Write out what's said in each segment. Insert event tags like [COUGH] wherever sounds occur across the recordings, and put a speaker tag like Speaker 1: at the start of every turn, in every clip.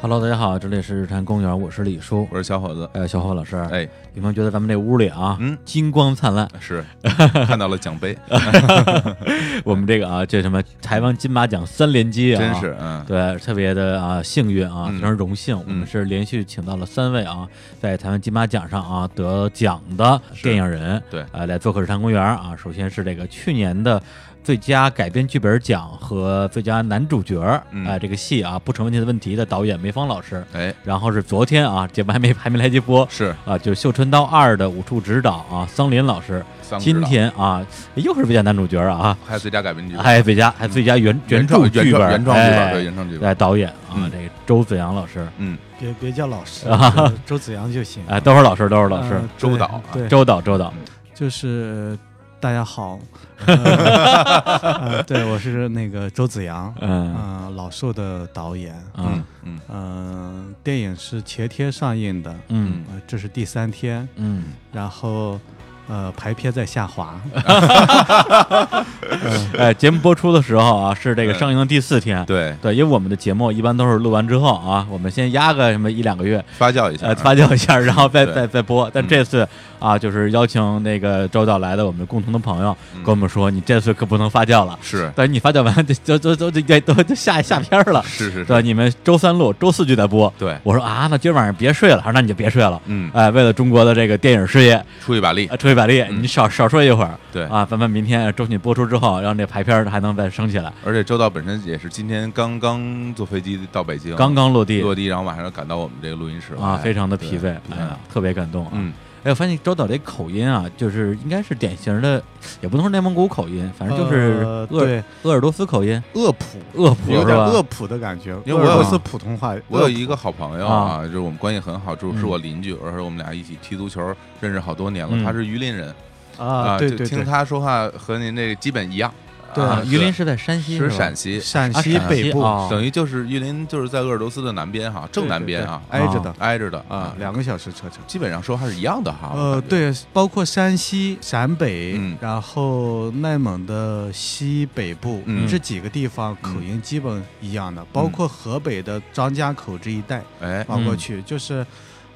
Speaker 1: Hello，大家好，这里是日坛公园，我是李叔，
Speaker 2: 我是小伙子。
Speaker 1: 呃，小伙老师，
Speaker 2: 哎，
Speaker 1: 有没有觉得咱们这屋里啊，
Speaker 2: 嗯
Speaker 1: 金光灿
Speaker 2: [LAUGHS]
Speaker 1: 烂？ [LAUGHS]
Speaker 2: 是看到了奖杯，
Speaker 1: 哎我们这个啊，这什么台湾金马奖三连击啊，
Speaker 2: 真是嗯，
Speaker 1: 对，特别的啊幸运啊，
Speaker 2: 嗯
Speaker 1: 非常荣幸，我们是连续请到了三位啊，在台湾金马奖上啊得奖的电影人，
Speaker 2: 对
Speaker 1: 呃，来做客日坛公园啊。首先是这个去年的最佳改编剧本奖和最佳男主角啊、
Speaker 2: 嗯
Speaker 1: 这个戏啊《不成问题的问题》的导演梅芳老师，
Speaker 2: 哎，
Speaker 1: 然后是昨天啊，节目还没还没来及播。
Speaker 2: 是
Speaker 1: 啊，就是《绣春刀二》的武术指导啊，桑林老师，
Speaker 2: 桑指导
Speaker 1: 今天啊，又是最佳男主角啊，
Speaker 2: 还有最佳改编剧本，
Speaker 1: 还有最佳还最佳原
Speaker 2: 原
Speaker 1: 著
Speaker 2: 创
Speaker 1: 剧本，
Speaker 2: 原创剧
Speaker 1: 哎
Speaker 2: 本，对原创剧本，
Speaker 1: 来导演啊，
Speaker 2: 嗯
Speaker 1: 这个周子阳老师，
Speaker 2: 嗯，
Speaker 3: 别别叫老师，
Speaker 1: 啊
Speaker 3: 就是 [LAUGHS] 周子阳就行。
Speaker 1: 哎，都是老师，都是老师，
Speaker 3: 嗯
Speaker 2: 周
Speaker 3: 对
Speaker 2: 导啊
Speaker 3: 对，
Speaker 1: 周导，周导，
Speaker 3: 就是大家好，呃 [LAUGHS] 呃对我是那个周子阳，
Speaker 1: 嗯
Speaker 3: 嗯、老寿的导演，
Speaker 1: 嗯
Speaker 2: 嗯
Speaker 3: 嗯，电影是前天上映的，
Speaker 1: 嗯
Speaker 3: 呃，这是第三天，
Speaker 1: 嗯，
Speaker 3: 然后呃排片在下滑，
Speaker 1: 哎，节目播出的时候啊，是这个上映的第四天，
Speaker 2: 嗯对，
Speaker 1: 对，因为我们的节目一般都是录完之后啊，我们先压个什么一两个月，
Speaker 2: 发酵一下
Speaker 1: 呃，
Speaker 2: 啊，
Speaker 1: 发酵一下，然后再
Speaker 2: 对
Speaker 1: 再再播。但
Speaker 2: 嗯
Speaker 1: 这次啊，就是邀请那个周导来的我们共同的朋友，跟我们说，你这次可不能发酵了，
Speaker 2: 嗯是
Speaker 1: 但是你发酵完，这都都都都都都下下片了，
Speaker 2: 嗯是是
Speaker 1: 对，
Speaker 2: 是，
Speaker 1: 你们周三录，周四就得播。
Speaker 2: 对，
Speaker 1: 我说啊，那今儿晚上别睡了。他说那你就别睡了。
Speaker 2: 嗯
Speaker 1: 哎，为了中国的这个电影事业，
Speaker 2: 出一把力
Speaker 1: 呃，出一把力，你少少睡一会儿。
Speaker 2: 嗯对
Speaker 1: 啊，咱们明天周迅播出之后，让这排片儿还能再升起来。
Speaker 2: 而且周导本身也是今天刚刚坐飞机到北京，
Speaker 1: 刚刚落地
Speaker 2: 落地，然后马上赶到我们这个录音室
Speaker 1: 啊，
Speaker 2: 哎
Speaker 1: 非常的疲惫，
Speaker 2: 对
Speaker 1: 哎呀，特别感动啊。
Speaker 2: 嗯，
Speaker 1: 哎，我发现周导这口音啊，就是应该是典型的，也不能说内蒙古口音，反正就是
Speaker 3: 呃
Speaker 1: 鄂尔
Speaker 3: 对
Speaker 1: 鄂尔多斯口音，
Speaker 3: 恶普，
Speaker 1: 鄂普
Speaker 3: 有
Speaker 1: 是
Speaker 3: 点
Speaker 1: 吧？
Speaker 3: 恶普的感觉，
Speaker 2: 因为我有
Speaker 3: 是普通话，
Speaker 2: 我有一
Speaker 3: 个
Speaker 2: 个好朋友
Speaker 1: 啊
Speaker 2: 啊，就是我们关系很好，就是
Speaker 1: 嗯
Speaker 2: 我邻居，而且我们俩一起踢足球，认识好多年
Speaker 1: 嗯
Speaker 2: 了。他是榆林人
Speaker 3: 啊，对
Speaker 2: 就
Speaker 3: 对
Speaker 2: 听
Speaker 3: 对，
Speaker 2: 他说话和您这个基本一样。
Speaker 3: 对
Speaker 1: 啊，
Speaker 2: 啊
Speaker 1: 榆林是在山西，
Speaker 2: 是
Speaker 1: 吧
Speaker 2: 陕西，
Speaker 3: 陕
Speaker 1: 啊
Speaker 3: 西
Speaker 1: 陕
Speaker 3: 北部
Speaker 1: 啊
Speaker 2: 等于就是榆林就是在鄂尔多斯的南边哈，正南边啊，
Speaker 3: 哦对对对挨着的
Speaker 2: 挨着的
Speaker 3: 啊，两个小时车程。
Speaker 2: 基本上说话是一样的哈。我
Speaker 3: 呃，
Speaker 2: 感觉，
Speaker 3: 对，包括山西、陕北，
Speaker 2: 嗯
Speaker 3: 然后内蒙的西北部、
Speaker 2: 嗯
Speaker 3: 这几个地方口音基本一样的，包括河北的张家口这一带
Speaker 2: 哎，
Speaker 3: 包括去，就是。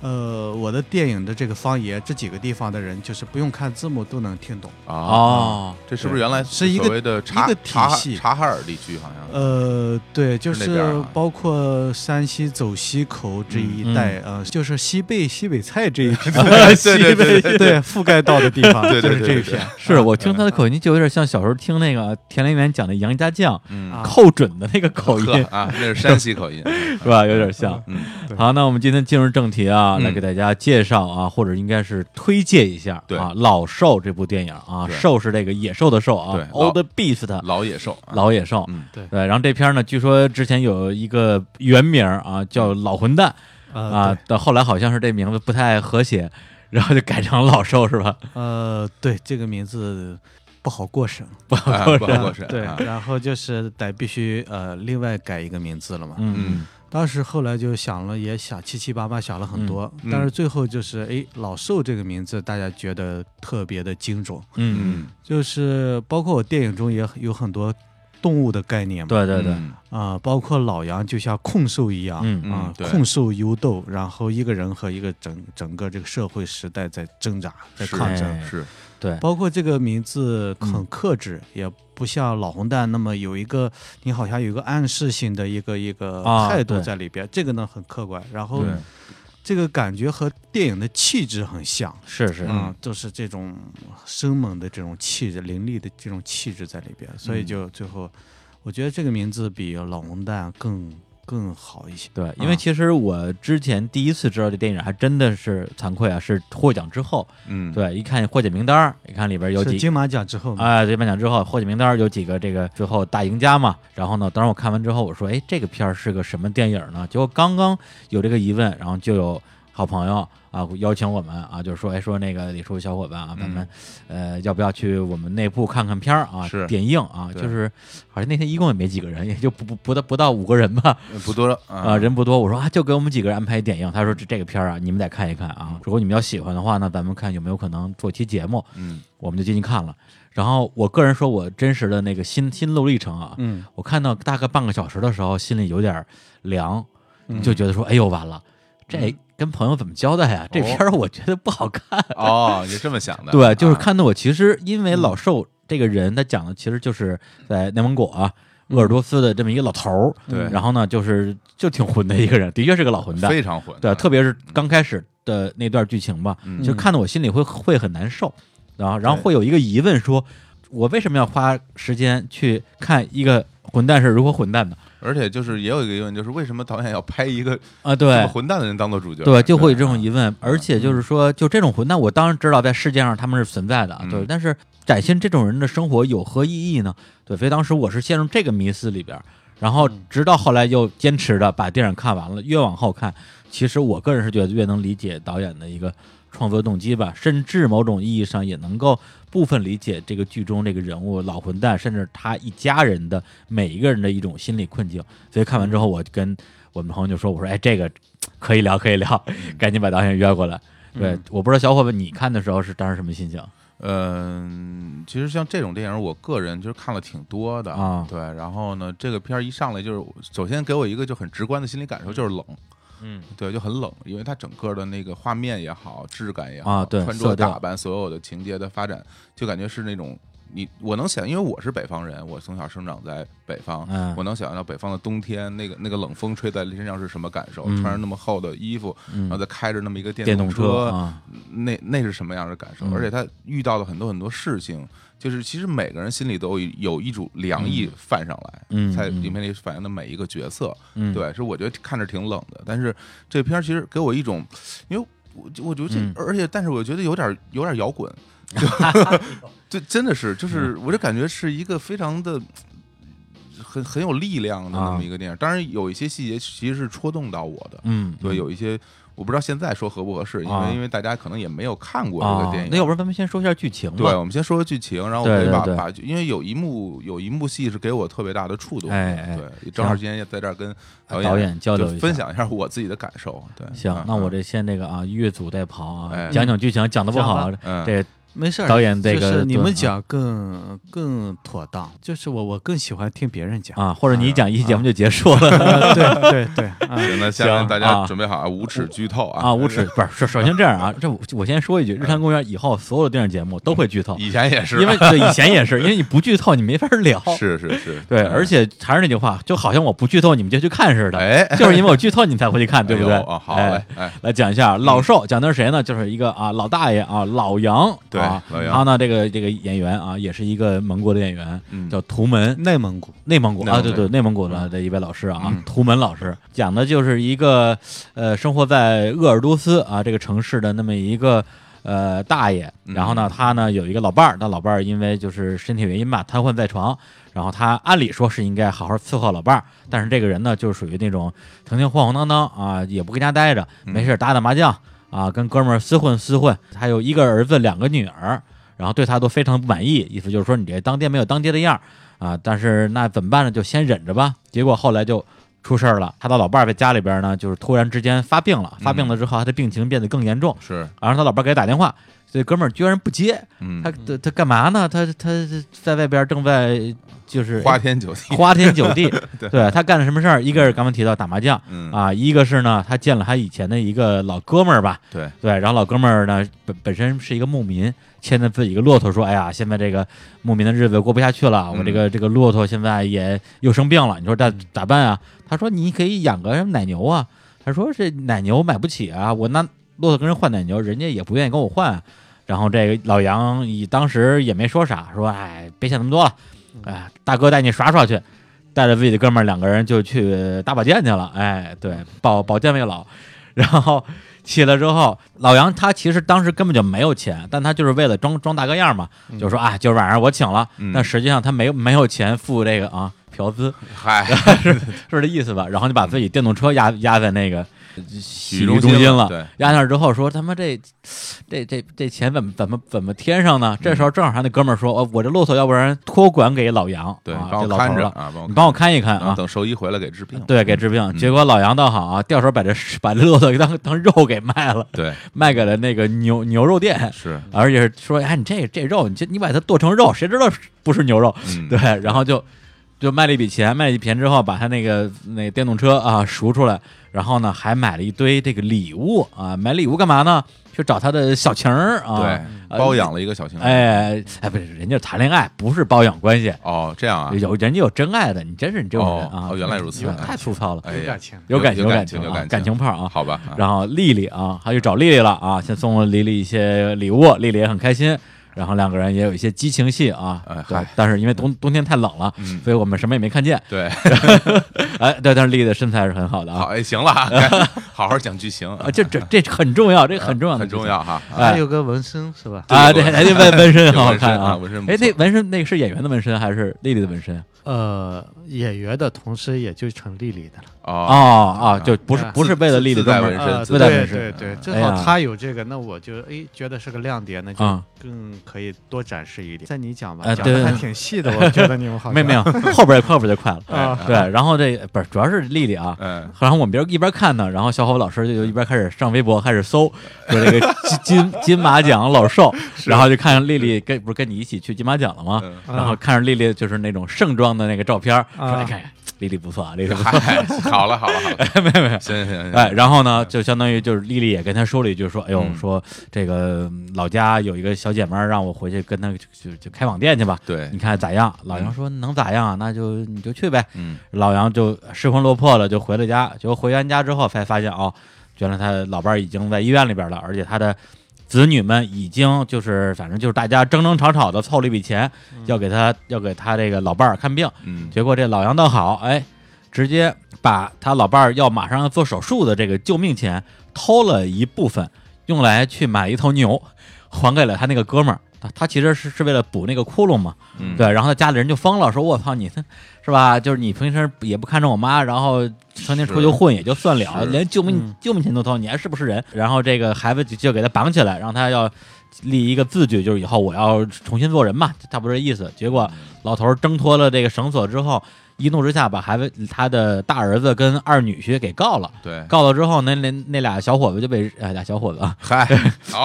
Speaker 3: 呃，我的电影的这个方言，这几个地方的人就是不用看字幕都能听懂。
Speaker 2: 啊，
Speaker 1: 哦，
Speaker 2: 这是不是原来
Speaker 3: 是一个
Speaker 2: 所谓的察
Speaker 3: 一个体
Speaker 2: 察哈
Speaker 3: 系
Speaker 2: 察哈尔地区好像？
Speaker 3: 呃，对，就是
Speaker 2: 那边儿
Speaker 3: 是
Speaker 2: 啊
Speaker 3: 包括山西走西口这一带，呃，就是西贝、西北菜这
Speaker 2: [LAUGHS]
Speaker 3: 一片
Speaker 2: 对，
Speaker 3: 西
Speaker 2: 嗯对对
Speaker 3: 北
Speaker 2: 对
Speaker 3: 对覆盖到的地方
Speaker 2: 对对
Speaker 3: 就是
Speaker 2: 对
Speaker 3: 这一
Speaker 2: 对对
Speaker 3: 片。
Speaker 1: 是我听他的口音就有点像小时候听那个田连元讲的杨家将
Speaker 2: 嗯，
Speaker 3: 啊
Speaker 1: 寇准的那个口
Speaker 2: 呵
Speaker 1: 音，
Speaker 2: 啊，那是山西口音，
Speaker 1: 是吧？有点像。
Speaker 2: 嗯，
Speaker 3: [LAUGHS] 对
Speaker 1: 好，那我们今天进入正题啊，
Speaker 2: 嗯
Speaker 1: 来给大家介绍啊，或者应该是推荐一下
Speaker 2: 对
Speaker 1: 啊，《老兽》这部电影啊，
Speaker 2: 对
Speaker 1: 兽是这个野兽的兽啊
Speaker 2: 对
Speaker 1: ，Old Beast
Speaker 2: 老野兽啊，
Speaker 1: 老野兽。
Speaker 2: 嗯，
Speaker 3: 对
Speaker 1: 对，然后这片儿呢，据说之前有一个原名儿啊，叫《老混蛋》
Speaker 3: 啊
Speaker 1: 啊，到后来好像是这名字不太和谐，然后就改成老兽是吧？
Speaker 3: 呃，对，这个名字不好过审，
Speaker 1: 不
Speaker 2: 啊
Speaker 1: 好
Speaker 2: 不
Speaker 1: 说
Speaker 2: 好
Speaker 1: 是
Speaker 3: 啊
Speaker 2: 过审
Speaker 3: 对，
Speaker 2: 啊
Speaker 3: 然后就是得必须呃另外改一个名字了嘛。
Speaker 1: 嗯
Speaker 2: 嗯，
Speaker 3: 当时后来就想了，也想七七八八想了很多，
Speaker 2: 嗯
Speaker 3: 但是最后就是哎，老寿这个名字大家觉得特别的精准，
Speaker 1: 嗯嗯，
Speaker 2: 嗯，
Speaker 3: 就是包括我电影中也有很多动物的概念嘛，
Speaker 1: 对对对，
Speaker 2: 嗯，
Speaker 3: 啊、包括老羊就像控兽一样。
Speaker 1: 嗯
Speaker 3: 啊
Speaker 2: 嗯，对
Speaker 3: 控兽犹斗，然后一个人和一个整整个这个社会时代在挣扎，在
Speaker 2: 是
Speaker 3: 抗争。
Speaker 1: 哎
Speaker 2: 是，
Speaker 1: 对，
Speaker 3: 包括这个名字
Speaker 1: 嗯
Speaker 3: 很克制，也不像老红蛋那么有一个你好像有一个暗示性的一个一个
Speaker 1: 啊
Speaker 3: 态度
Speaker 1: 对
Speaker 3: 在里边，这个呢很客观，然后
Speaker 2: 对，
Speaker 3: 这个感觉和电影的气质很像
Speaker 1: 是是，
Speaker 2: 嗯
Speaker 3: 啊、就是这种生猛的这种气质、凌厉的这种气质在里边，所以
Speaker 1: 嗯
Speaker 3: 就最后我觉得这个名字比老红蛋更更好一些。
Speaker 1: 对，因为其实我之前第一次知道这电影，还真的是惭愧啊，是获奖之后，
Speaker 2: 嗯，
Speaker 1: 对，一看获奖名单儿，一看里边有
Speaker 3: 是
Speaker 1: 几。
Speaker 3: 金马奖之后嘛，
Speaker 1: 哎，对，颁奖之后获奖名单儿有几个这个最后大赢家嘛？然后呢，当时我看完之后，我说，哎，这个片儿是个什么电影呢？结果刚刚有这个疑问，然后就有好朋友啊邀请我们啊，就是说，哎，说那个李叔小伙伴啊，咱们、呃要不要去我们内部看看片儿啊？
Speaker 2: 嗯是
Speaker 1: 点映啊，
Speaker 2: 对
Speaker 1: 就是好像那天一共也没几个人，也就不不不到不到五个人吧。
Speaker 2: 不多了
Speaker 1: 啊、
Speaker 2: 啊，
Speaker 1: 人不多，我说啊，就给我们几个人安排点映。他说这这个片儿啊，你们得看一看啊。如果你们要喜欢的话呢，咱们看有没有可能做期节目，
Speaker 2: 嗯，
Speaker 1: 我们就进去看了。然后我个人说我真实的那个心心路历程啊，
Speaker 3: 嗯，
Speaker 1: 我看到大概半个小时的时候，心里有点凉，
Speaker 4: 嗯
Speaker 1: 就觉得说，哎呦完了，这
Speaker 2: 嗯
Speaker 1: 跟朋友怎么交代啊呀？这
Speaker 2: 哦
Speaker 1: 片儿我觉得不
Speaker 2: [LAUGHS]
Speaker 1: 好看。
Speaker 2: 哦，你是这么想的？
Speaker 1: 对，就是
Speaker 2: 啊
Speaker 1: 看得我其实因为老寿这个人，他讲的其实就是在内蒙古啊。鄂尔多斯的这么一个老头儿，
Speaker 2: 嗯对
Speaker 1: 然后呢，就是就挺混的一个人，的确是个老混蛋，
Speaker 2: 非常啊混，
Speaker 1: 对，特别是刚开始的那段剧情吧，
Speaker 2: 嗯
Speaker 1: 就看得我心里会会很难受，然后然后
Speaker 2: 对
Speaker 1: 会有一个疑问说，我为什么要花时间去看一个混蛋是如何混蛋的
Speaker 2: 而且就是也有一个疑问，就是为什么导演要拍一个
Speaker 1: 啊？
Speaker 2: 这么
Speaker 1: 对
Speaker 2: 混蛋的人当做主角？
Speaker 1: 对，就会有这种疑
Speaker 2: 问。
Speaker 1: 问，而且就是说，就这种混蛋，我当然知道在世界上他们是存在的啊，
Speaker 2: 嗯
Speaker 1: 对，但是展现这种人的生活有何意义呢？对，所以当时我是陷入这个迷思里边儿。然后直到后来又坚持的把电影看完了，越往后看，其实我个人是觉得越能理解导演的一个创作动机吧，甚至某种意义上也能够部分理解这个剧中这个人物老混蛋，甚至他一家人的每一个人的一种心理困境。所以看完之后，我跟我们朋友就说：“我说，哎，这个可以聊，可以聊，赶紧把导演约过来。”对，我不知道小伙伴你看的时候是当时什么心情
Speaker 2: 嗯，其实像这种电影，我个人就是看了挺多的
Speaker 1: 啊
Speaker 2: 对，然后呢，这个片儿一上来就是，首先给我一个就很直观的心理感受，就是冷。
Speaker 1: 嗯，
Speaker 2: 对，就很冷，因为它整个的那个画面也好，质感也好，
Speaker 1: 啊对
Speaker 2: 穿
Speaker 1: 色
Speaker 2: 着
Speaker 1: 调
Speaker 2: 打扮，所有的情节的发展，就感觉是那种你我能想，因为我是北方人，我从小生长在北方，
Speaker 1: 嗯
Speaker 2: 我能想象到北方的冬天，那个那个冷风吹在身上是什么感受，
Speaker 1: 嗯
Speaker 2: 穿着那么厚的衣服，然后再开着那么一个
Speaker 1: 电
Speaker 2: 嗯
Speaker 1: 动
Speaker 2: 动
Speaker 1: 车啊，
Speaker 2: 那那是什么样的感受？
Speaker 1: 嗯
Speaker 2: 而且他遇到了很多很多事情，就是其实每个人心里都有有一股凉意泛上来，
Speaker 1: 嗯
Speaker 2: 在
Speaker 1: 嗯
Speaker 2: 里面里反映的每一个角色，
Speaker 1: 嗯，
Speaker 2: 对，是我觉得看着挺冷的，但是这片儿其实给我一种，因为我我觉得这
Speaker 1: 嗯，
Speaker 2: 而且但是我觉得有点有点
Speaker 1: [LAUGHS]
Speaker 2: 摇滚， [LAUGHS] 就就真的是
Speaker 1: 嗯
Speaker 2: 就是我就感觉是一个非常的。很很有力量的那
Speaker 1: 啊
Speaker 2: 么一个电影，当然有一些细节其实是戳动到我的，
Speaker 1: 嗯，嗯，
Speaker 2: 对，有一些我不知道现在说合不合适，因
Speaker 1: 啊
Speaker 2: 为因为大家可能也没有看过这
Speaker 1: 啊
Speaker 2: 个电，
Speaker 1: 那要
Speaker 2: 影。
Speaker 1: 不然咱们先说一下剧情吧。
Speaker 2: 对，我们先说说剧情，然后我
Speaker 1: 对
Speaker 2: 可以
Speaker 1: 对
Speaker 2: 把
Speaker 1: 对
Speaker 2: 把，因为有一幕有一幕戏是给我特别大的触动的。
Speaker 1: 哎哎
Speaker 2: 对，正好今天也在这儿跟导
Speaker 1: 导演交流
Speaker 2: 就
Speaker 1: 一下
Speaker 2: 分享一下我自己的感受。对，
Speaker 1: 行
Speaker 2: 嗯，
Speaker 1: 那我这先这个啊，越俎代庖啊
Speaker 2: 哎，
Speaker 1: 讲讲剧情，讲的不好，啊
Speaker 2: 嗯
Speaker 1: 这
Speaker 4: 没事儿，
Speaker 1: 导演这个
Speaker 4: 就是你
Speaker 1: 对
Speaker 4: 们
Speaker 1: 啊
Speaker 4: 讲更更妥当，就是我我更喜欢听别人讲。
Speaker 1: 啊，或者你讲一期节目就结束
Speaker 2: 嗯
Speaker 1: 了
Speaker 4: 呃对对对，啊
Speaker 2: 行，那下面
Speaker 1: 行
Speaker 2: 大
Speaker 1: 啊
Speaker 2: 家准备好啊，无耻剧透啊
Speaker 1: 啊，无耻不是，首首先这样啊，这我我先说一句，日坛公园以后所有的电影节目都会剧透，
Speaker 2: 以前也是，
Speaker 1: 因为对以前也是，因为你不剧透你没法聊，
Speaker 2: 是是是，
Speaker 1: 对，
Speaker 2: 嗯
Speaker 1: 而且还是那句话，就好像我不剧透你们就去看似的，
Speaker 2: 哎，
Speaker 1: 就是因为我剧透你们才会去
Speaker 2: [LAUGHS]
Speaker 1: 看，对不对？
Speaker 2: 哎呦啊，好
Speaker 1: 哎
Speaker 2: 嘞，哎，
Speaker 1: 来讲一下老寿，讲的是谁呢？就是一个啊老大爷啊老杨，
Speaker 2: 对
Speaker 1: 啊
Speaker 2: 老杨
Speaker 1: 然后呢这个这个演员啊也是一个蒙古的演员，
Speaker 2: 嗯
Speaker 1: 叫图门，
Speaker 4: 内蒙古，
Speaker 1: 内蒙古
Speaker 2: 内
Speaker 1: 啊，
Speaker 2: 蒙
Speaker 1: 对
Speaker 2: 古嗯
Speaker 1: 对，内蒙古的的一位老师啊，图门老师讲的就是一个呃生活在鄂尔多斯啊这个城市的那么一个。呃，大爷，
Speaker 2: 嗯
Speaker 1: 然后呢，他呢有一个老伴儿，但老伴儿因为就是身体原因吧，瘫痪在床。然后他按理说是应该好好伺候老伴儿，但是这个人呢，就是属于那种曾经晃晃荡荡啊，也不跟家待着，
Speaker 2: 嗯
Speaker 1: 没事儿打打麻将啊，跟哥们儿厮混厮混。他有一个儿子，两个女儿，然后对他都非常不满意，意思就是说你这当爹没有当爹的样儿啊。但是那怎么办呢？就先忍着吧。结果后来就出事儿了，他的老伴儿在家里边呢，就是突然之间发病了，发
Speaker 2: 嗯
Speaker 1: 病了之后，他的病情变得更严重，
Speaker 2: 是，
Speaker 1: 然后他老伴儿给他打电话。这哥们儿居然不接，
Speaker 2: 嗯
Speaker 1: 他，他他干嘛呢？他他在外边正在就是
Speaker 2: 花天酒地，
Speaker 1: 花天酒地，
Speaker 2: 对
Speaker 1: 他干了什么事儿？一个是刚刚提到打麻将
Speaker 2: 嗯，
Speaker 1: 啊，一个是呢，他见了他以前的一个老哥们儿吧，
Speaker 2: 对，
Speaker 1: 对，然后老哥们儿呢本本身是一个牧民，牵着自己一个骆驼说：“哎呀，现在这个牧民的日子过不下去了，我这个这个骆驼现在也又生病了，你说咋咋办啊？”他说：“你可以养个奶牛啊。”他说：“这奶牛买不起啊，我拿骆驼跟人换奶牛，人家也不愿意跟我换啊。”然后这个老杨以当时也没说啥，说：“哎，别想那么多了，哎，大哥带你耍耍去。”带着自己的哥们儿两个人就去打保健去了，哎，对，保保健为老，然后起来之后，老杨他其实当时根本就没有钱，但他就是为了装装大个样嘛，就说啊，今儿晚上我请了，
Speaker 2: 嗯
Speaker 1: 但实际上他没有没有钱付这个啊嫖资，
Speaker 2: 嗨，
Speaker 1: 是这意思吧？然后就把自己电动车压压在那个 [LAUGHS] 洗浴
Speaker 2: 中
Speaker 1: 中心
Speaker 2: 了，
Speaker 1: 了，
Speaker 2: 对，
Speaker 1: 压那儿之后说他妈这这这这钱怎么怎么怎么添上呢？这时
Speaker 2: 嗯
Speaker 1: 候正好他那哥们儿说，哦，我这骆驼要不然托管给老杨，
Speaker 2: 对，
Speaker 1: 啊、
Speaker 2: 帮
Speaker 1: 这老头
Speaker 2: 我看
Speaker 1: 儿
Speaker 2: 着
Speaker 1: 了，
Speaker 2: 啊，帮我
Speaker 1: 你
Speaker 2: 看
Speaker 1: 帮我看一看
Speaker 2: 然后
Speaker 1: 啊。
Speaker 2: 等兽医回来给治病。
Speaker 1: 对，给治病。
Speaker 2: 嗯
Speaker 1: 结果老杨倒好啊，掉手把这把这骆驼当当肉给卖了，
Speaker 2: 对，
Speaker 1: 卖给了那个牛牛肉店。 [LAUGHS]
Speaker 2: 是，
Speaker 1: 而且是说，哎，你这这肉，你这你把它剁成肉，谁知道不是牛肉？
Speaker 2: 嗯，
Speaker 1: 对，然后就就卖了一笔钱，卖了一笔钱之后，把他那个那个电动车啊赎出来，然后呢还买了一堆这个礼物啊，买礼物干嘛呢？去找他的小情儿啊，
Speaker 2: 对，包养了一个小情人。
Speaker 1: 哎哎，不是，人家谈恋爱不是包养关系，
Speaker 2: 哦，这样啊，
Speaker 1: 有人家有真爱的，你真是你这种人
Speaker 2: 哦
Speaker 1: 啊！
Speaker 2: 哦原来如此
Speaker 1: 你们太粗糙了，
Speaker 2: 哎
Speaker 4: 有
Speaker 2: 呀
Speaker 4: 感，情，
Speaker 1: 有感情，
Speaker 2: 有
Speaker 1: 感
Speaker 2: 感情有
Speaker 1: 啊
Speaker 2: 感情
Speaker 1: 感情炮啊！
Speaker 2: 好吧，啊
Speaker 1: 然后丽丽啊，她去找丽丽了啊，先送了丽丽一些礼物，丽丽也很开心。然后两个人也有一些激情戏啊
Speaker 2: 哎，
Speaker 1: 对
Speaker 2: 嗨，
Speaker 1: 但是因为冬冬天太冷了，
Speaker 2: 嗯
Speaker 1: 所以我们什么也没看
Speaker 2: [LAUGHS]
Speaker 1: 见。
Speaker 2: 对，
Speaker 1: 哎，对，但是丽丽的身材是很好的
Speaker 2: 好，
Speaker 1: 啊，[LAUGHS]
Speaker 2: 哎，行了啊，该好好讲剧情啊
Speaker 1: 啊，这这这很重要，这很重要，
Speaker 2: 很重。要哈。啊
Speaker 4: 还
Speaker 1: 哎
Speaker 4: 有个纹身是吧？
Speaker 1: 啊，
Speaker 2: 对
Speaker 1: 对，
Speaker 2: 有
Speaker 1: 还得纹纹身很好
Speaker 2: 纹身
Speaker 1: 看
Speaker 2: 啊纹身不
Speaker 1: 哎，那
Speaker 2: 错啊
Speaker 1: 纹身那个是演员的纹身还是丽丽的纹身？
Speaker 4: 呃，演员的同时也就成丽丽的了。
Speaker 2: 哦，
Speaker 1: 哦哦，就不是
Speaker 4: 啊
Speaker 1: 不是为了丽丽
Speaker 2: 自带
Speaker 1: 专门
Speaker 2: 纹
Speaker 4: 啊，
Speaker 2: 身
Speaker 1: 自带
Speaker 4: 对
Speaker 1: 纹身
Speaker 4: 对对，正
Speaker 1: 哎呀
Speaker 4: 好他有这个，那我就哎觉得是个亮点，那就
Speaker 1: 啊。
Speaker 4: 更可以多展示一点。在你讲吧
Speaker 1: 啊，
Speaker 4: 讲
Speaker 1: 对
Speaker 4: 的还挺细的，我觉得你们好像。
Speaker 1: 没有没有，后边后边就快了。
Speaker 4: 啊
Speaker 1: 对，然后这不是主要是丽丽啊。
Speaker 2: 嗯，
Speaker 1: 然后我们边一边看呢，然后小伙老师就一边开始上微博开始搜，说这个金金金马奖老寿，然后就看见丽丽跟不是跟你一起去金马奖了吗？
Speaker 2: 嗯
Speaker 1: 然后看着丽丽就是那种盛装的那个照片，说
Speaker 4: 啊
Speaker 1: 哎看看丽丽不错啊，丽丽不错，
Speaker 2: 嗨，好了好了好了，
Speaker 1: [LAUGHS] 没有没有。
Speaker 2: 行行行，
Speaker 1: 哎，然后呢，就相当于就是丽丽也跟他说了一句，说，哎呦，
Speaker 2: 嗯
Speaker 1: 说这个嗯老家有一个小姐妹儿让我回去跟她就就开网店去吧，
Speaker 2: 对
Speaker 1: 你，看咋样？老杨说能咋样啊？那就你就去呗。
Speaker 2: 嗯，
Speaker 1: 老杨就失魂落魄了，就回了家。结果回完家之后，才发现哦，原来他老伴儿已经在医院里边了，而且他的子女们已经就是反正就是大家争争吵吵的凑了一笔钱，要给他要给他这个老伴儿看病。
Speaker 2: 嗯，
Speaker 1: 结果这老杨倒好，哎，直接把他老伴儿要马上要做手术的这个救命钱偷了一部分，用来去买了一头牛，还给了他那个哥们儿。他他其实是是为了补那个窟窿嘛，
Speaker 2: 嗯，
Speaker 1: 对，然后他家里人就疯了，说：“我操你，是吧？就是你平时也不看着我妈，然后成天出去
Speaker 2: 是
Speaker 1: 混也就算了，
Speaker 2: 是
Speaker 1: 连救命、
Speaker 4: 嗯
Speaker 1: 救命钱都偷，你还是不是人？”然后这个孩子就就给他绑起来，让他要立一个字据，就是以后我要重新做人嘛，差不多这意思。结果老头儿挣脱了这个绳索之后，一怒之下把孩子他的大儿子跟二女婿给告了。
Speaker 2: 对，
Speaker 1: 告了之后，那那那俩小伙子就被哎俩小伙子啊，
Speaker 2: 嗨，好，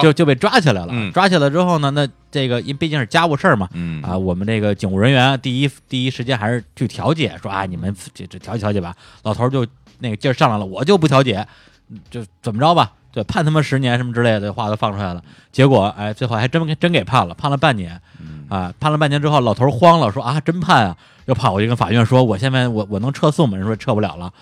Speaker 1: [LAUGHS] 就就被抓起来了。
Speaker 2: 哦嗯
Speaker 1: 抓起来之后呢，那这个因为毕竟是家务事儿嘛，
Speaker 2: 嗯
Speaker 1: 啊，我们这个警务人员第一第一时间还是去调解，说啊，你们这这调解调解吧。老头儿就那个劲儿上来了，我就不调解，嗯就怎么着吧，对，判他们十年什么之类的话都放出来了。结果哎，最后还真真给判了，判了半年
Speaker 2: 嗯
Speaker 1: 啊，判了半年之后，老头儿慌了，说啊，真判啊，又跑过去跟法院说，我现在我我能撤诉吗？人说撤不了了。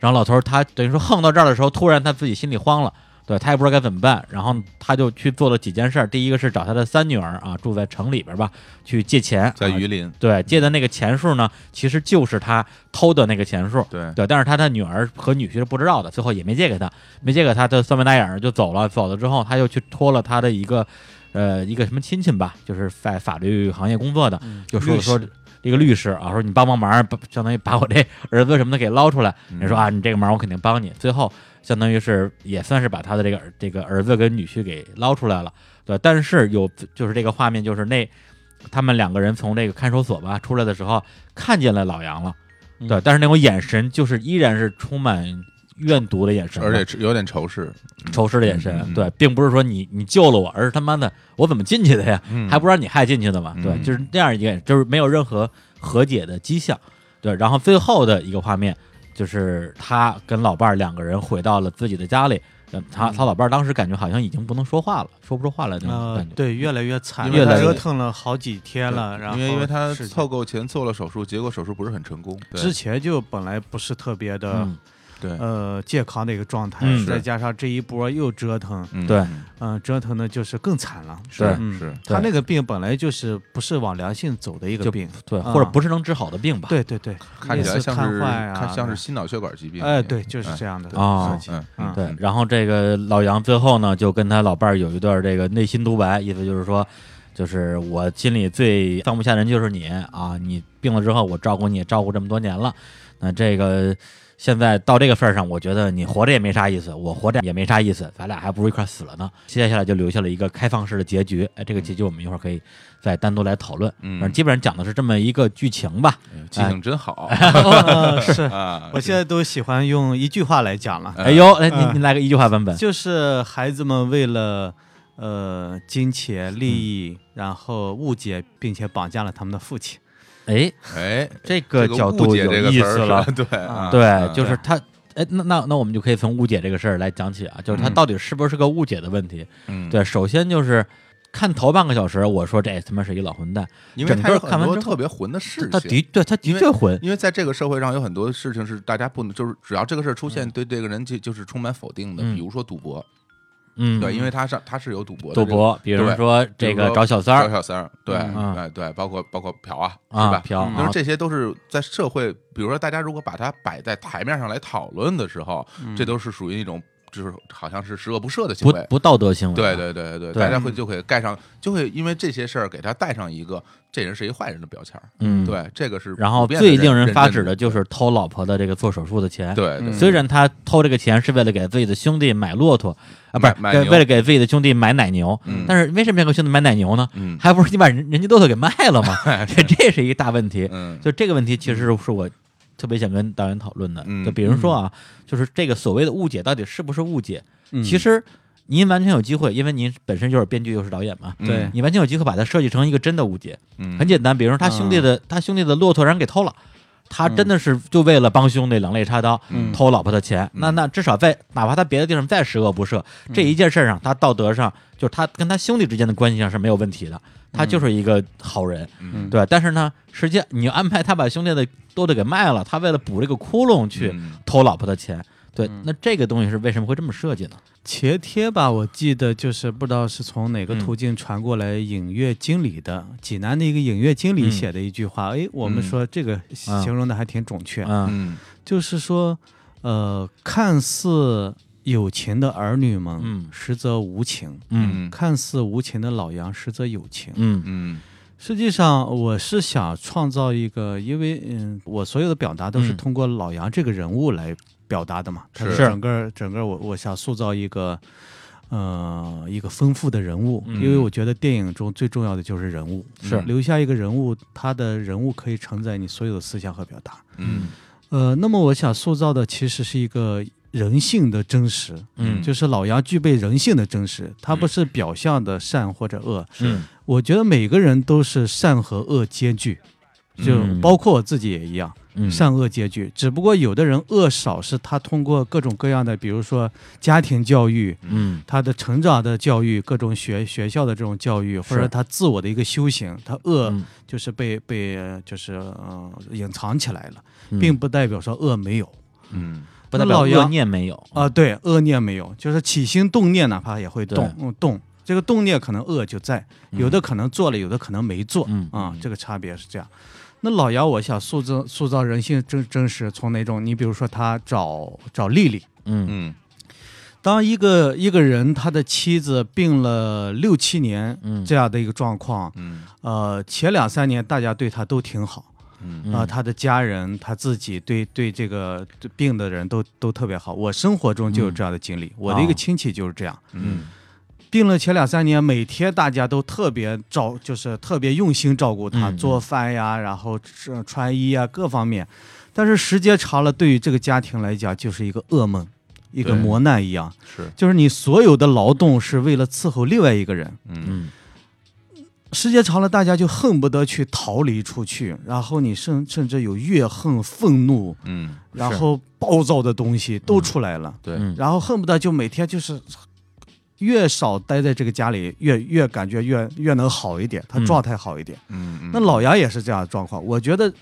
Speaker 1: 然后老头儿他等于说横到这儿的时候，突然他自己心里慌了。对他也不知道该怎么办，然后他就去做了几件事儿。第一个是找他的三女儿啊，住在城里边儿吧，去借钱，
Speaker 2: 在
Speaker 1: 啊
Speaker 2: 榆林，
Speaker 1: 对借的那个钱数呢，其实就是他偷的那个钱数。
Speaker 2: 对，
Speaker 1: 对，但是他的女儿和女婿是不知道的，最后也没借给他，没借给他，他酸眉大眼儿就走了。走了之后，他又去托了他的一个，呃，一个什么亲戚吧，就是在法律行业工作的，就说
Speaker 4: 律
Speaker 1: 说这个律师啊，说你帮帮忙，把相当于把我这儿子什么的给捞出来。
Speaker 2: 嗯
Speaker 1: 你说啊，你这个忙我肯定帮你。最后相当于是也算是把他的这个儿这个儿子跟女婿给捞出来了，对。但是有就是这个画面，就是那他们两个人从这个看守所吧出来的时候，看见了老杨了，
Speaker 4: 嗯
Speaker 1: 对。但是那种眼神就是依然是充满怨毒的眼神，
Speaker 2: 而且有点仇视，
Speaker 1: 仇视的眼
Speaker 2: 嗯嗯
Speaker 1: 神，
Speaker 2: 嗯
Speaker 1: 对，并不是说你你救了我，而是他妈的我怎么进去的呀？
Speaker 2: 嗯
Speaker 1: 还不让你害进去的嘛？
Speaker 2: 嗯
Speaker 1: 对，就是这样一个，就是没有任何和解的迹象。对，然后最后的一个画面就是他跟老伴儿两个人回到了自己的家里，呃
Speaker 2: 嗯
Speaker 1: 他他老伴儿当时感觉好像已经不能说话了，说不出话来那种
Speaker 4: 呃
Speaker 1: 感，觉。
Speaker 4: 对，越来越惨，
Speaker 2: 因为
Speaker 1: 他
Speaker 4: 折腾了好几天了，然后
Speaker 2: 因为因为他
Speaker 4: 是
Speaker 2: 凑够钱做了手术，结果手术不是很成功，对
Speaker 4: 之前就本来不是特别的
Speaker 1: 嗯，
Speaker 2: 对，
Speaker 4: 呃健康的一个状态
Speaker 1: 嗯，
Speaker 4: 再
Speaker 2: 是
Speaker 4: 加上这一波又折腾，
Speaker 2: 嗯
Speaker 1: 对
Speaker 2: 嗯
Speaker 4: 嗯，折腾的就是更惨了。
Speaker 2: 是
Speaker 1: 对
Speaker 4: 嗯
Speaker 2: 是，
Speaker 1: 对
Speaker 4: 他那个病本来就是不是往良性走的一个
Speaker 1: 就
Speaker 4: 病，
Speaker 1: 对，
Speaker 4: 啊
Speaker 1: 或者
Speaker 2: 嗯
Speaker 1: 不是能治好的病吧？
Speaker 4: 对对对，
Speaker 2: 看起来
Speaker 4: 类似
Speaker 2: 像
Speaker 4: 瘫
Speaker 2: 是
Speaker 4: 痪啊，
Speaker 2: 看像是心脑血管疾病，
Speaker 4: 哎，对，就是这样的
Speaker 1: 哦
Speaker 4: 事情
Speaker 2: 嗯
Speaker 4: 嗯
Speaker 1: 对，然后这个老杨最后呢，就跟他老伴儿有一段这个内心独白，意思就是说，就是我心里最放不下人就是你啊，你病了之后，我照顾你也照顾这么多年了，那这个现在到这个份儿上，我觉得你活着也没啥意思，我活着也没啥意思，咱俩还不如一块儿死了
Speaker 2: 嗯
Speaker 1: 呢。接下来就留下了一个开放式的结局，哎，这个结局我们一会儿可以再单独来讨论。
Speaker 2: 嗯
Speaker 1: 反正基本上讲的是这么一个剧情吧。
Speaker 2: 哎记性真好
Speaker 1: 哎
Speaker 4: 呃 [LAUGHS]
Speaker 2: [LAUGHS]
Speaker 4: 是，
Speaker 2: 啊！
Speaker 4: 我现在都喜欢用一句话来讲了，
Speaker 2: 嗯
Speaker 1: 哎呦，来您
Speaker 4: 嗯
Speaker 1: 您来个一句话版
Speaker 2: 哎
Speaker 1: 本，
Speaker 4: 就是孩子们为了呃金钱利益，然后误解并且绑架了他们的父亲。
Speaker 1: 哎，
Speaker 2: 哎，
Speaker 1: 这
Speaker 2: 这
Speaker 1: 个角
Speaker 2: 误
Speaker 1: 度
Speaker 2: 解这
Speaker 1: 有
Speaker 2: 个
Speaker 1: 意
Speaker 2: 词
Speaker 1: 思
Speaker 2: 儿
Speaker 1: 了
Speaker 2: 是，吧对
Speaker 3: 啊
Speaker 2: 啊
Speaker 1: 对，就是他，哎，那那那我们就可以从误解这个事儿来讲起啊，就是他
Speaker 2: 嗯
Speaker 1: 到底是不是个误解的问题？
Speaker 2: 嗯，
Speaker 1: 对，首先就是看头半个小时，我说这他妈是一老混蛋，
Speaker 2: 因为
Speaker 1: 整
Speaker 2: 它
Speaker 1: 个
Speaker 2: 有
Speaker 1: 看
Speaker 2: 很
Speaker 1: 完
Speaker 2: 多
Speaker 1: 之后
Speaker 2: 特别混的事
Speaker 1: 他
Speaker 2: 情，
Speaker 1: 的对他的
Speaker 2: 因为
Speaker 1: 确混，
Speaker 2: 因为在这个社会上有很多事情是大家不能，就是只要这个事儿出现，对这个人就就是充满否定的，
Speaker 1: 嗯
Speaker 2: 比如说赌博，
Speaker 1: 嗯，
Speaker 2: 对，因为他上他是有赌博的
Speaker 1: 赌
Speaker 2: 这个
Speaker 1: 博，比如
Speaker 2: 对
Speaker 1: 说这
Speaker 2: 比如
Speaker 1: 个
Speaker 2: 说
Speaker 1: 找小三
Speaker 2: 招
Speaker 1: 儿
Speaker 2: 小三儿，对，
Speaker 1: 嗯
Speaker 2: 哎对，包括包括嫖啊，是
Speaker 1: 啊，
Speaker 2: 吧？
Speaker 1: 嫖
Speaker 3: 嗯
Speaker 2: 就是
Speaker 1: 啊，
Speaker 2: 这些都是在社会，比如说大家如果把它摆在台面上来讨论的时候，这都是属于一种就是好像是十恶不赦的
Speaker 1: 嗯
Speaker 2: 行
Speaker 1: 不
Speaker 2: 为。
Speaker 1: 不道德行为，啊
Speaker 2: 对，对对对
Speaker 1: 对嗯
Speaker 2: 大家会就会盖上，就会因为这些事儿给他带上一个这人是一坏人的标签儿。
Speaker 1: 嗯，。
Speaker 2: 对，这个是
Speaker 1: 然后
Speaker 2: 普遍的
Speaker 1: 最令人
Speaker 2: 人
Speaker 1: 发指的
Speaker 2: 认
Speaker 1: 就是偷老婆的这个做手术的钱，
Speaker 2: 对对
Speaker 3: 嗯
Speaker 1: 虽然他偷这个钱是为了给自己的兄弟买骆驼啊，不是
Speaker 2: 买买
Speaker 1: 给
Speaker 2: 牛
Speaker 1: 为了给自己的兄弟买奶牛，
Speaker 2: 嗯
Speaker 1: 但是为什么要给兄弟买奶牛呢？
Speaker 2: 嗯
Speaker 1: 还不是你把人人家骆驼给卖了吗？ [LAUGHS] 这这是一个大问题。
Speaker 2: 嗯
Speaker 1: 就这个问题，其实是我特别想跟导演讨论的。
Speaker 2: 嗯
Speaker 1: 就比如说啊，就是这个所谓的误解到底是不是误解？
Speaker 3: 嗯
Speaker 1: 其实您完全有机会，因为您本身就是编剧又是导演嘛，
Speaker 3: 对
Speaker 1: 你完全有机会把它设计成一个真的误解。
Speaker 2: 嗯
Speaker 1: 很简单，比如说他兄弟的、他兄弟的骆驼让人给偷了，他真的是就为了帮兄弟两肋插刀、
Speaker 2: 嗯
Speaker 1: 偷老婆的钱。那那至少在哪怕他别的地方再十恶不赦，这一件事上他道德上就是他跟他兄弟之间的关系上是没有问题的，他就是一个好人，
Speaker 2: 嗯
Speaker 1: 对。但是呢，实际你安排他把兄弟的骆驼给卖了，他为了补这个窟窿去
Speaker 2: 嗯
Speaker 1: 偷老婆的钱。对，那这个东西是为什么会这么设计呢？
Speaker 3: 茄贴吧，我记得就是不知道是从哪个途
Speaker 1: 嗯
Speaker 3: 径传过来影乐经理的，济南的一个影乐经理写的一句话，哎，我们说这个形容的还挺准确，
Speaker 1: 嗯
Speaker 2: 嗯
Speaker 3: 就是说，呃，看似有情的儿女们，
Speaker 1: 嗯
Speaker 3: 实则无情；
Speaker 1: 嗯
Speaker 2: 嗯
Speaker 3: 看似无情的老羊，实则有情。
Speaker 1: 嗯
Speaker 2: 嗯
Speaker 3: 实际上，我是想创造一个，因为嗯，我所有的表达都是
Speaker 1: 嗯
Speaker 3: 通过老杨这个人物来表达的嘛。他
Speaker 2: 是
Speaker 3: 整个整个我我想塑造一个，呃，一个丰富的人物，
Speaker 1: 嗯
Speaker 3: 因为我觉得电影中最重要的就是人物，
Speaker 1: 是
Speaker 3: 留下一个人物，他的人物可以承载你所有的思想和表达。
Speaker 2: 嗯
Speaker 3: 呃，那么我想塑造的其实是一个人性的真实，
Speaker 1: 嗯
Speaker 3: 就是老杨具备人性的真实，他不
Speaker 2: 嗯
Speaker 3: 是表象的善或者恶，
Speaker 1: 嗯
Speaker 3: 我觉得每个人都是善和恶兼具，就
Speaker 1: 嗯
Speaker 3: 包括我自己也一样，
Speaker 1: 嗯
Speaker 3: 善恶兼具。只不过有的人恶少，是他通过各种各样的，比如说家庭教育、
Speaker 1: 嗯
Speaker 3: 他的成长的教育、各种学学校的这种教育，或者他自我的一个修行，他恶
Speaker 1: 嗯
Speaker 3: 就是被被呃就是呃隐藏起来了，
Speaker 1: 嗯
Speaker 3: 并不代表说恶没有
Speaker 2: 嗯
Speaker 1: 不代
Speaker 3: 那
Speaker 1: 表
Speaker 3: 老
Speaker 1: 恶
Speaker 3: 杨
Speaker 1: 念没有
Speaker 3: 啊、对，恶念没有，就是起心动念哪怕也会动嗯动。这个动念可能恶就在，有的可能做了，有的可能没做。
Speaker 1: 嗯
Speaker 3: 啊、
Speaker 2: 嗯
Speaker 3: 这个差别是这样。那老姚，我想塑造塑造人性真真实，从哪种？你比如说他找找丽丽，
Speaker 1: 嗯
Speaker 2: 嗯
Speaker 3: 当一个一个人他的妻子病了六七年
Speaker 1: 嗯
Speaker 3: 这样的一个状况，
Speaker 2: 嗯
Speaker 3: 呃，前两三年大家对他都挺好，
Speaker 2: 嗯
Speaker 3: 啊、他的家人他自己对对这个病的人都都特别好。我生活中就有这样的经历，我的一
Speaker 1: 哦
Speaker 3: 个亲戚就是这样。
Speaker 2: 嗯
Speaker 3: 病了前两三年，每天大家都特别照，就是特别用心照顾他，
Speaker 1: 嗯嗯
Speaker 3: 做饭呀，然后吃穿衣啊各方面。但是时间长了，对于这个家庭来讲，就是一个噩梦，一个
Speaker 2: 对
Speaker 3: 磨难一样。
Speaker 2: 是
Speaker 3: 就是你所有的劳动是为了伺候另外一个人，
Speaker 2: 嗯
Speaker 1: 嗯
Speaker 3: 时间长了，大家就恨不得去逃离出去，然后你甚甚至有怨恨、愤怒，
Speaker 2: 嗯
Speaker 3: 然后暴躁的东西都
Speaker 1: 嗯
Speaker 3: 出来了。
Speaker 2: 对
Speaker 1: 嗯
Speaker 3: 然后恨不得就每天就是越少待在这个家里，越越感觉越越能好一点，他
Speaker 1: 嗯
Speaker 3: 状态好一点。
Speaker 2: 嗯
Speaker 3: 那老杨也是这样的状况，我觉得，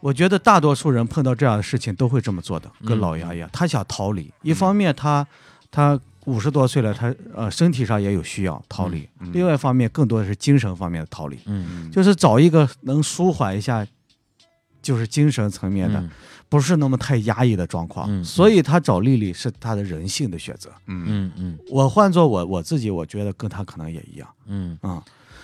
Speaker 3: 我觉得大多数人碰到这样的事情都会这么做的，跟
Speaker 1: 嗯
Speaker 3: 老杨一样，他想逃离，一方面他他。五十多岁了，他呃身体上也有需要逃离，
Speaker 2: 嗯嗯
Speaker 3: 另外一方面更多的是精神方面的逃离，
Speaker 1: 嗯
Speaker 3: 就是找一个能舒缓一下，就是精神层面的，
Speaker 1: 嗯
Speaker 3: 不是那么太压抑的状况。
Speaker 1: 嗯嗯
Speaker 3: 所以他找丽丽是他的人性的选择。
Speaker 2: 嗯
Speaker 1: 嗯嗯
Speaker 3: 我换做我我自己，我觉得跟他可能也一样
Speaker 1: 嗯
Speaker 3: 啊、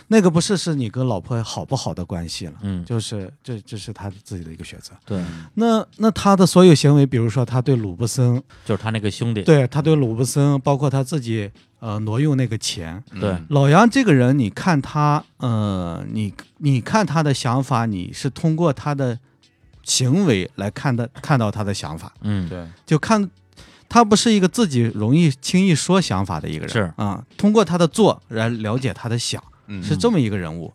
Speaker 3: 那个不是是你跟老婆好不好的关系了，
Speaker 1: 嗯，
Speaker 3: 就是这这是他自己的一个选择。
Speaker 1: 对，
Speaker 3: 那那他的所有行为，比如说他对鲁布森，
Speaker 1: 就是他那个兄弟，
Speaker 3: 对他对鲁布森，包括他自己呃挪用那个钱。
Speaker 1: 对
Speaker 2: 嗯
Speaker 3: 老杨这个人，你看他，呃，你你看他的想法，你是通过他的行为来看的，看到他的想法。
Speaker 1: 嗯
Speaker 2: 对
Speaker 3: 就看他不是一个自己容易轻易说想法的一个人，
Speaker 1: 是
Speaker 3: 啊、通过他的做来了解他的想，
Speaker 2: 嗯
Speaker 3: 是这么一个人物。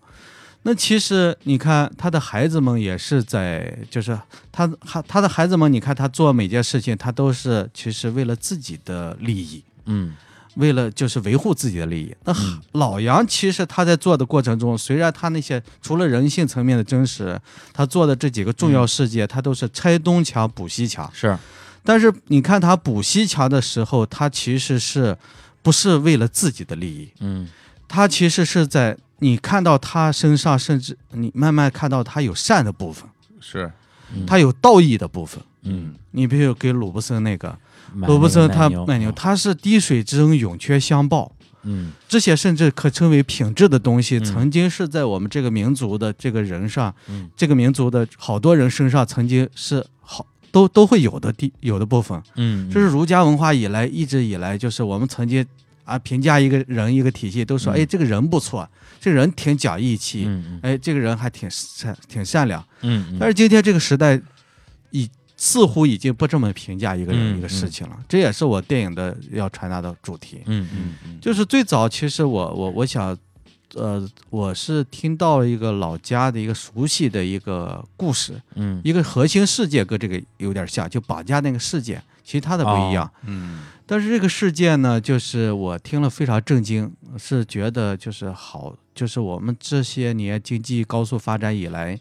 Speaker 3: 那其实你看他的孩子们也是在，就是他他他的孩子们，你看他做每件事情，他都是其实为了自己的利益，
Speaker 1: 嗯
Speaker 3: 为了就是维护自己的利益。那
Speaker 1: 嗯
Speaker 3: 老杨其实他在做的过程中，虽然他那些除了人性层面的真实，他做的这几个重要事件，他都是拆东墙补西墙。
Speaker 1: 是，
Speaker 3: 但是你看他补西墙的时候，他其实是不是为了自己的利益？
Speaker 1: 嗯
Speaker 3: 他其实是在你看到他身上，甚至你慢慢看到他有善的部分，
Speaker 2: 是，
Speaker 1: 嗯
Speaker 3: 他有道义的部分。
Speaker 1: 嗯，
Speaker 3: 你比如给鲁布森那个，
Speaker 1: 买
Speaker 3: 鲁布
Speaker 1: 那个
Speaker 3: 森他
Speaker 1: 奶
Speaker 3: 卖牛，，他是滴水之恩，涌泉相报。
Speaker 1: 嗯
Speaker 3: 这些甚至可称为品质的东西，
Speaker 1: 嗯
Speaker 3: 曾经是在我们这个民族的这个人上，
Speaker 1: 嗯
Speaker 3: 这个民族的好多人身上曾经是好都都会有的地有的部分。
Speaker 1: 嗯，
Speaker 3: 这是儒家文化以来一直以来，就是我们曾经啊评价一个人一个体系，都说、
Speaker 1: 嗯
Speaker 3: 哎这个人不错，这个人挺讲义气，
Speaker 1: 嗯嗯
Speaker 3: 哎这个人还挺善挺善良。
Speaker 1: 嗯，
Speaker 3: 但
Speaker 1: 是
Speaker 3: 是今天这个时代，已似乎已经不这么评价一个人、
Speaker 1: 嗯
Speaker 3: 一个事情了。这也是我电影的要传达的主题，
Speaker 1: 嗯嗯
Speaker 2: 嗯，
Speaker 3: 就是最早其实我我我想。呃，我是听到了一个老家的一个熟悉的一个故事，
Speaker 1: 嗯
Speaker 3: 一个核心事件跟这个有点像，就绑架那个事件，其他的
Speaker 1: 哦
Speaker 3: 不一样。
Speaker 2: 嗯
Speaker 3: 但是这个事件呢，就是我听了非常震惊，是觉得就是好，就是我们这些年经济高速发展以来，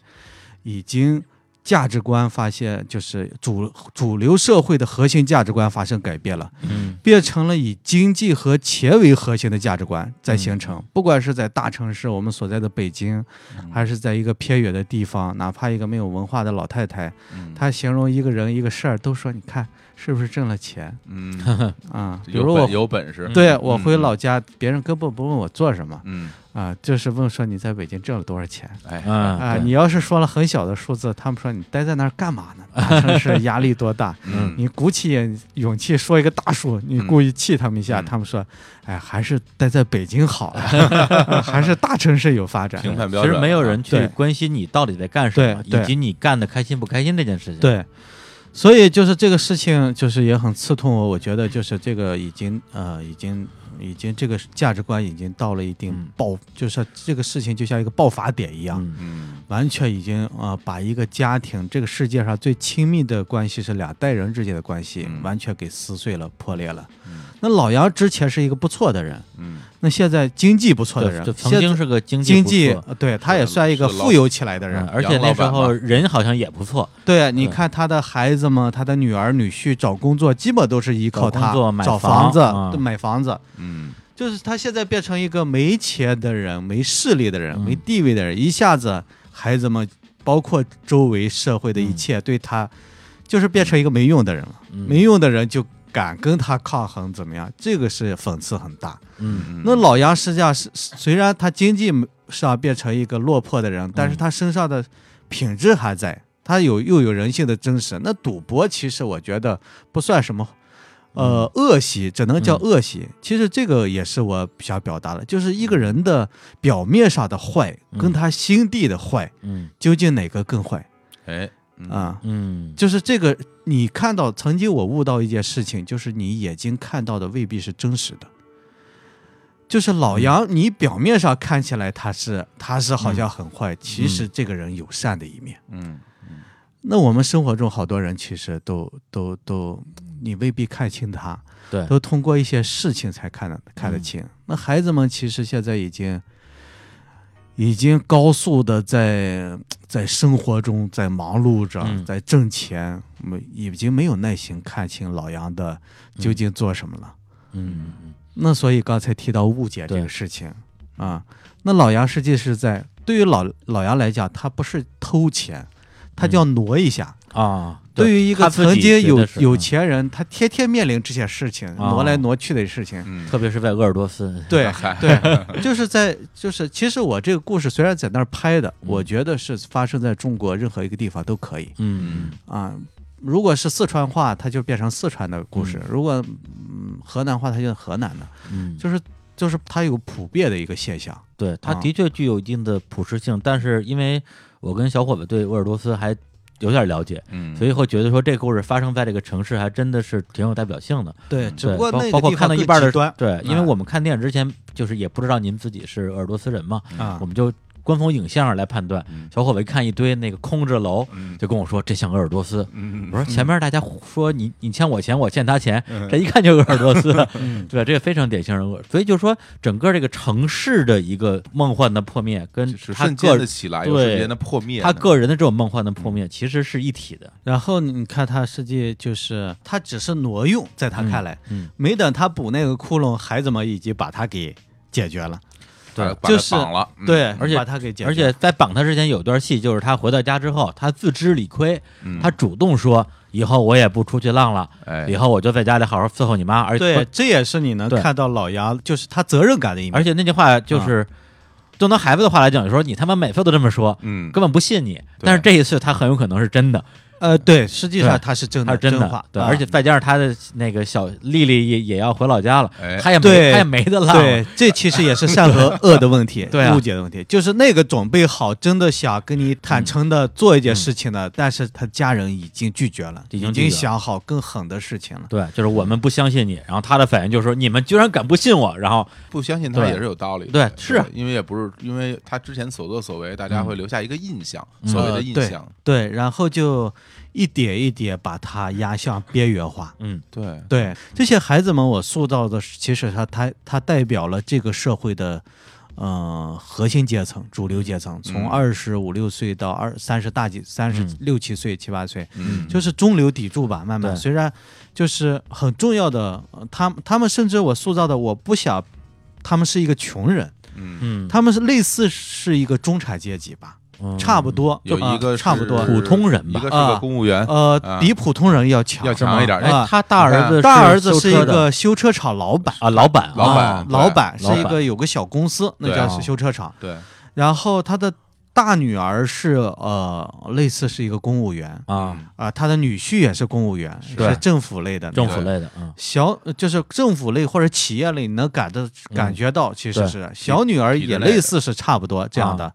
Speaker 3: 已经价值观发现就是主主流社会的核心价值观发生改变了，
Speaker 1: 嗯
Speaker 3: 变成了以经济和钱为核心的价值观在形成。嗯不管是在大城市，我们所在的北京，还是在一个偏远的地方，哪怕一个没有文化的老太太，
Speaker 2: 嗯
Speaker 3: 她形容一个人一个事儿，都说你看是不是挣了钱
Speaker 2: 嗯，
Speaker 3: 啊？比
Speaker 2: 有
Speaker 3: 如我
Speaker 2: 本有本事，
Speaker 3: 对
Speaker 2: 嗯
Speaker 3: 我回老家，别人根本不问我做什么
Speaker 2: 嗯，
Speaker 3: 啊，就是问说你在北京挣了多少钱
Speaker 2: 哎，
Speaker 3: 啊。
Speaker 1: 嗯，
Speaker 3: 你要是说了很小的数字，他们说你待在那儿干嘛呢？大
Speaker 2: [LAUGHS]
Speaker 3: 城市压力多大？
Speaker 2: 嗯，
Speaker 3: [LAUGHS] 你鼓起勇气说一个大数，你故意气他们一下，
Speaker 2: 嗯
Speaker 3: 他们说，哎，还是待在北京好了， [LAUGHS] 还是大城市有发展。
Speaker 2: 评判标
Speaker 1: 其
Speaker 2: 准，啊
Speaker 1: 实没有人去
Speaker 3: 对
Speaker 1: 关心你到底在干什么，
Speaker 3: 对
Speaker 1: 以及你干的开心不开心这件事情。，
Speaker 3: 对，所以就是这个事情，就是也很刺痛我。我觉得就是这个已经呃，已经已经这个价值观已经到了一定
Speaker 1: 嗯
Speaker 3: 爆，就是这个事情就像一个爆发点一样，
Speaker 1: 嗯
Speaker 2: 嗯，
Speaker 3: 完全已经啊、呃把一个家庭，这个世界上最亲密的关系是两代人之间的关系，
Speaker 2: 嗯
Speaker 3: 完全给撕碎了、破裂了。
Speaker 2: 嗯
Speaker 3: 那老杨之前是一个不错的人，
Speaker 2: 嗯
Speaker 3: 那现在经济不错的
Speaker 1: 对，
Speaker 3: 人
Speaker 1: 就，
Speaker 3: 现
Speaker 1: 曾
Speaker 3: 在
Speaker 1: 经是个经
Speaker 3: 经
Speaker 1: 不
Speaker 3: 济
Speaker 1: 错，
Speaker 3: 呃对他也
Speaker 2: 是
Speaker 3: 算一个
Speaker 2: 是老
Speaker 3: 富有起来的人
Speaker 1: 嗯，，而且那时候人好像也不错，
Speaker 3: 对，你
Speaker 1: 对
Speaker 3: 看他的孩子们，他的女儿女婿找工作，基本都是依
Speaker 1: 找
Speaker 3: 靠他
Speaker 1: 工作买
Speaker 3: 找
Speaker 1: 房
Speaker 3: 房子、
Speaker 1: 嗯
Speaker 3: 对买房子。
Speaker 2: 嗯
Speaker 3: 就是他现在变成一个没钱的人、没势力的人、
Speaker 1: 嗯
Speaker 3: 没地位的人，一下子孩子们，包括周围社会的一切，对他就是变成一个没用的人了。
Speaker 1: 嗯
Speaker 3: 没用的人就敢跟他抗衡，怎么样？这个是讽刺很大。
Speaker 1: 嗯
Speaker 2: 嗯，
Speaker 3: 那老杨实际上是虽然他经济上变成一个落魄的
Speaker 1: 嗯
Speaker 3: 人，但是他身上的品质还在，他有又有人性的真实。那赌博其实我觉得不算什么。呃，恶习只能叫
Speaker 1: 嗯
Speaker 3: 恶习。其实这个也是我想表达的，就是一个人的表面上的坏，跟
Speaker 1: 嗯
Speaker 3: 他心地的坏，
Speaker 1: 嗯
Speaker 3: 究竟哪个更坏
Speaker 2: 哎，
Speaker 3: 啊？
Speaker 1: 嗯，
Speaker 3: 就是这个，你看到曾经我悟到一件事情，就是你眼睛看到的未必是真实的。就是老杨，你表面上看起来他是他是好像很坏，其实这个人有善的一面。
Speaker 2: 嗯
Speaker 3: 那我们生活中好多人其实都都都，你未必看清他，
Speaker 1: 对嗯
Speaker 3: 都通过一些事情才看得看得清。那孩子们其实现在已经已经高速的在在生活中在忙碌着，
Speaker 1: 嗯
Speaker 3: 在挣钱，没已经没有耐心看清老杨的究竟做什么了。
Speaker 1: 嗯嗯
Speaker 3: 那所以刚才提到误解这
Speaker 1: 对
Speaker 3: 个事情啊，那老杨实际是在对于老老杨来讲，他不是偷钱，他
Speaker 1: 嗯
Speaker 3: 叫挪一下。
Speaker 1: 啊，
Speaker 3: 对于一
Speaker 1: 他
Speaker 3: 个
Speaker 1: 自
Speaker 3: 曾
Speaker 1: 己
Speaker 3: 经
Speaker 1: 觉
Speaker 3: 有
Speaker 1: 得是
Speaker 3: 有
Speaker 1: 嗯哦
Speaker 3: 钱人，他天天面临这些事情，挪来挪去的事情。
Speaker 2: 嗯，
Speaker 1: 特别是在鄂尔多斯，
Speaker 3: 对
Speaker 2: 嗨
Speaker 3: 对，就是 [LAUGHS] 在就是，其实我这个故事虽然在那儿拍的，我觉得是发生在中国任何一个地方都可以
Speaker 1: 嗯
Speaker 3: 啊。如果是四川话，它就变成四川的故事；如果嗯河南话，它就是河南的。
Speaker 1: 嗯，
Speaker 3: 就是就是它有普遍的一个现象。
Speaker 1: 对，它
Speaker 3: 啊
Speaker 1: 的确具有一定的普适性，但是因为我跟小伙子对鄂尔多斯还有点了解，
Speaker 2: 嗯，
Speaker 1: 所以会觉得说这故事发生在这个城市还真的是挺有代表性的。
Speaker 3: 嗯对，
Speaker 1: 对，包包括看到一半的，对，因为
Speaker 3: 啊
Speaker 1: 我们看电影之前就是也不知道您自己是鄂尔多斯人嘛，
Speaker 3: 啊
Speaker 1: 我们就官方影像来判断。
Speaker 2: 嗯
Speaker 1: 小伙子一看一堆那个空置楼，
Speaker 2: 嗯
Speaker 1: 就跟我说这像鄂尔多斯。
Speaker 2: 嗯
Speaker 1: 我说前面大家说你你欠我钱，我欠他钱，
Speaker 2: 嗯
Speaker 1: 这一看就鄂尔多斯，[LAUGHS]
Speaker 3: 嗯
Speaker 1: 对吧？这个非常典型人物。所以就说整个这个城市的一个梦幻的破灭，跟
Speaker 2: 是
Speaker 1: 他
Speaker 2: 瞬
Speaker 1: 个
Speaker 2: 间
Speaker 1: 人
Speaker 2: 的起来，
Speaker 1: 对
Speaker 2: 又瞬间的破灭呢，
Speaker 1: 他个人的这种梦幻的破灭
Speaker 2: 嗯
Speaker 1: 其实是一体的。
Speaker 3: 然后你看他实际就是他只是挪用，在他看来，
Speaker 1: 嗯，
Speaker 3: 没等他补那个窟窿，孩子们已经把他给解决了。
Speaker 2: 把
Speaker 1: 对
Speaker 2: 把它
Speaker 3: 就是
Speaker 2: 绑了，嗯
Speaker 3: 对，
Speaker 1: 而且
Speaker 3: 把他给解决，
Speaker 1: 而且在绑他之前有段戏，就是他回到家之后，他自知理亏，
Speaker 2: 嗯
Speaker 1: 他主动说以后我也不出去浪了，
Speaker 2: 哎
Speaker 1: 以，后我就在家里好好伺候你妈。而
Speaker 3: 对，这也是你能
Speaker 1: 对
Speaker 3: 看到老杨就是他责任感的一面。
Speaker 1: 而且那句话
Speaker 2: 嗯
Speaker 1: 就是，就拿孩子的话来讲，就说你他妈每次都这么说，
Speaker 2: 嗯，
Speaker 1: 根本不信你。但是这一次他很有可能是真的，
Speaker 3: 呃，对，实际上
Speaker 1: 对
Speaker 3: 他是真
Speaker 1: 他
Speaker 3: 的
Speaker 1: 是真
Speaker 3: 话
Speaker 1: 的，，对，
Speaker 3: 啊
Speaker 1: 而且再加上他的那个小丽丽也也要回老家了，
Speaker 2: 哎
Speaker 1: 他也没
Speaker 3: 对
Speaker 1: 他也没得浪了
Speaker 3: 对，，这其实也是善和恶的问题，
Speaker 1: [LAUGHS] 对啊
Speaker 3: 误解的问题，就是那个准备好，真的想跟你
Speaker 1: 嗯
Speaker 3: 坦诚的做一件事情的，但是他家人已经拒绝了，
Speaker 1: 已
Speaker 3: 已
Speaker 1: 经拒绝了
Speaker 3: 想好更狠的事情了。
Speaker 1: 对，就是我们不相信你，然后他的反应就是说你们居然敢不信我，然后
Speaker 2: 不相信他
Speaker 1: 对
Speaker 2: 也是有道理的，
Speaker 1: 对是啊
Speaker 2: 因为也不是因为他之前所作所为，大家
Speaker 1: 嗯
Speaker 2: 会留下一个印象，
Speaker 1: 嗯
Speaker 2: 所谓
Speaker 3: 呃
Speaker 2: 的印
Speaker 3: 对
Speaker 2: 象，
Speaker 3: 对，然后就一点一点把他压向边缘化。
Speaker 1: 嗯
Speaker 2: 对，
Speaker 3: 对这些孩子们，我塑造的是其实他他他代表了这个社会的，呃，核心阶层、主流阶层，从
Speaker 2: 嗯
Speaker 3: 二十五六岁到二三十大几、三十六七岁、七八岁，
Speaker 2: 嗯，
Speaker 3: 就是中流砥柱吧。慢慢，
Speaker 1: 对
Speaker 3: 虽然就是很重要的，呃他们他们甚至我塑造的，我不想他们是一个穷人，
Speaker 2: 嗯，
Speaker 1: 嗯，
Speaker 3: 他们是类似是一个中产阶级吧，
Speaker 1: 嗯
Speaker 3: 差不多，
Speaker 2: 有
Speaker 3: 啊
Speaker 2: 一个
Speaker 3: 差不多
Speaker 2: 是
Speaker 1: 普通人吧
Speaker 2: 一个是
Speaker 3: 啊
Speaker 2: 个公务员，
Speaker 3: 呃
Speaker 2: 啊，
Speaker 3: 比普通人要强，
Speaker 2: 要
Speaker 1: 是吗
Speaker 2: 强一点儿
Speaker 1: 哎
Speaker 3: 啊，
Speaker 1: 他大儿子
Speaker 3: 大儿子
Speaker 1: 修
Speaker 3: 是
Speaker 1: 车的
Speaker 3: 一个修车厂老板。
Speaker 1: 啊老板啊，
Speaker 2: 老板
Speaker 3: 啊
Speaker 2: 对
Speaker 3: 老板是
Speaker 1: 老板
Speaker 3: 一个有个小公司，那
Speaker 2: 对
Speaker 3: 叫
Speaker 1: 啊
Speaker 3: 是修车厂。
Speaker 2: 对，
Speaker 3: 然后他的大女儿是呃，类似是一个公务员
Speaker 1: 啊，
Speaker 3: 啊、他的女婿也是公务员，
Speaker 1: 对
Speaker 3: 是政府类的那种
Speaker 1: 政府类的，嗯，
Speaker 3: 小就是政府类或者企业类，你能感的感觉到，其实
Speaker 1: 嗯对
Speaker 3: 是小女儿
Speaker 2: 体制
Speaker 3: 也
Speaker 2: 类的
Speaker 3: 类似是差不多这样
Speaker 1: 啊
Speaker 3: 的。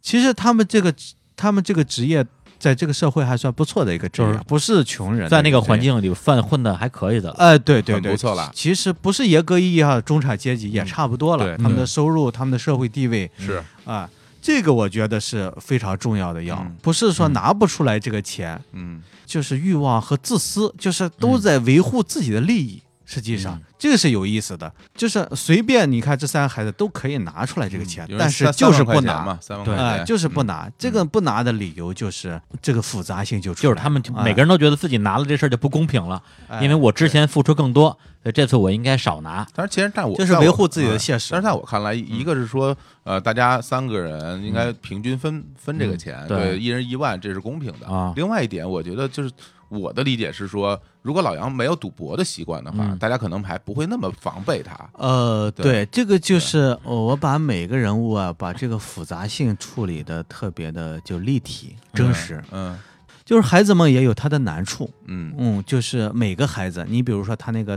Speaker 3: 其实他们这个他们这个职业，在这个社会还算不错的一个职
Speaker 1: 就
Speaker 3: 业
Speaker 1: 是，
Speaker 3: 不是穷人，
Speaker 1: 在那个环。境里饭混的还可以的了，
Speaker 3: 哎，对对
Speaker 2: 很
Speaker 3: 对，
Speaker 2: 不错了嗯
Speaker 3: 其实不是严格意义上的中产阶级，也差不多了。
Speaker 2: 对
Speaker 3: 他们的收入、他们的社会地位
Speaker 2: 是，
Speaker 3: 啊，这个我觉得是非常重要的要，
Speaker 2: 嗯
Speaker 3: 不是说拿不出来这个钱，
Speaker 2: 嗯，
Speaker 3: 就是欲望和自私，就是都在维护自己的利益。实际上
Speaker 1: 嗯，
Speaker 3: 这个是有意思的，就是随便你看这三个孩子都可以拿出来这个钱，
Speaker 2: 有人
Speaker 3: 但是
Speaker 2: 嗯三三
Speaker 3: 就
Speaker 2: 万
Speaker 3: 是
Speaker 2: 块
Speaker 3: 不
Speaker 2: 钱
Speaker 3: 拿
Speaker 2: 嘛，嗯三万
Speaker 1: 对
Speaker 2: 块
Speaker 3: 啊、
Speaker 2: 钱，
Speaker 3: 就是不拿。这个不拿的理由就是这个复杂性就出
Speaker 1: 就
Speaker 3: 来
Speaker 1: 是
Speaker 3: 了
Speaker 1: 他们就
Speaker 3: 哎
Speaker 1: 每个人都觉得自己拿了这事儿就不公平了，
Speaker 3: 哎
Speaker 1: 因为我之前付出更多，所以这次我应该少拿。
Speaker 2: 但是其实在我
Speaker 3: 就是
Speaker 2: 在我
Speaker 3: 维护自己的
Speaker 2: 啊
Speaker 3: 现实嗯
Speaker 2: 但是在我看来，一个是说，呃，大家三个人应该平均分分这个钱，
Speaker 1: 嗯对
Speaker 2: 对，一人一万，这是公平的
Speaker 1: 啊
Speaker 2: 另外一点，我觉得就是我的理解是说，如果老杨没有赌博的习惯的话
Speaker 1: 嗯，
Speaker 2: 大家可能还不会那么防备他。
Speaker 3: 呃，
Speaker 2: 对
Speaker 3: 对，这个就是呃我把每个人物啊，把这个复杂性处理的特别的就立体、真实。
Speaker 2: 嗯
Speaker 3: 就是孩子们也有他的难处，
Speaker 2: 嗯，
Speaker 3: 嗯，就是每个孩子，你比如说他那个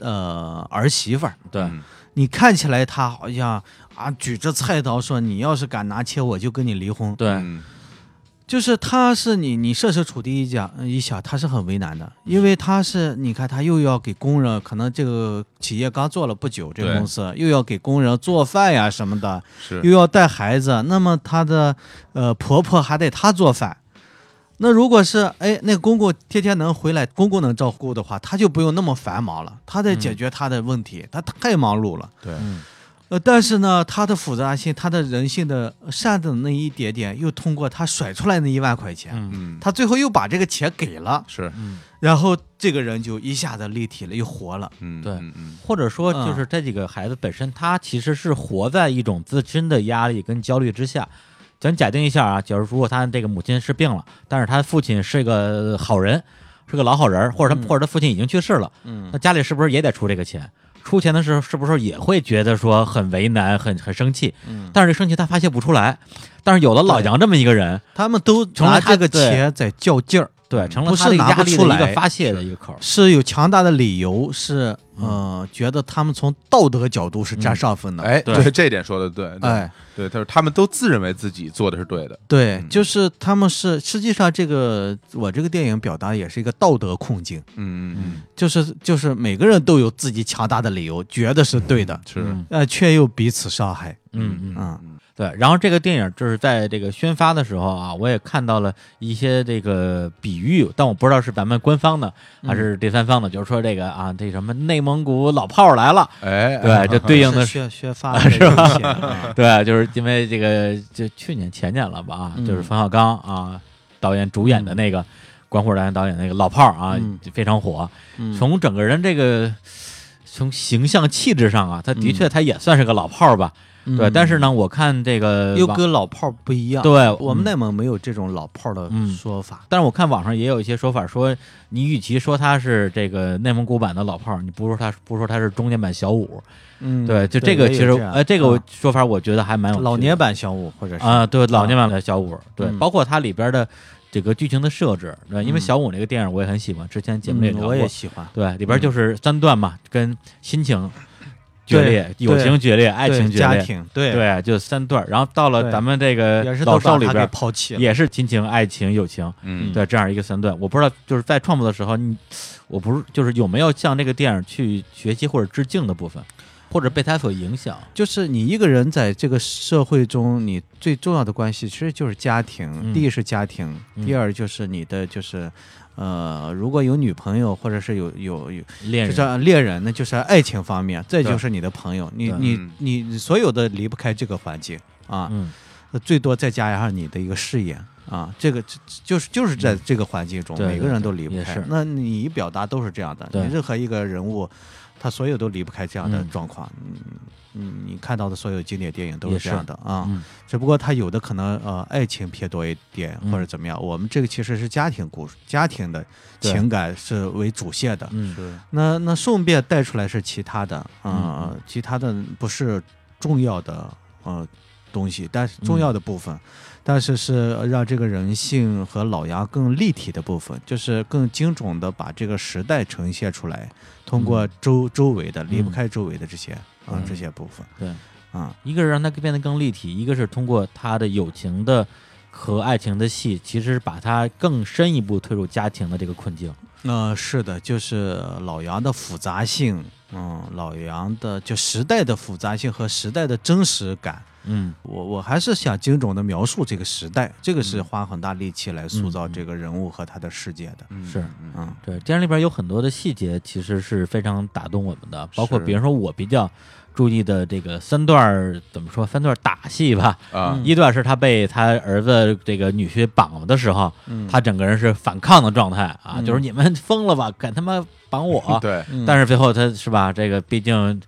Speaker 3: 呃儿媳妇儿，
Speaker 1: 对，
Speaker 2: 嗯
Speaker 3: 你看起来他好像啊举着菜刀说你要是敢拿钱我就跟你离婚，
Speaker 1: 对，
Speaker 2: 嗯
Speaker 3: 就是他是你你设身处地一讲一想他是很为难的，因为他是你看他又要给工人，可能这个企业刚做了不久，这个
Speaker 2: 对
Speaker 3: 公司又要给工人做饭呀什么的，
Speaker 2: 是
Speaker 3: 又要带孩子，那么她的呃婆婆还得她做饭。那如果是哎，那公公天天能回来，公公能照顾的话，她就不用那么繁忙了。她在解决她的问
Speaker 2: 嗯
Speaker 3: 题，她太忙碌了。
Speaker 2: 对
Speaker 1: 嗯
Speaker 3: 呃，但是呢，她的复杂性，她的人性的善的那一点点，又通过她甩出来那一万块钱，
Speaker 1: 嗯
Speaker 2: 嗯
Speaker 3: 她最后又把这个钱给了，
Speaker 2: 是
Speaker 1: 嗯，
Speaker 3: 然后这个人就一下子立体了，又活了。
Speaker 2: 嗯
Speaker 1: 对
Speaker 2: 嗯嗯
Speaker 1: 或者说就是这几个孩子本身，他其实是活在一种自身的压力跟焦虑之下。咱假定一下啊，假如如果他这个母亲是病了，但是他父亲是个好人，是个老好人，或者他、
Speaker 3: 嗯
Speaker 1: 或者他父亲已经去世了，
Speaker 3: 嗯
Speaker 1: 那家里是不是也得出这个钱？出钱的时候是不是也会觉得说很为难、很很生气？
Speaker 3: 嗯，
Speaker 1: 但是这生气他发泄不出来。但是有了老杨这么一个人，
Speaker 3: 他们都
Speaker 1: 成了
Speaker 3: 拿
Speaker 1: 她
Speaker 3: 这个
Speaker 1: 对
Speaker 3: 钱在较劲儿。
Speaker 1: 对，成了
Speaker 3: 嗯不
Speaker 1: 他
Speaker 3: 是
Speaker 1: 的
Speaker 3: 拿
Speaker 1: 压
Speaker 3: 不
Speaker 1: 力的
Speaker 3: 出
Speaker 1: 一个
Speaker 3: 来
Speaker 1: 发泄的一个口儿。
Speaker 3: 是有强大的理由，是呃，觉得他们从道德角度是占上风的。
Speaker 2: 哎，
Speaker 1: 对
Speaker 2: 对这点说的对，对
Speaker 3: 嗯哎，
Speaker 2: 对，他说他们都自认为自己做的是对的，
Speaker 3: 对，
Speaker 2: 嗯
Speaker 3: 就是他们是实际上这个我这个电影表达也是一个道德困境，
Speaker 2: 嗯嗯嗯，
Speaker 3: 就是就是每个人都有自己强大的理由，觉得是对的，
Speaker 2: 是，
Speaker 1: 嗯
Speaker 3: 呃，却又彼此伤害。
Speaker 1: 嗯嗯。
Speaker 3: 嗯，
Speaker 1: 对，然后这个电影就是在这个宣发的时候啊，我也看到了一些这个比喻，但我不知道是咱们官方的
Speaker 3: 嗯
Speaker 1: 还是第三方的，就是说这个啊，这什么内蒙古老炮儿来了，
Speaker 2: 哎，
Speaker 1: 对，这对应的是。
Speaker 3: 学学发的是吧？
Speaker 1: 对，就是因为这个，就去年前年了吧啊，就是
Speaker 3: 嗯
Speaker 1: 冯小刚啊导演主演的那个，管虎导演导演那个老炮儿啊
Speaker 3: 嗯，
Speaker 1: 非常火。
Speaker 3: 嗯
Speaker 1: 从整个人这个从形象气质上啊，他的确他也算是个老炮儿吧，对。
Speaker 3: 嗯
Speaker 1: 但是呢，我看这个
Speaker 3: 又
Speaker 1: 网
Speaker 3: 跟老炮儿不一样。
Speaker 1: 对
Speaker 3: 我
Speaker 1: 嗯
Speaker 3: 们内蒙没有这种老炮儿的
Speaker 1: 嗯
Speaker 3: 说法。
Speaker 1: 但是我看网上也有一些说法说，你与其说他是这个内蒙古版的老炮儿，你不如说他不如说他是中年版小五，
Speaker 3: 嗯
Speaker 1: 对，就这个其实呃这个我说法我觉得还蛮有趣的
Speaker 3: 老年版小五或者是
Speaker 1: 啊，对老年版的小五，对，
Speaker 3: 嗯
Speaker 1: 包括它里边的这个剧情的设置，对，因为
Speaker 3: 嗯
Speaker 1: 小五那个电影我也很喜欢，之前节目里
Speaker 3: 嗯
Speaker 1: 聊过，
Speaker 3: 我也喜嗯欢，
Speaker 1: 对，里边就是三段嘛，跟亲情决
Speaker 3: 对
Speaker 1: 裂、友
Speaker 3: 对
Speaker 1: 情决裂、爱
Speaker 3: 对
Speaker 1: 情决
Speaker 3: 家
Speaker 1: 裂，
Speaker 3: 庭对
Speaker 1: 对，就三段儿。然后到了
Speaker 3: 对
Speaker 1: 咱们这个
Speaker 3: 也是
Speaker 1: 老
Speaker 3: 都
Speaker 1: 少
Speaker 3: 把
Speaker 1: 里
Speaker 3: 他给
Speaker 1: 边，
Speaker 3: 抛弃了。
Speaker 1: 也是亲情、爱情、友情，
Speaker 2: 嗯，
Speaker 1: 对这样一个三段。我不知道就是在创作的时候，你我不是就是有没有向这个电影去学习或者致敬的部分，或者被它所影响？
Speaker 3: 就是你一个人在这个社会中，你最重要的关系其实就是家庭。
Speaker 1: 嗯
Speaker 3: 第一是家庭，
Speaker 1: 嗯
Speaker 3: 第二就是你的就是，呃，如果有女朋友或者是有有有
Speaker 1: 恋
Speaker 3: 就是
Speaker 1: 人，
Speaker 3: 啊恋人，那就是爱情方面，再
Speaker 1: 对
Speaker 3: 就是你的朋友，你
Speaker 1: 对
Speaker 3: 你
Speaker 2: 嗯
Speaker 3: 你你所有的离不开这个环境啊，
Speaker 1: 嗯
Speaker 3: 最多再加上你的一个事业啊，这个这就是就是在这个环境中，
Speaker 1: 嗯对
Speaker 3: 每个人都离
Speaker 1: 对
Speaker 3: 不
Speaker 1: 也
Speaker 3: 开
Speaker 1: 是。
Speaker 3: 那你表达都是这样的，
Speaker 1: 对
Speaker 3: 你任何一个人物，他所有都离不开这样的
Speaker 1: 嗯
Speaker 3: 状况。嗯嗯，你看到的所有经典电影都
Speaker 1: 也
Speaker 3: 是
Speaker 1: 是
Speaker 3: 这样的啊，
Speaker 1: 嗯
Speaker 3: 只不过他有的可能呃爱情偏多一点
Speaker 1: 嗯
Speaker 3: 或者怎么样。我们这个其实是家庭故事，家庭的
Speaker 1: 对
Speaker 3: 情感是为主线的。
Speaker 1: 嗯，
Speaker 2: 是
Speaker 3: 那那顺便带出来是其他的，
Speaker 1: 嗯
Speaker 3: 啊，其他的不是重要的呃东西，但是
Speaker 1: 嗯
Speaker 3: 重要的部分，但是是让这个人性和老杨更立体的部分，就是更精准的把这个时代呈现出来，通过周、周围的离不开周围的这些啊、
Speaker 1: 嗯
Speaker 3: 这些部分，
Speaker 1: 对。
Speaker 3: 啊、
Speaker 1: 一个是让它变得更立体，一个是通过他的友情的和爱情的戏，其实把它更深一步推入家庭的这个困境。
Speaker 3: 那、是的，就是老杨的复杂性，嗯，老杨的就时代的复杂性和时代的真实感。
Speaker 1: 嗯
Speaker 3: 我我还是想精准的描述这个时代，这个是花很大力气来塑造这个人物和他的世界的。
Speaker 2: 嗯
Speaker 1: 是
Speaker 2: 嗯嗯
Speaker 3: 嗯
Speaker 1: 对，电影里边有很多的细节其实是非常打动我们的，包括
Speaker 3: 是
Speaker 1: 比如说我比较注意的这个三段儿怎么说三段儿打戏吧，
Speaker 2: 啊
Speaker 3: 嗯，
Speaker 1: 一段是他被他儿子这个女婿绑了的时候，
Speaker 3: 嗯
Speaker 1: 他整个人是反抗的状态啊，
Speaker 3: 嗯
Speaker 1: 就是你们疯了吧，敢他妈绑我，
Speaker 2: 嗯
Speaker 3: [LAUGHS]
Speaker 2: 对，
Speaker 1: 但
Speaker 3: 是
Speaker 1: 是最后他是吧，这个毕竟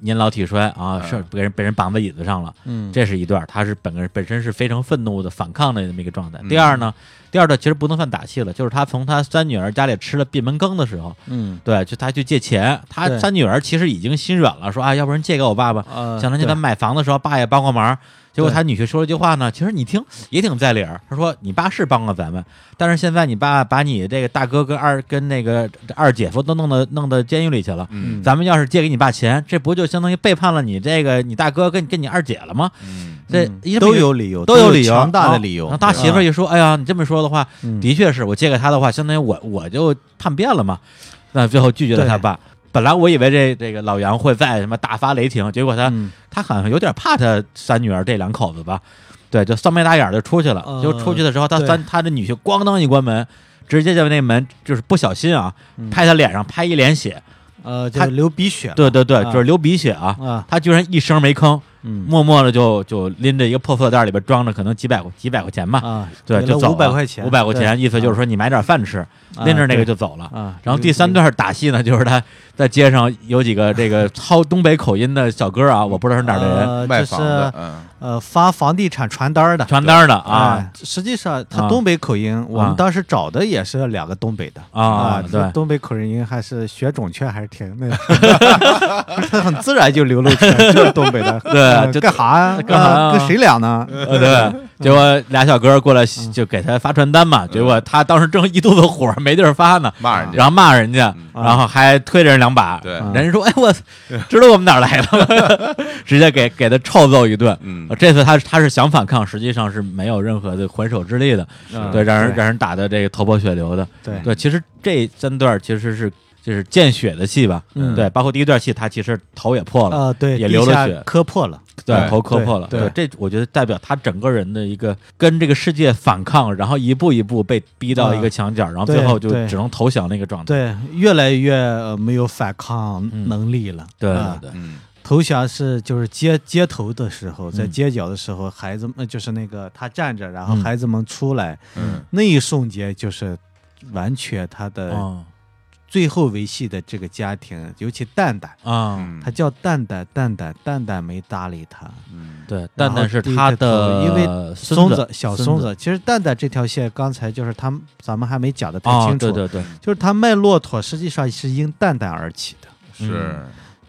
Speaker 1: 年老体衰啊，
Speaker 2: 嗯
Speaker 1: 是被人被人绑在椅子上了，
Speaker 3: 嗯
Speaker 1: 这是一段儿，他是本个人本身是非常愤怒的反抗的那么一个状态。
Speaker 2: 嗯
Speaker 1: 第二呢，第二段其实不能算打戏了，就是他从他三女儿家里吃了闭门羹的时候，
Speaker 3: 嗯
Speaker 1: 对，就他去借钱，他
Speaker 3: 对
Speaker 1: 三女儿其实已经心软了，说啊，要不然借给我爸爸。
Speaker 3: 呃
Speaker 1: 想当年咱
Speaker 3: 对
Speaker 1: 买房的时候，爸也帮过忙。结果
Speaker 3: 对
Speaker 1: 他女婿说了一句话呢，其实你听也挺在理儿。他说：“你爸是帮过咱们，但是现在你爸把你这个大哥跟二跟那个二姐夫都弄到弄到监狱里去了。
Speaker 2: 嗯
Speaker 1: 咱们要是借给你爸钱，这不就相当于背叛了你这个你大哥跟跟你二姐了吗？
Speaker 2: 嗯
Speaker 1: 这
Speaker 3: 嗯
Speaker 1: 呃一
Speaker 3: 都有理由，
Speaker 1: 都
Speaker 3: 有
Speaker 1: 理由，
Speaker 3: 强大
Speaker 1: 然
Speaker 3: 的
Speaker 1: 后
Speaker 3: 理由。啊
Speaker 1: 然后大媳妇儿一说，哎呀，你这么说的话，
Speaker 3: 嗯
Speaker 1: 的确是我借给他的话，相当于我我就叛变了嘛。那最后拒绝了他
Speaker 3: 对
Speaker 1: 爸。本来我以为这这个老杨会再什么大发雷霆，结果他、
Speaker 3: 嗯
Speaker 1: 他好像有点怕他三女儿这两口子吧，对，就三眉打眼儿就出去了。
Speaker 3: 呃
Speaker 1: 就出去的时候，他
Speaker 3: 对
Speaker 1: 三他的女婿咣当一关门，直接就那门就是不小心啊，
Speaker 3: 嗯
Speaker 1: 拍他脸上拍一脸血，
Speaker 3: 呃，就
Speaker 1: 他
Speaker 3: 是流鼻血了，
Speaker 1: 对对对，
Speaker 3: 啊
Speaker 1: 就是流鼻血啊。
Speaker 3: 啊，
Speaker 1: 他居然一声没吭，
Speaker 3: 嗯
Speaker 1: 默默的就就拎着一个破塑料袋，里边装着可能几百块几百块钱吧，
Speaker 3: 啊，
Speaker 1: 对，就走
Speaker 3: 五百块钱，
Speaker 1: 五百块
Speaker 3: 对
Speaker 1: 钱，意思就是说你买点饭吃，
Speaker 3: 啊
Speaker 1: 拎着那个
Speaker 3: 对
Speaker 1: 就走了。
Speaker 3: 啊。
Speaker 1: 然后第三段打戏呢，就是他在街上有几个这个操东北口音的小哥啊，我不知道是哪儿的人，
Speaker 3: 呃
Speaker 2: 卖
Speaker 3: 就是
Speaker 2: 房的，嗯
Speaker 3: 呃发房地产传单儿的
Speaker 1: 传单的啊
Speaker 3: 哎实际上
Speaker 1: 啊
Speaker 3: 他东北口音，我
Speaker 1: 啊
Speaker 3: 们当时找的也是两个东北的
Speaker 1: 啊
Speaker 3: 这
Speaker 1: 对
Speaker 3: 东北口音还是学准确还是挺
Speaker 1: [LAUGHS]
Speaker 3: 那个，他很自然就流露出来，就是东北的，
Speaker 1: [LAUGHS] 对啊
Speaker 3: 呃
Speaker 1: 就
Speaker 3: 干啥呀？
Speaker 1: 干啊啥呀
Speaker 3: 呃跟谁俩呢？
Speaker 1: 呃对，结果俩小哥过来
Speaker 3: 嗯
Speaker 1: 就给他发传单嘛，结果他当时正一肚子火没地儿发呢，
Speaker 2: [LAUGHS] 骂人家，
Speaker 1: 然后骂人家，
Speaker 2: 嗯
Speaker 1: 然后还推着人两把，
Speaker 2: 对
Speaker 3: 啊
Speaker 1: 人家说：“哎，我知道我们哪儿来的，
Speaker 3: [LAUGHS]
Speaker 1: 直接给给他臭揍一顿。
Speaker 2: 嗯
Speaker 1: 呃这次他他是想反抗，实际上是没有任何的还手之力的，
Speaker 3: 嗯
Speaker 1: 对，让人让人打的这个头破血流的。
Speaker 3: 对
Speaker 1: 对，其实这三段其实是就是见血的戏吧，
Speaker 3: 嗯
Speaker 1: 对，包括第一段戏，他其实头也破了，
Speaker 3: 啊，对，
Speaker 1: 也
Speaker 3: 地
Speaker 1: 流了
Speaker 3: 下
Speaker 1: 血
Speaker 3: 磕破了，
Speaker 1: 对，
Speaker 2: 对
Speaker 1: 头磕破了，
Speaker 3: 对
Speaker 1: 这我觉得代表他整个人的一个跟这个世界反抗，然后一步一步被逼到一个墙角，然后最
Speaker 3: 嗯对
Speaker 1: 后就
Speaker 3: 对
Speaker 1: 只能投降那个状态，
Speaker 3: 对，越来越呃没有反抗
Speaker 1: 嗯
Speaker 3: 能力了，
Speaker 1: 对
Speaker 3: 啊
Speaker 1: 对对，
Speaker 2: 嗯
Speaker 3: 投降是就是街街头的时候，在
Speaker 1: 嗯
Speaker 3: 街角的时候，孩子们就是那个他站着，然后
Speaker 1: 嗯
Speaker 3: 孩子们出来、
Speaker 2: 嗯
Speaker 3: 那一瞬间，就是完全他的
Speaker 1: 啊
Speaker 3: 最后维系的这个家庭，尤其蛋蛋，
Speaker 1: 啊，
Speaker 2: 嗯，
Speaker 3: 他叫蛋蛋，蛋蛋，蛋蛋没搭理他。
Speaker 2: 嗯
Speaker 1: 对，
Speaker 3: 然
Speaker 1: 蛋
Speaker 3: 后
Speaker 1: 蛋是
Speaker 3: 低着
Speaker 1: 他
Speaker 3: 头
Speaker 1: 的
Speaker 3: 因为松
Speaker 1: 子
Speaker 3: 子小松子，其实蛋蛋这条线，刚才就是他们咱们还没讲的太
Speaker 1: 啊，
Speaker 3: 清楚，
Speaker 1: 对对对，
Speaker 3: 就是他卖骆驼实际上是因蛋蛋而起的，
Speaker 2: 是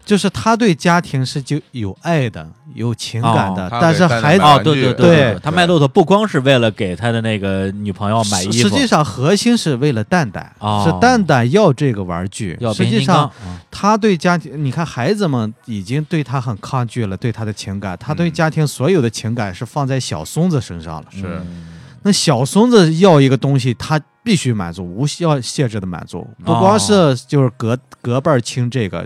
Speaker 3: 就是他对家庭是就有爱的，有情感的，
Speaker 2: 哦 [LAUGHS] 他
Speaker 3: 但是
Speaker 2: 给蛋蛋
Speaker 3: 孩子
Speaker 2: 买
Speaker 1: 哦，
Speaker 2: 玩具
Speaker 1: 对对
Speaker 3: 对
Speaker 1: 对，他卖骆驼不光是为了给他的那个女朋友哦买衣服，
Speaker 3: 实实际上核心是为了蛋蛋，
Speaker 1: 哦
Speaker 3: 是蛋蛋要这个玩具。
Speaker 1: 要
Speaker 3: 实
Speaker 1: 变形
Speaker 3: 际
Speaker 1: 金刚
Speaker 3: 上，他对家庭，你看孩子们已经对他很抗拒了，对他的情感，他对
Speaker 2: 嗯
Speaker 3: 家庭所有的情感是放在小松子身上了。
Speaker 1: 嗯
Speaker 2: 是
Speaker 3: 那小松子要一个东西，他必须满足，无要限制的满足，不
Speaker 1: 哦
Speaker 3: 光是就是隔隔辈儿亲这个，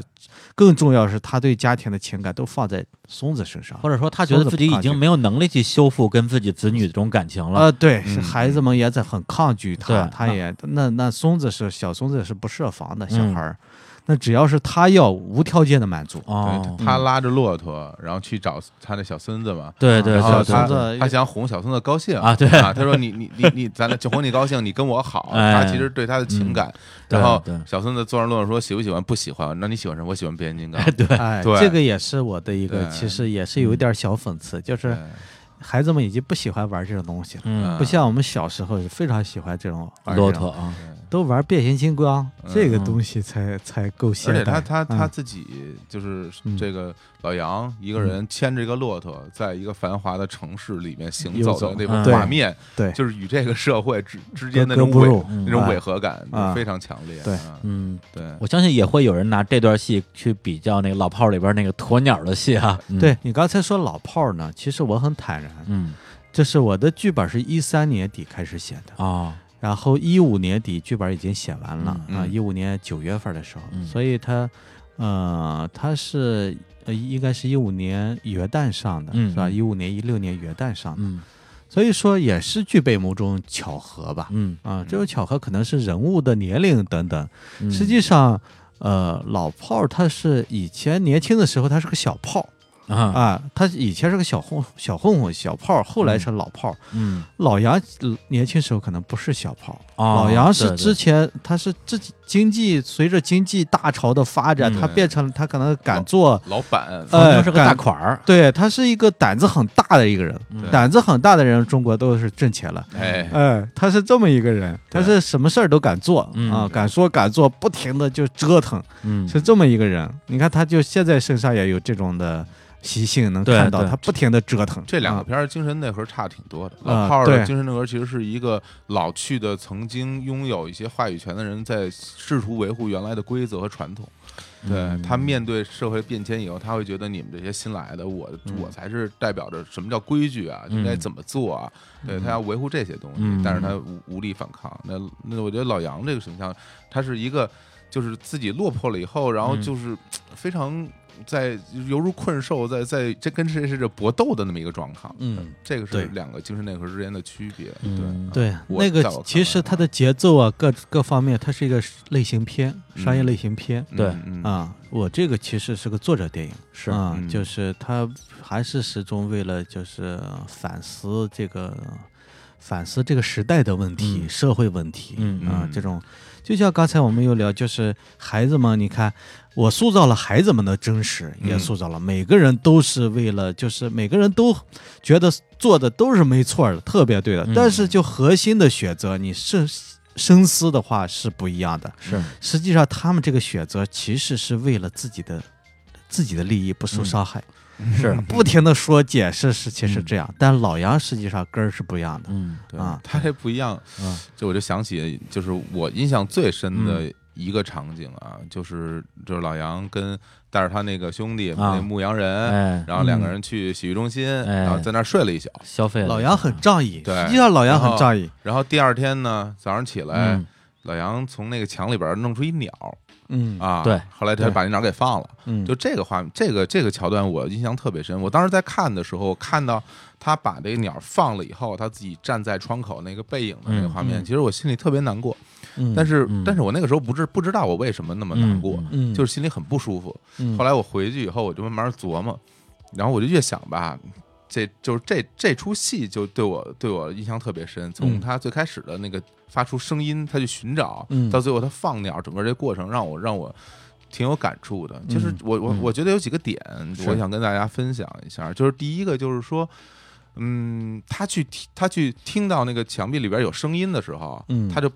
Speaker 3: 更重要是他对家庭的情感都放在松子身上。
Speaker 1: 或者说他觉得自己已经没有能力去修复跟自己子女这种感情了，
Speaker 3: 呃，对，
Speaker 2: 嗯
Speaker 3: 是孩子们也在很抗拒他，
Speaker 1: 对
Speaker 3: 他
Speaker 1: 那
Speaker 3: 也那那松子是小松子是不设防的小
Speaker 1: 嗯
Speaker 3: 孩儿，那只要是他要无条件的满足，
Speaker 1: 哦，
Speaker 2: 他拉着骆驼，然后去找他的小孙子嘛。
Speaker 1: 对对
Speaker 2: 然后
Speaker 1: 对
Speaker 3: 小
Speaker 1: 对
Speaker 2: 他
Speaker 3: 孙子
Speaker 2: 他想哄小孙子高兴
Speaker 1: 啊对
Speaker 2: 啊，他说你你你你，咱俩就哄你高兴，你跟我好。
Speaker 1: 哎
Speaker 2: 他其实对他的情感，
Speaker 1: 对
Speaker 2: 然后
Speaker 1: 对
Speaker 2: 小孙子坐上骆驼说喜不喜欢？不喜欢。那你喜欢什么？我喜欢变
Speaker 1: [LAUGHS]
Speaker 2: 形金刚。 [LAUGHS]
Speaker 1: 对对，
Speaker 3: 哎，
Speaker 2: 对
Speaker 3: 这个也是我的一个，
Speaker 2: 对嗯
Speaker 3: 其实也是有一点小讽刺，就是孩子们已经不喜欢玩这种东西了，
Speaker 1: 嗯，
Speaker 3: 不像我们小时候是非常喜欢这种玩
Speaker 1: 骆
Speaker 3: 这种
Speaker 1: 驼，啊，
Speaker 3: 都玩变形金刚，
Speaker 2: 嗯
Speaker 3: 这个东西才才够
Speaker 2: 而
Speaker 3: 现
Speaker 2: 且
Speaker 3: 代。
Speaker 2: 他他他
Speaker 3: 嗯
Speaker 2: 自己就是
Speaker 3: 嗯
Speaker 2: 这个老杨一个人牵着一个骆驼，在一个繁华的城市里面行
Speaker 3: 游
Speaker 2: 走的
Speaker 3: 走
Speaker 2: 那
Speaker 1: 嗯
Speaker 2: 种
Speaker 1: 对
Speaker 2: 画面，
Speaker 3: 对
Speaker 2: 就是与这个社会之之间的那种
Speaker 3: 格格不
Speaker 2: 违
Speaker 3: 入
Speaker 1: 嗯
Speaker 2: 那种
Speaker 3: 啊
Speaker 2: 违和感
Speaker 3: 啊
Speaker 2: 非常强烈。
Speaker 3: 对
Speaker 2: 啊
Speaker 1: 嗯，
Speaker 2: 对，
Speaker 1: 我相信也会有人拿这段戏去比较那个老炮儿里边那个鸵鸟的戏哈，嗯，
Speaker 3: 对你刚才说老炮儿呢，其实我很坦然，
Speaker 1: 嗯
Speaker 3: 这是我的剧本是一三年底开始写的，
Speaker 1: 啊，
Speaker 3: 然后一五年底剧本已经写完了
Speaker 2: 嗯
Speaker 3: 啊，
Speaker 2: 嗯
Speaker 3: 一五年九月份的时候，
Speaker 1: 嗯
Speaker 3: 所以他，呃，他是呃应该是一五年元旦上的，
Speaker 1: 嗯
Speaker 3: 是吧？一五年一六年元旦上的，
Speaker 1: 嗯
Speaker 3: 所以说也是具备某种巧合吧。
Speaker 1: 嗯，
Speaker 3: 啊，这种巧合可能是人物的年龄等等，
Speaker 1: 嗯
Speaker 3: 实际上，呃，老炮儿他是以前年轻的时候他是个小炮儿
Speaker 1: 啊，
Speaker 3: 啊，他以前是个小混小混混小炮儿，后来是老炮儿。
Speaker 1: 嗯，
Speaker 3: 老杨呃年轻时候可能不是小炮儿，
Speaker 1: 哦
Speaker 3: 老杨是
Speaker 1: 对对
Speaker 3: 之前他是自己经济随着经济大潮的发展，
Speaker 1: 嗯
Speaker 3: 他变成了他可能敢做，
Speaker 2: 老板
Speaker 3: 呃
Speaker 1: 冯牛是个
Speaker 3: 干
Speaker 1: 大款儿，
Speaker 3: 对他是一个胆子很大的一个人，
Speaker 1: 嗯
Speaker 3: 胆子很大的人，中国都是挣钱了。
Speaker 2: 哎
Speaker 3: 哎，他是这么一个人，他
Speaker 2: 对
Speaker 3: 是什么事儿都敢做
Speaker 1: 嗯
Speaker 3: 啊，敢说敢做，不停的就折腾，
Speaker 1: 嗯，
Speaker 3: 是这么一个人。你看，他就现在身上也有这种的习性，能
Speaker 1: 对
Speaker 3: 看到
Speaker 1: 对
Speaker 3: 他不停的折腾。
Speaker 2: 这两个
Speaker 3: 啊
Speaker 2: 片儿精神内核差挺多的。
Speaker 3: 啊
Speaker 2: 老炮儿的
Speaker 3: 对
Speaker 2: 精神内核其实是一个老去的、曾经拥有一些话语权的人，在试图维护原来的规则和传统。对
Speaker 1: 嗯
Speaker 2: 他面对社会变迁以后，他会觉得你们这些新来的，我我才是代表着什么叫规矩啊，
Speaker 1: 嗯
Speaker 2: 应该怎么做啊？对他要维护这些东西
Speaker 1: 嗯，
Speaker 2: 但是他无无力反抗。那那我觉得老杨这个形象，他是一个就是自己落魄了以后，然后
Speaker 1: 嗯
Speaker 2: 就是非常在犹如困兽，在在这跟这是这搏斗的那么一个状况。
Speaker 3: 嗯，
Speaker 2: 这个
Speaker 3: 对
Speaker 2: 是两个精神内核之间的区别。
Speaker 1: 嗯
Speaker 2: 对
Speaker 3: 对，
Speaker 2: 我
Speaker 3: 那个
Speaker 2: 在我看来
Speaker 3: 其实他的节奏啊，各各方面，它是一个类型片，
Speaker 2: 嗯
Speaker 3: 商业类型片
Speaker 1: 对
Speaker 2: 嗯，
Speaker 3: 啊。我这个其实是个作者电影，
Speaker 1: 是
Speaker 3: 啊
Speaker 2: 嗯，
Speaker 3: 就是他还是始终为了就是反思这个。反思这个时代的问题、
Speaker 1: 嗯
Speaker 3: 社会问题，
Speaker 1: 嗯
Speaker 3: 啊
Speaker 2: 嗯，
Speaker 3: 这种就像刚才我们又聊，就是孩子们，你看，我塑造了孩子们的真实，也
Speaker 2: 嗯
Speaker 3: 塑造了每个人都是为了，就是每个人都觉得做的都是没错的，特别对的，
Speaker 1: 嗯
Speaker 3: 但是就核心的选择，你深深思的话是不一样的。
Speaker 1: 是，
Speaker 3: 实际上，他们这个选择其实是为了自己的自己的利益
Speaker 2: 嗯
Speaker 3: 不受伤害，
Speaker 1: 是，
Speaker 3: [LAUGHS] 不停的说解释事情是这
Speaker 2: 嗯
Speaker 3: 样，但老杨实际上根儿是不一样的。
Speaker 1: 嗯
Speaker 2: 对
Speaker 3: 啊
Speaker 2: 他这不一样。
Speaker 1: 嗯
Speaker 2: 就我就想起，就是我印象最深的一个场景啊，就是就是老杨跟带着他那个兄弟、
Speaker 1: 啊
Speaker 2: 那牧羊人，
Speaker 1: 哎，
Speaker 2: 然后两个人去洗浴中心，
Speaker 1: 哎
Speaker 2: 然后在那儿睡了一宿。
Speaker 1: 消费了
Speaker 3: 老杨很仗义，
Speaker 2: 对
Speaker 3: 实际上老杨很仗义，哎
Speaker 2: 然后第二天呢，早上起来，
Speaker 1: 嗯
Speaker 2: 老杨从那个墙里边弄出一鸟
Speaker 3: 嗯
Speaker 2: 啊，
Speaker 1: 对，
Speaker 2: 后来他把那鸟给放了。
Speaker 3: 嗯，
Speaker 2: 就这个画面，这个这个桥段我印象特别深。我当时在看的时候，看到他把这个鸟放了以后，他自己站在窗口那个背影的那个画面，
Speaker 3: 嗯嗯
Speaker 2: 其实我心里特别难过。
Speaker 3: 嗯
Speaker 2: 但是、
Speaker 1: 嗯
Speaker 2: 但是我那个时候不知不知道我为什么那么难过，
Speaker 1: 嗯
Speaker 3: 嗯
Speaker 2: 就是是心里很不舒服。
Speaker 3: 嗯
Speaker 2: 后来我回去以后，我就慢慢琢磨，然后我就越想吧，这就是这这出戏就对我对我印象特别深。从
Speaker 3: 嗯
Speaker 2: 他最开始的那个发出声音，他去寻找，
Speaker 3: 嗯
Speaker 2: 到最后他放鸟，整个这过程让我让我挺有感触的。就是
Speaker 3: 嗯
Speaker 2: 我我
Speaker 1: 嗯
Speaker 2: 我觉得有几个点，
Speaker 3: 是
Speaker 2: 我想跟大家分享一下。就是第一个就是说。嗯，他去听他去听到那个墙壁里边有声音的时候，
Speaker 3: 嗯
Speaker 2: 他就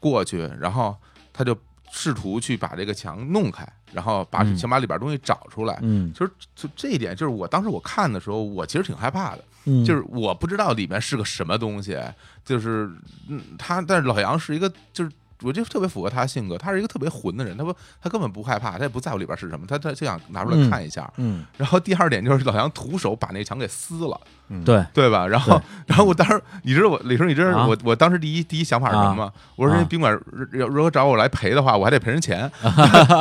Speaker 2: 过去，然后他就试图去把这个墙弄开，然后把
Speaker 1: 嗯
Speaker 2: 想把里边东西找出来。
Speaker 3: 嗯
Speaker 2: 其实就这一点，就是我当时我看的时候，我其实挺害怕的，
Speaker 3: 嗯
Speaker 2: 就是我不知道里面是个什么东西，就是嗯，他但是老杨是一个就是。我觉得特别符合他性格，他是一个特别混的人，他不，他根本不害怕，他也不在乎里边是什么，他他就想拿出来看一下。
Speaker 3: 嗯
Speaker 2: 然后第二点就是老杨徒手把那墙给撕了，
Speaker 3: 嗯
Speaker 1: 嗯对，
Speaker 2: 对吧？然后，然后我当时，你知道我李叔，你知道
Speaker 1: 啊
Speaker 2: 我我当时第一第一想法是什么吗？我说
Speaker 1: 啊
Speaker 2: 人家宾馆如如果找我来赔的话，我还得赔人
Speaker 3: [LAUGHS]
Speaker 2: 钱，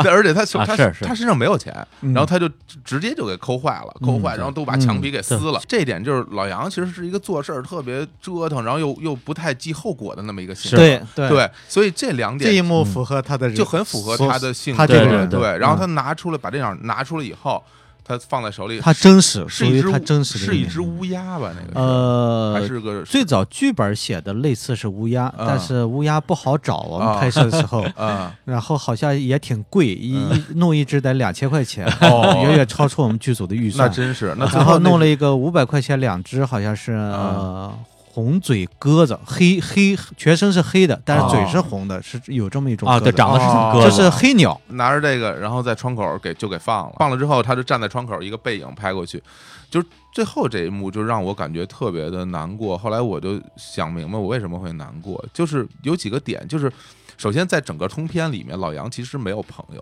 Speaker 2: 对而且他手
Speaker 1: 啊
Speaker 2: 他
Speaker 1: 是是
Speaker 2: 他身上没有钱，
Speaker 3: 嗯
Speaker 2: 然后他就直接就给抠坏了，抠坏，
Speaker 1: 对
Speaker 2: 然后都把
Speaker 3: 嗯
Speaker 2: 墙皮给撕了。这一点就是老杨其实是一个做事儿特别折腾，然后又又不太计后果的那么一个性格。
Speaker 3: 对对，
Speaker 2: 对，所以这两
Speaker 3: 这
Speaker 2: 点
Speaker 3: 一幕符合他的人，
Speaker 2: 就很符合他的性格。
Speaker 3: 他这个人
Speaker 1: 对
Speaker 2: 对，然后他
Speaker 3: 嗯
Speaker 2: 拿出来把这样拿出来以后，他放在手里，
Speaker 3: 他真实，属
Speaker 2: 是一
Speaker 3: 于
Speaker 2: 只乌
Speaker 3: 他真实的
Speaker 2: 是
Speaker 3: 一
Speaker 2: 一
Speaker 3: 面
Speaker 2: 只乌鸦吧？那个是还
Speaker 3: 呃，
Speaker 2: 是个
Speaker 3: 最早剧本写的类似是乌鸦，
Speaker 2: 嗯
Speaker 3: 但是乌鸦不好找，我们
Speaker 2: 啊。
Speaker 3: 拍摄的时候 [LAUGHS]
Speaker 2: 啊，
Speaker 3: 然后好像也挺贵，一
Speaker 2: 嗯
Speaker 3: 一弄一只得两千块钱，
Speaker 2: 哦
Speaker 3: [LAUGHS] 远远超出我们剧组的预
Speaker 2: 那
Speaker 3: 算。
Speaker 2: 真是那最
Speaker 3: 然后
Speaker 2: 那
Speaker 3: 弄了一个五百块钱两只，好像是、
Speaker 2: 啊
Speaker 3: 呃红嘴鸽子，黑黑全身是黑的，但是嘴是红的，是有这么一种
Speaker 1: 啊，
Speaker 3: 鸽
Speaker 1: 对，
Speaker 3: 子
Speaker 1: 长得是
Speaker 2: 哦
Speaker 1: 挺鸽
Speaker 3: 这
Speaker 1: 子
Speaker 3: 是黑鸟，
Speaker 2: 拿着这个，然后在窗口给就给放了，放了之后他就站在窗口一个背影拍过去，就是最后这一幕就让我感觉特别的难过。后来我就想明白我为什么会难过，就是有几个点，就是首先在整个通篇里面，老杨其实没有朋友。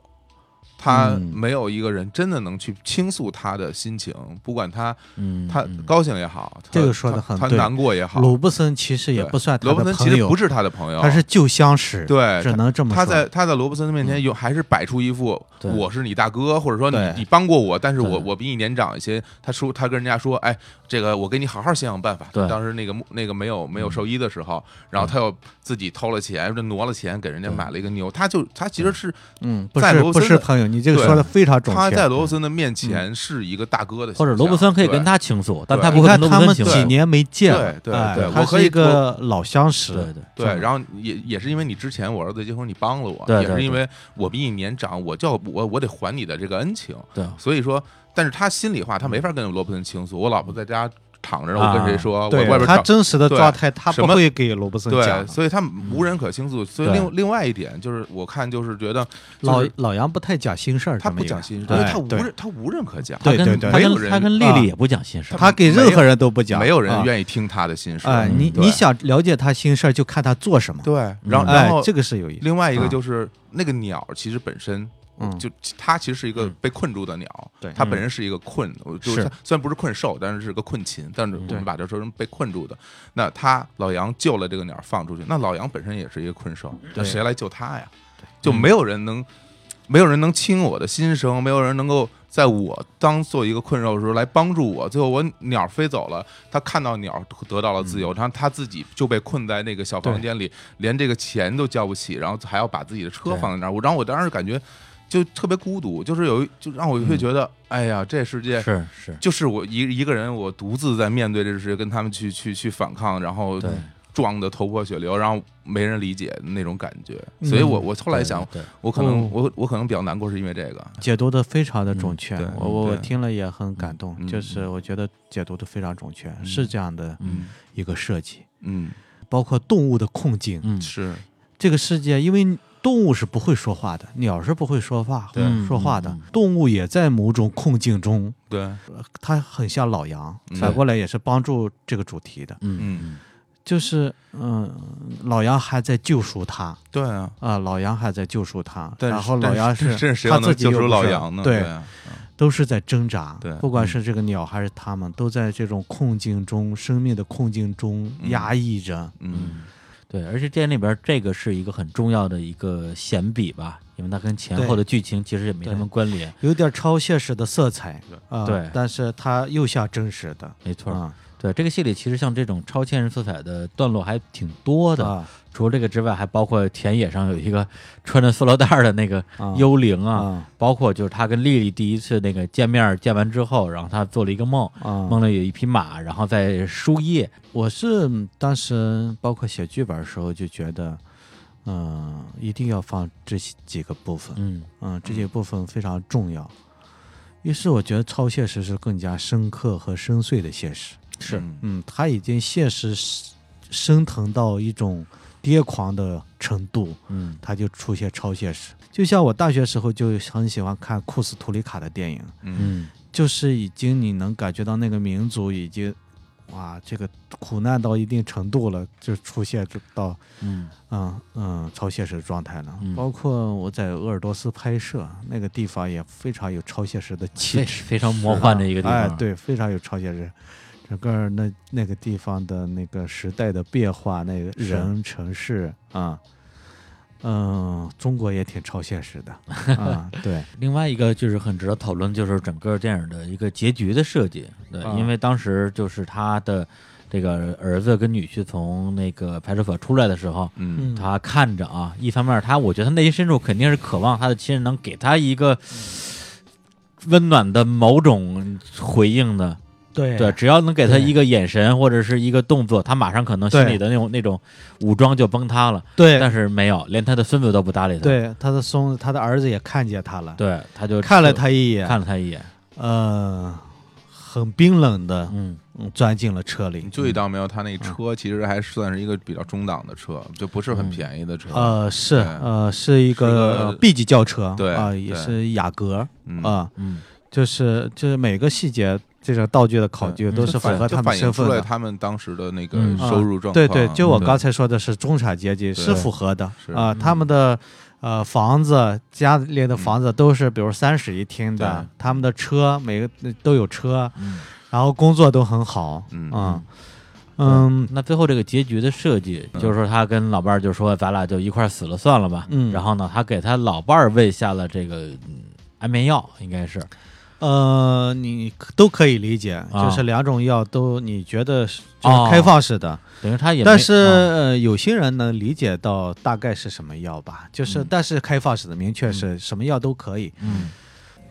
Speaker 2: 他
Speaker 3: 嗯
Speaker 2: 没有一个人真的能去倾诉他的心情，不管他
Speaker 1: 嗯，
Speaker 2: 他
Speaker 1: 嗯
Speaker 2: 高兴也好，他
Speaker 3: 这个说得
Speaker 2: 他
Speaker 3: 很
Speaker 2: 他
Speaker 3: 对
Speaker 2: 难过也好，
Speaker 3: 罗布森其实也
Speaker 2: 对
Speaker 3: 不算他
Speaker 2: 罗伯
Speaker 3: 的
Speaker 2: 森其
Speaker 3: 朋
Speaker 2: 实
Speaker 3: 友，
Speaker 2: 不是他的朋友，
Speaker 3: 他是旧相识，
Speaker 2: 对
Speaker 3: 只能这么说。
Speaker 2: 他在他在罗伯森的面前有还是摆出一副
Speaker 1: 嗯对
Speaker 2: 我是你大哥，或者说你
Speaker 3: 对
Speaker 2: 你帮过我，但是我
Speaker 1: 对
Speaker 2: 我比你年长一些。他说他跟人家说，哎，这个我给你好好想想办法。
Speaker 1: 对嗯
Speaker 2: 当时那个木那个没有没有兽医的时候，然后他又自己偷了钱，就挪了钱给人家
Speaker 1: 对
Speaker 2: 买了一个牛。他就他其实是
Speaker 3: 嗯，不
Speaker 2: 在
Speaker 3: 是
Speaker 2: 罗布
Speaker 3: 不
Speaker 2: 森
Speaker 3: 是
Speaker 2: 的
Speaker 3: 朋友，你这个
Speaker 2: 对
Speaker 3: 说的非常准
Speaker 2: 他
Speaker 3: 确。
Speaker 2: 在罗伯森的面前是一个大哥的形
Speaker 1: 嗯或者
Speaker 2: 象，
Speaker 1: 罗布森可以跟
Speaker 2: 对
Speaker 1: 他倾诉，但
Speaker 2: 对
Speaker 1: 他
Speaker 3: 你
Speaker 1: 不会
Speaker 3: 看
Speaker 1: 跟罗布
Speaker 3: 他
Speaker 1: 森
Speaker 3: 们
Speaker 1: 倾
Speaker 3: 几
Speaker 1: 诉。
Speaker 3: 年没见了，
Speaker 2: 对对
Speaker 3: 哎
Speaker 2: 对
Speaker 3: 他
Speaker 2: 我可
Speaker 3: 是
Speaker 2: 以
Speaker 3: 一个老相识，
Speaker 1: 对对，
Speaker 2: 对，然后也也是因为你之前我儿子结婚，你帮了我，
Speaker 1: 对
Speaker 2: 也
Speaker 1: 对
Speaker 2: 是因
Speaker 1: 对
Speaker 2: 为我比你年长，我就要我我得还你的这个恩情。
Speaker 1: 对
Speaker 2: 所以说，但是他心里话，他没法跟罗伯森倾诉。我老婆在家躺着，我跟谁说？我
Speaker 3: 啊对
Speaker 2: 外边
Speaker 3: 他
Speaker 2: 躺
Speaker 3: 真实的
Speaker 2: 对
Speaker 3: 状态，他
Speaker 2: 什
Speaker 3: 不
Speaker 2: 么
Speaker 3: 会给罗伯森讲
Speaker 2: 对，
Speaker 3: 的。
Speaker 2: 所以他无人可倾诉。所以另
Speaker 1: 对
Speaker 2: 另外一点就是，我看就是觉得
Speaker 3: 老
Speaker 2: 就是
Speaker 3: 老杨不太讲心事儿，
Speaker 2: 他
Speaker 3: 这么
Speaker 2: 不
Speaker 3: 一
Speaker 2: 讲
Speaker 3: 个
Speaker 2: 心事，因
Speaker 3: 哎
Speaker 2: 为他无
Speaker 3: 对
Speaker 2: 人他无人可讲，
Speaker 1: 他
Speaker 3: 对
Speaker 1: 跟
Speaker 3: 对
Speaker 1: 他
Speaker 2: 没有
Speaker 1: 跟
Speaker 2: 人
Speaker 1: 他跟丽
Speaker 3: 啊
Speaker 1: 丽也不讲心事儿，
Speaker 3: 他给任何人都不讲，
Speaker 2: 没有人
Speaker 3: 意。
Speaker 2: 愿意听他的心事。
Speaker 3: 哎，你
Speaker 2: 对
Speaker 3: 你想了解他心事儿，就看他做什么。
Speaker 2: 对，然后
Speaker 3: 哎
Speaker 2: 然后，
Speaker 3: 这个是有意思。
Speaker 2: 另外一个就是那个鸟，其实本身
Speaker 3: 嗯，
Speaker 2: 就它其实是一个
Speaker 1: 嗯
Speaker 2: 被困住的鸟，
Speaker 3: 对嗯
Speaker 2: 它本身是一个困，我就是它虽然不是困兽，但是是个困禽，但是我
Speaker 3: 对
Speaker 2: 们把它说成被困住的。那他老杨救了这个鸟放出去，那老杨本身也是一个困兽，那
Speaker 3: 对
Speaker 2: 谁来救他呀？
Speaker 1: 嗯
Speaker 2: 就没有人能，没有人能听我的心声，没有人能够在我当做一个困兽的时候来帮助我。最后我鸟飞走了，他看到鸟得到了自
Speaker 1: 嗯
Speaker 2: 由，然后他自己就被困在那个小房间里，连这个钱都交不起，然后还要把自己的车
Speaker 1: 对
Speaker 2: 放在那儿。我然后我当时感觉就特别孤独，就是有一就让我会觉得，哎呀，这世界
Speaker 1: 嗯是是，
Speaker 2: 就是我一一个人，我独自在面对这事，跟他们去去去反抗，然后
Speaker 1: 对，
Speaker 2: 撞得头破血流，然后没人理解那种感觉。所以我我后来想，
Speaker 1: 嗯对，
Speaker 2: 我可能
Speaker 3: 嗯
Speaker 2: 我我可能比较难过，是因为这个。
Speaker 3: 解读的非常的准确
Speaker 2: 嗯对，
Speaker 3: 我我我
Speaker 2: 对
Speaker 3: 听了也很感动，
Speaker 2: 嗯
Speaker 3: 就是我觉得解读的非常准确，是这样的
Speaker 1: 嗯
Speaker 3: 一个设计，
Speaker 2: 嗯，
Speaker 3: 包括动物的困境。
Speaker 1: 嗯
Speaker 2: 是
Speaker 3: 这个世界，因为动物是不会说话的，鸟是不会说话
Speaker 2: 对
Speaker 3: 说话的
Speaker 1: 嗯嗯，
Speaker 3: 动物也在某种困境中，
Speaker 2: 对，
Speaker 3: 它很像老杨
Speaker 2: 嗯，
Speaker 3: 反过来也是帮助这个主题的，
Speaker 2: 嗯，
Speaker 3: 就是嗯，老杨还在救赎他，
Speaker 2: 对啊。
Speaker 3: 啊，老杨还在救赎他，
Speaker 2: 但是
Speaker 3: 然后老杨
Speaker 2: 但是这谁
Speaker 3: 他
Speaker 2: 又
Speaker 3: 自
Speaker 2: 能
Speaker 3: 己又
Speaker 2: 救
Speaker 3: 不
Speaker 2: 出
Speaker 3: 是
Speaker 2: 老杨呢？
Speaker 3: 对，
Speaker 2: 啊，
Speaker 3: 都是在挣扎，
Speaker 2: 对嗯
Speaker 3: 不管是这个鸟还是他们，都在这种困境中，生命的困境中
Speaker 2: 嗯
Speaker 3: 压抑着。
Speaker 2: 嗯，
Speaker 1: 对，而且电影里边这个是一个很重要的一个显比吧，因为它跟前后的剧情其实也没什么关联。
Speaker 3: 有点超现实的色彩
Speaker 2: 对，
Speaker 3: 啊，
Speaker 1: 对
Speaker 3: 但是它又像真实的，
Speaker 1: 没错，
Speaker 3: 啊，
Speaker 1: 对这个戏里其实像这种超现实色彩的段落还挺多的。
Speaker 3: 啊
Speaker 1: 除了这个之外，还包括田野上有一个穿着塑料袋儿的那个
Speaker 3: 啊
Speaker 1: 幽灵啊，
Speaker 3: 啊
Speaker 1: 包括就是他跟丽丽第一次那个见面儿见完之后，然后他做了一个梦，
Speaker 3: 啊！
Speaker 1: 梦里有一匹马，然后在输液，
Speaker 3: 我是嗯当时包括写剧本的时候就觉得，嗯，一定要放这些几个部分，
Speaker 1: 嗯
Speaker 3: 嗯，这些部分非常重要。于是我觉得超现实是更加深刻和深邃的现实，
Speaker 1: 是
Speaker 2: 嗯
Speaker 3: 嗯，它已经现实是升腾到一种癫狂的程度，
Speaker 1: 嗯
Speaker 3: 它就出现超现实。就像我大学时候就很喜欢看库斯图里卡的电影，
Speaker 2: 嗯
Speaker 1: 嗯
Speaker 3: 就是已经你能感觉到那个民族已经，哇，这个苦难到一定程度了，就出现到
Speaker 1: 嗯
Speaker 3: 嗯嗯超现实状态了。
Speaker 1: 嗯
Speaker 3: 包括我在鄂尔多斯拍摄，那个地方也非常有超现实的气
Speaker 1: 非
Speaker 3: 质，
Speaker 1: 非常魔幻的一个地方，啊
Speaker 3: 哎，对，非常有超现实。整个儿那那个地方的那个时代的变化，那个
Speaker 1: 是
Speaker 3: 人城市啊，嗯、中国也挺超现实
Speaker 1: [LAUGHS]
Speaker 3: 的啊，对，
Speaker 1: 另外一个就是很值得讨论，就是整个电影的一个结局的设计。对，
Speaker 3: 啊
Speaker 1: 因为当时就是他的这个儿子跟女婿从那个派出所出来的时候，
Speaker 2: 嗯
Speaker 1: 他看着啊，一方面他我觉得他内心深处肯定是渴望他的亲人能给他一个温暖的某种回应的。
Speaker 3: 对
Speaker 1: 对，只要能给他一个眼神或者是一个动作，他马上可能心里的那种那种武装就崩塌了。
Speaker 3: 对
Speaker 1: 但是没有，连他的孙子都不搭理他。
Speaker 3: 对，他的孙子，他的儿子也看见他了，
Speaker 1: 对，他就
Speaker 3: 看了他一眼，啊
Speaker 1: 看了他一眼，
Speaker 3: 呃，很冰冷的
Speaker 1: 嗯。
Speaker 3: 嗯钻进了车里
Speaker 2: 你，注意到没有？他那
Speaker 3: 嗯
Speaker 2: 车其实还算是一个比较中档的车，就不是很
Speaker 1: 嗯
Speaker 2: 便宜的车。
Speaker 3: 呃，是
Speaker 2: 对
Speaker 3: 呃是一
Speaker 2: 个
Speaker 3: 个 B 级轿车，
Speaker 2: 对
Speaker 3: 啊，也
Speaker 2: 对
Speaker 3: 是雅阁
Speaker 2: 嗯
Speaker 3: 啊，
Speaker 1: 嗯
Speaker 3: 就是就是每个细节这种道具的考
Speaker 2: 对
Speaker 3: 据都
Speaker 1: 嗯
Speaker 3: 是符
Speaker 2: 反
Speaker 3: 合
Speaker 2: 就
Speaker 3: 他们
Speaker 2: 反映
Speaker 3: 身
Speaker 2: 出
Speaker 3: 份
Speaker 2: 来
Speaker 3: 的。
Speaker 2: 他们当时的那个
Speaker 1: 嗯
Speaker 2: 收入状况。
Speaker 3: 对对，就我
Speaker 2: 嗯
Speaker 3: 刚才说的是中产阶级是
Speaker 2: 对
Speaker 3: 符合的
Speaker 2: 是
Speaker 3: 啊，
Speaker 1: 嗯
Speaker 3: 他们的呃房子家里的房子都是比如三室一厅的
Speaker 2: 嗯对，
Speaker 3: 他们的车每个都有车，
Speaker 1: 嗯
Speaker 3: 然后工作都很好，
Speaker 2: 嗯
Speaker 3: 啊嗯
Speaker 1: 那最后这个结局的设计，就是说他跟老伴儿就说：“咱俩就一块儿死了算了吧。”
Speaker 3: 嗯
Speaker 1: 然后呢，他给他老伴儿喂下了这个嗯安眠药，应该是
Speaker 3: 呃，你可都可以理解，
Speaker 1: 啊
Speaker 3: 就是两种药都你觉得是就是
Speaker 1: 哦
Speaker 3: 开放式的，
Speaker 1: 等于他也没
Speaker 3: 但是
Speaker 1: 啊
Speaker 3: 呃，有些人能理解到大概是什么药吧，就是但是开放式的，明确是什么药都可以。
Speaker 1: 嗯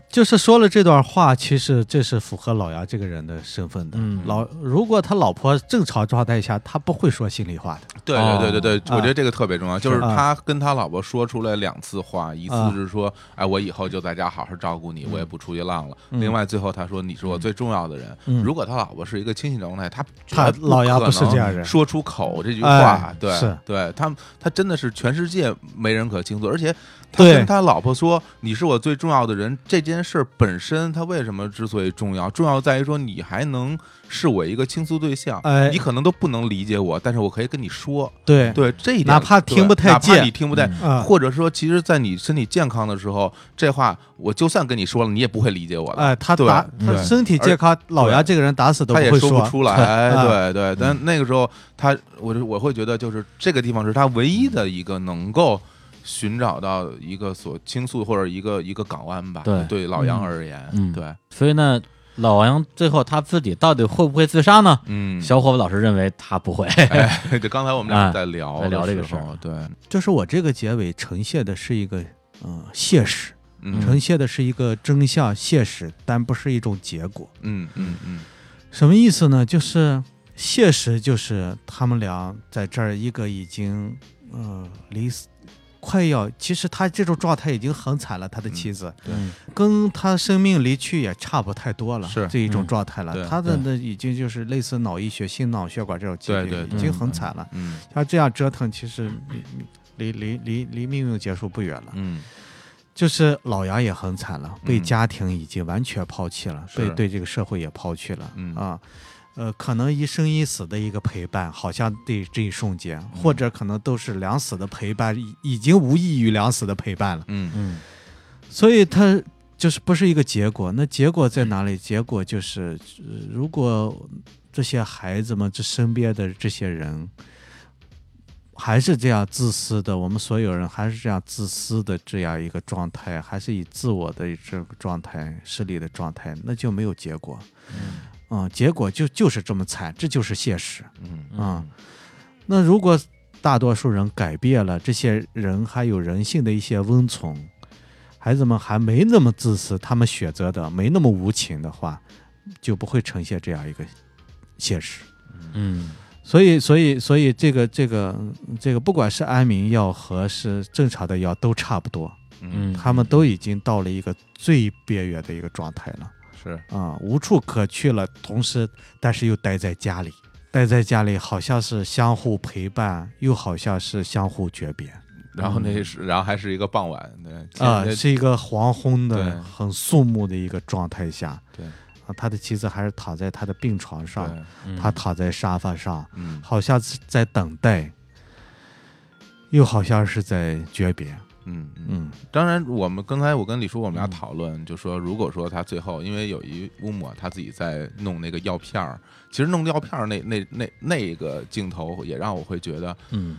Speaker 3: 就是说了这段话，其实这是符合老杨这个人的身份的。
Speaker 1: 嗯
Speaker 3: 老如果他老婆正常状态下，他不会说心里话的。
Speaker 2: 对
Speaker 1: 哦
Speaker 2: 对对对对，
Speaker 3: 啊
Speaker 2: 我觉得这个特别重要，就是
Speaker 3: 是啊
Speaker 2: 他跟他老婆说出来两次话，一
Speaker 3: 啊
Speaker 2: 次是说，哎，我以后就在家好好照顾你，我也不出去浪了。
Speaker 3: 嗯
Speaker 2: 另外最后他说，你是我最重要的人。
Speaker 3: 嗯
Speaker 2: 如果他老婆是一个清醒状态，他
Speaker 3: 他
Speaker 2: 绝
Speaker 3: 老杨
Speaker 2: 可
Speaker 3: 不是
Speaker 2: 能
Speaker 3: 这样人
Speaker 2: 说出口这句话
Speaker 3: 哎，
Speaker 2: 对
Speaker 3: 是
Speaker 2: 对，他他真的是全世界没人可倾诉，而且他
Speaker 3: 对
Speaker 2: 跟他老婆说你是我最重要的人这件事儿本身，他为什么之所以重要，重要在于说你还能是我一个倾诉对象
Speaker 3: 哎，
Speaker 2: 你可能都不能理解我，但是我可以跟你说。
Speaker 3: 对
Speaker 2: 对这一点，
Speaker 3: 哪怕听不
Speaker 2: 对
Speaker 3: 太
Speaker 2: 哪怕
Speaker 3: 见
Speaker 2: 你听不太，
Speaker 1: 哎嗯
Speaker 3: 啊，
Speaker 2: 或者说，其实，在你身体健康的时候，这话我就算跟你说了，你也不会理解我的。
Speaker 3: 哎，他
Speaker 2: 对
Speaker 3: 打
Speaker 1: 嗯
Speaker 3: 他身体
Speaker 2: 而
Speaker 3: 健康，老杨这个人打死都不
Speaker 2: 他也
Speaker 3: 会
Speaker 2: 不出来，
Speaker 3: [LAUGHS] 啊
Speaker 2: 对对，但那个时候他，我就我会觉得，就是这个地方是他唯一的一个能够寻找到一个所倾诉或者一个一个港湾吧。
Speaker 1: 对
Speaker 2: 对，老杨而言，
Speaker 1: 嗯
Speaker 2: 对，
Speaker 1: 所以呢，老王最后他自己到底会不会自杀呢？
Speaker 2: 嗯， [LAUGHS]
Speaker 1: 小伙子老师认为他不会。
Speaker 2: 哎，就刚才我们俩
Speaker 1: 啊
Speaker 2: 在聊
Speaker 1: 在聊
Speaker 2: 的
Speaker 1: 这个
Speaker 2: 时
Speaker 1: 事儿
Speaker 2: 候对，嗯
Speaker 3: 就是我这个结尾呈现的是一个嗯现实，
Speaker 2: 嗯
Speaker 3: 呈现的是一个真相现实，但不是一种结果。
Speaker 2: 嗯嗯嗯，
Speaker 3: 什么意思呢？就是现实就是他们俩在这儿，一个已经呃离死快要，其实他这种状态已经很惨了，他的妻子、
Speaker 1: 嗯
Speaker 3: 跟他生命离去也差不太多了，
Speaker 2: 是
Speaker 3: 这一种
Speaker 1: 嗯
Speaker 3: 状态了。
Speaker 2: 对
Speaker 3: 他的
Speaker 1: 对
Speaker 3: 那已经就是类似脑溢血、心脑血管这种疾
Speaker 2: 对
Speaker 3: 病，
Speaker 2: 对
Speaker 3: 已
Speaker 2: 对
Speaker 3: 经很惨了。
Speaker 2: 嗯
Speaker 3: 像这样折腾，其实离离离离离命运结束不远了。
Speaker 2: 嗯
Speaker 3: 就是老杨也很惨了，被
Speaker 2: 嗯
Speaker 3: 家庭已经完全抛弃了，
Speaker 2: 是
Speaker 3: 被对这个社会也抛弃了，
Speaker 2: 嗯
Speaker 3: 啊，呃，可能一生一死的一个陪伴，好像对这一瞬间，
Speaker 2: 嗯
Speaker 3: 或者可能都是两死的陪伴，已已经无异于两死的陪伴了，
Speaker 2: 嗯
Speaker 1: 嗯
Speaker 3: 所以他就是不是一个结果。那结果在哪里？结果就是，呃如果这些孩子们，这身边的这些人。还是这样自私的，我们所有人还是这样自私的这样一个状态，还是以自我的这个状态、势力的状态，那就没有结果。嗯，结果就就是这么惨，这就是现实。
Speaker 2: 嗯
Speaker 3: 啊、那如果大多数人改变了，这些人还有人性的一些温存，孩子们还没那么自私，他们选择的没那么无情的话，就不会呈现这样一个现实。
Speaker 1: 嗯
Speaker 3: 所以，所以，所以这个这个这个，不管是安眠药和是正常的药，都差不多，
Speaker 1: 嗯，
Speaker 3: 他们都已经到了一个最边缘的一个状态了。
Speaker 2: 是
Speaker 3: 啊、无处可去了，同时但是又待在家里，待在家里好像是相互陪伴，又好像是相互诀别
Speaker 2: 然后那是，然后还是一个傍晚，对
Speaker 3: 啊、
Speaker 2: 前
Speaker 3: 是一个黄昏
Speaker 2: 对
Speaker 3: 的、很肃穆的一个状态下。
Speaker 2: 对
Speaker 3: 啊、他的妻子还是躺在他的病床上，
Speaker 2: 对
Speaker 1: 嗯
Speaker 3: 他躺在沙发上，
Speaker 2: 嗯
Speaker 3: 好像是在等待，又好像是在诀别。
Speaker 2: 嗯嗯。
Speaker 3: 嗯
Speaker 2: 当然，我们刚才我跟李叔我们俩
Speaker 3: 嗯
Speaker 2: 讨论，就说如果说他最后，因为有一乌姆啊他自己在弄那个药片儿，其实弄药片儿那那那那个镜头也让我会觉得，
Speaker 1: 嗯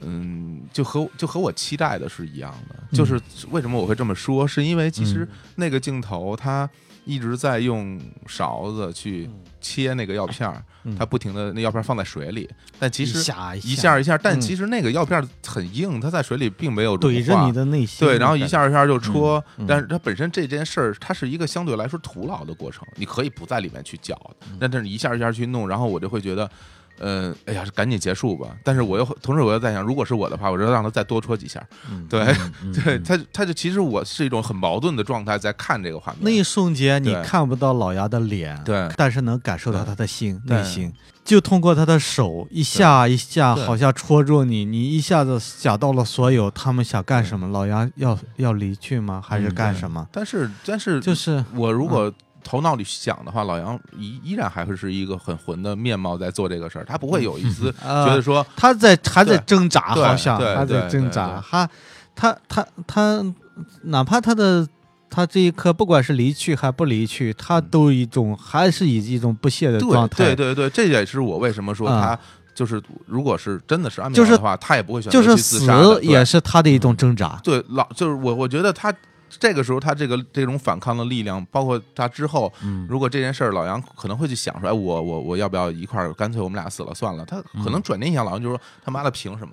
Speaker 2: 嗯，就和就和我期待的是一样的。
Speaker 5: 嗯
Speaker 2: 就是为什么我会这么说，是因为其实那个镜头他一直在用勺子去
Speaker 5: 嗯
Speaker 2: 切那个药片儿，
Speaker 3: 嗯
Speaker 2: 他不停的那药片儿放在水里，但其实
Speaker 5: 下
Speaker 2: 一下一下，但
Speaker 5: 嗯
Speaker 2: 其实那个药片儿很硬，它在水里并没有
Speaker 5: 怼
Speaker 2: 融
Speaker 5: 着
Speaker 2: 化
Speaker 5: 你的内心，
Speaker 2: 对，然后一下一下就戳，
Speaker 3: 嗯嗯
Speaker 2: 但是它本身这件事儿，它是一个相对来说徒劳的过程，你可以不在里面去搅，
Speaker 3: 嗯
Speaker 2: 但是你一下一下去弄，然后我就会觉得。呃，哎呀，赶紧结束吧！但是我又同时我又在想，如果是我的话，我就让他再多戳几下。
Speaker 3: 嗯
Speaker 2: 对，
Speaker 3: [LAUGHS]
Speaker 1: 嗯
Speaker 2: 对，他他就其实我是一种很矛盾的状态在看这个画面。
Speaker 3: 那一瞬间你
Speaker 2: 对
Speaker 3: 看不到老杨的脸，
Speaker 2: 对
Speaker 3: 但是能感受到
Speaker 2: 对
Speaker 3: 他的心
Speaker 2: 对
Speaker 3: 内心，就通过他的手一下一下，
Speaker 2: 对
Speaker 3: 好像戳中你，你一下子想到了所有他们想干什么，老杨要要离去吗？还是
Speaker 1: 嗯
Speaker 3: 干
Speaker 2: 对
Speaker 3: 什么？
Speaker 2: 但是但是
Speaker 3: 就是嗯
Speaker 2: 我如果头脑里想的话，老杨依依然还会是一个很混的面貌在做这个事儿，他不会有一
Speaker 3: [LAUGHS]
Speaker 2: 丝
Speaker 3: 呃，
Speaker 2: 觉得说
Speaker 3: 他在还在
Speaker 2: 对
Speaker 3: 挣扎，
Speaker 2: 对
Speaker 3: 好像
Speaker 2: 对
Speaker 3: 他在
Speaker 2: 对
Speaker 3: 挣
Speaker 2: 对
Speaker 3: 扎，
Speaker 2: 对
Speaker 3: 他他他他，哪怕他的他这一刻，不管是离去还不离去，他
Speaker 2: 嗯
Speaker 3: 都一种还是以一种不懈的状态，
Speaker 2: 对对对对，这也是我为什么说
Speaker 3: 啊
Speaker 2: 他就是，如果是真的是安
Speaker 3: 就
Speaker 2: 眠
Speaker 3: 是
Speaker 2: 药的话，他也不会选择
Speaker 3: 就是
Speaker 2: 去自
Speaker 3: 死
Speaker 2: 杀的。对
Speaker 3: 也是他的一种挣扎。
Speaker 2: 对老就是我，我觉得他这个时候他这个这种反抗的力量，包括他之后，
Speaker 1: 嗯
Speaker 2: 如果这件事儿老杨可能会去想说，哎，我我我要不要一块儿，干脆我们俩死了算了。他可能转念一想，老杨就说他妈的凭什么？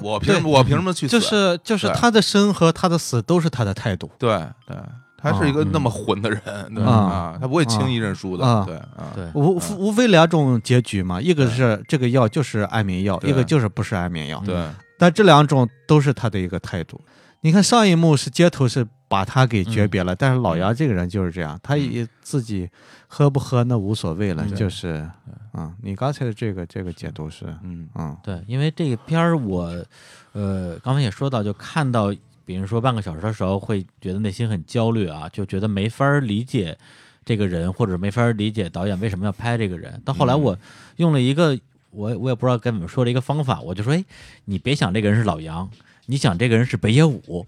Speaker 2: 我凭
Speaker 3: 嗯对
Speaker 2: 我凭什么去死？
Speaker 3: 就是就是
Speaker 2: 对
Speaker 3: 他的生和他的死都是他的态度。
Speaker 2: 对对，他是一个
Speaker 1: 嗯
Speaker 2: 那么混的人，对
Speaker 1: 啊
Speaker 2: 啊，他不会轻易认输的，
Speaker 3: 啊
Speaker 2: 对啊，
Speaker 1: 对
Speaker 3: 无
Speaker 2: 嗯
Speaker 3: 无非两种结局嘛，一个是这个药就是安眠药，
Speaker 2: 对
Speaker 3: 一个就是不是安眠药。
Speaker 2: 对
Speaker 3: 但这两种都是他的一个态度。你看上一幕是街头是把他给诀
Speaker 1: 嗯
Speaker 3: 别了，但是老杨这个人就是这样，他也自己喝不喝那无所谓了，
Speaker 2: 嗯
Speaker 3: 就是嗯，你刚才的这个这个解读是
Speaker 2: 嗯
Speaker 3: 嗯
Speaker 1: 对，因为这个片儿我，呃，刚才也说到，就看到，比如说半个小时的时候，会觉得内心很焦虑啊，就觉得没法儿理解这个人，或者没法儿理解导演为什么要拍这个人。到后来，我用了一个我我也不知道该怎么说的一个方法，我就说，哎，你别想这个人是老杨。你想这个人是北野武，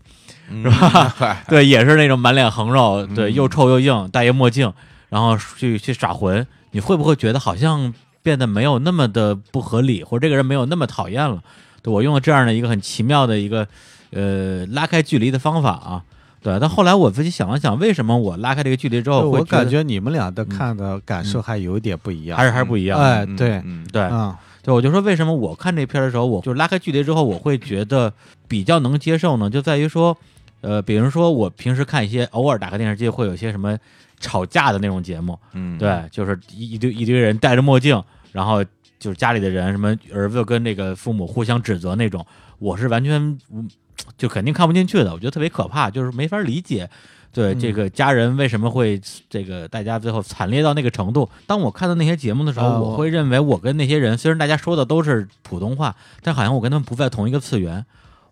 Speaker 3: [LAUGHS]
Speaker 2: 是吧？ [LAUGHS] 嗨
Speaker 1: 对，也是那种满脸横肉，对，
Speaker 2: 嗯
Speaker 1: 又臭又硬，戴一墨镜，然后去去耍混，你会不会觉得好像变得没有那么的不合理，或者这个人没有那么讨厌了？对我用了这样的一个很奇妙的一个呃拉开距离的方法啊，对，但后来我自己想了想，为什么我拉开这个距离之后，
Speaker 3: 我
Speaker 1: 会
Speaker 3: 感
Speaker 1: 觉
Speaker 3: 觉你们俩的看的感受还有一点不一
Speaker 1: 得
Speaker 3: 样，
Speaker 1: 还是还是不一样，
Speaker 3: 哎
Speaker 2: 嗯
Speaker 3: 对
Speaker 2: 嗯
Speaker 1: 对，
Speaker 3: 嗯
Speaker 1: 对，我就说为什么我看这片儿的时候，我就拉开距离之后，我会觉得比较能接受呢？就在于说，呃，比如说我平时看一些，偶尔打开电视机会有一些什么吵架的那种节目，
Speaker 2: 嗯，
Speaker 1: 对，就是一一堆一堆人戴着墨镜，然后就是家里的人什么儿子跟这个父母互相指责那种，我是完全嗯就肯定看不进去的，我觉得特别可怕，就是没法理解。对
Speaker 3: 嗯
Speaker 1: 这个家人为什么会这个大家最后惨烈到那个程度？当我看到那些节目的时候，
Speaker 2: 哦
Speaker 3: 啊
Speaker 1: 我
Speaker 3: 我
Speaker 1: 会认为我跟那些人虽然大家说的都是普通话，但好像我跟他们不在同一个次元，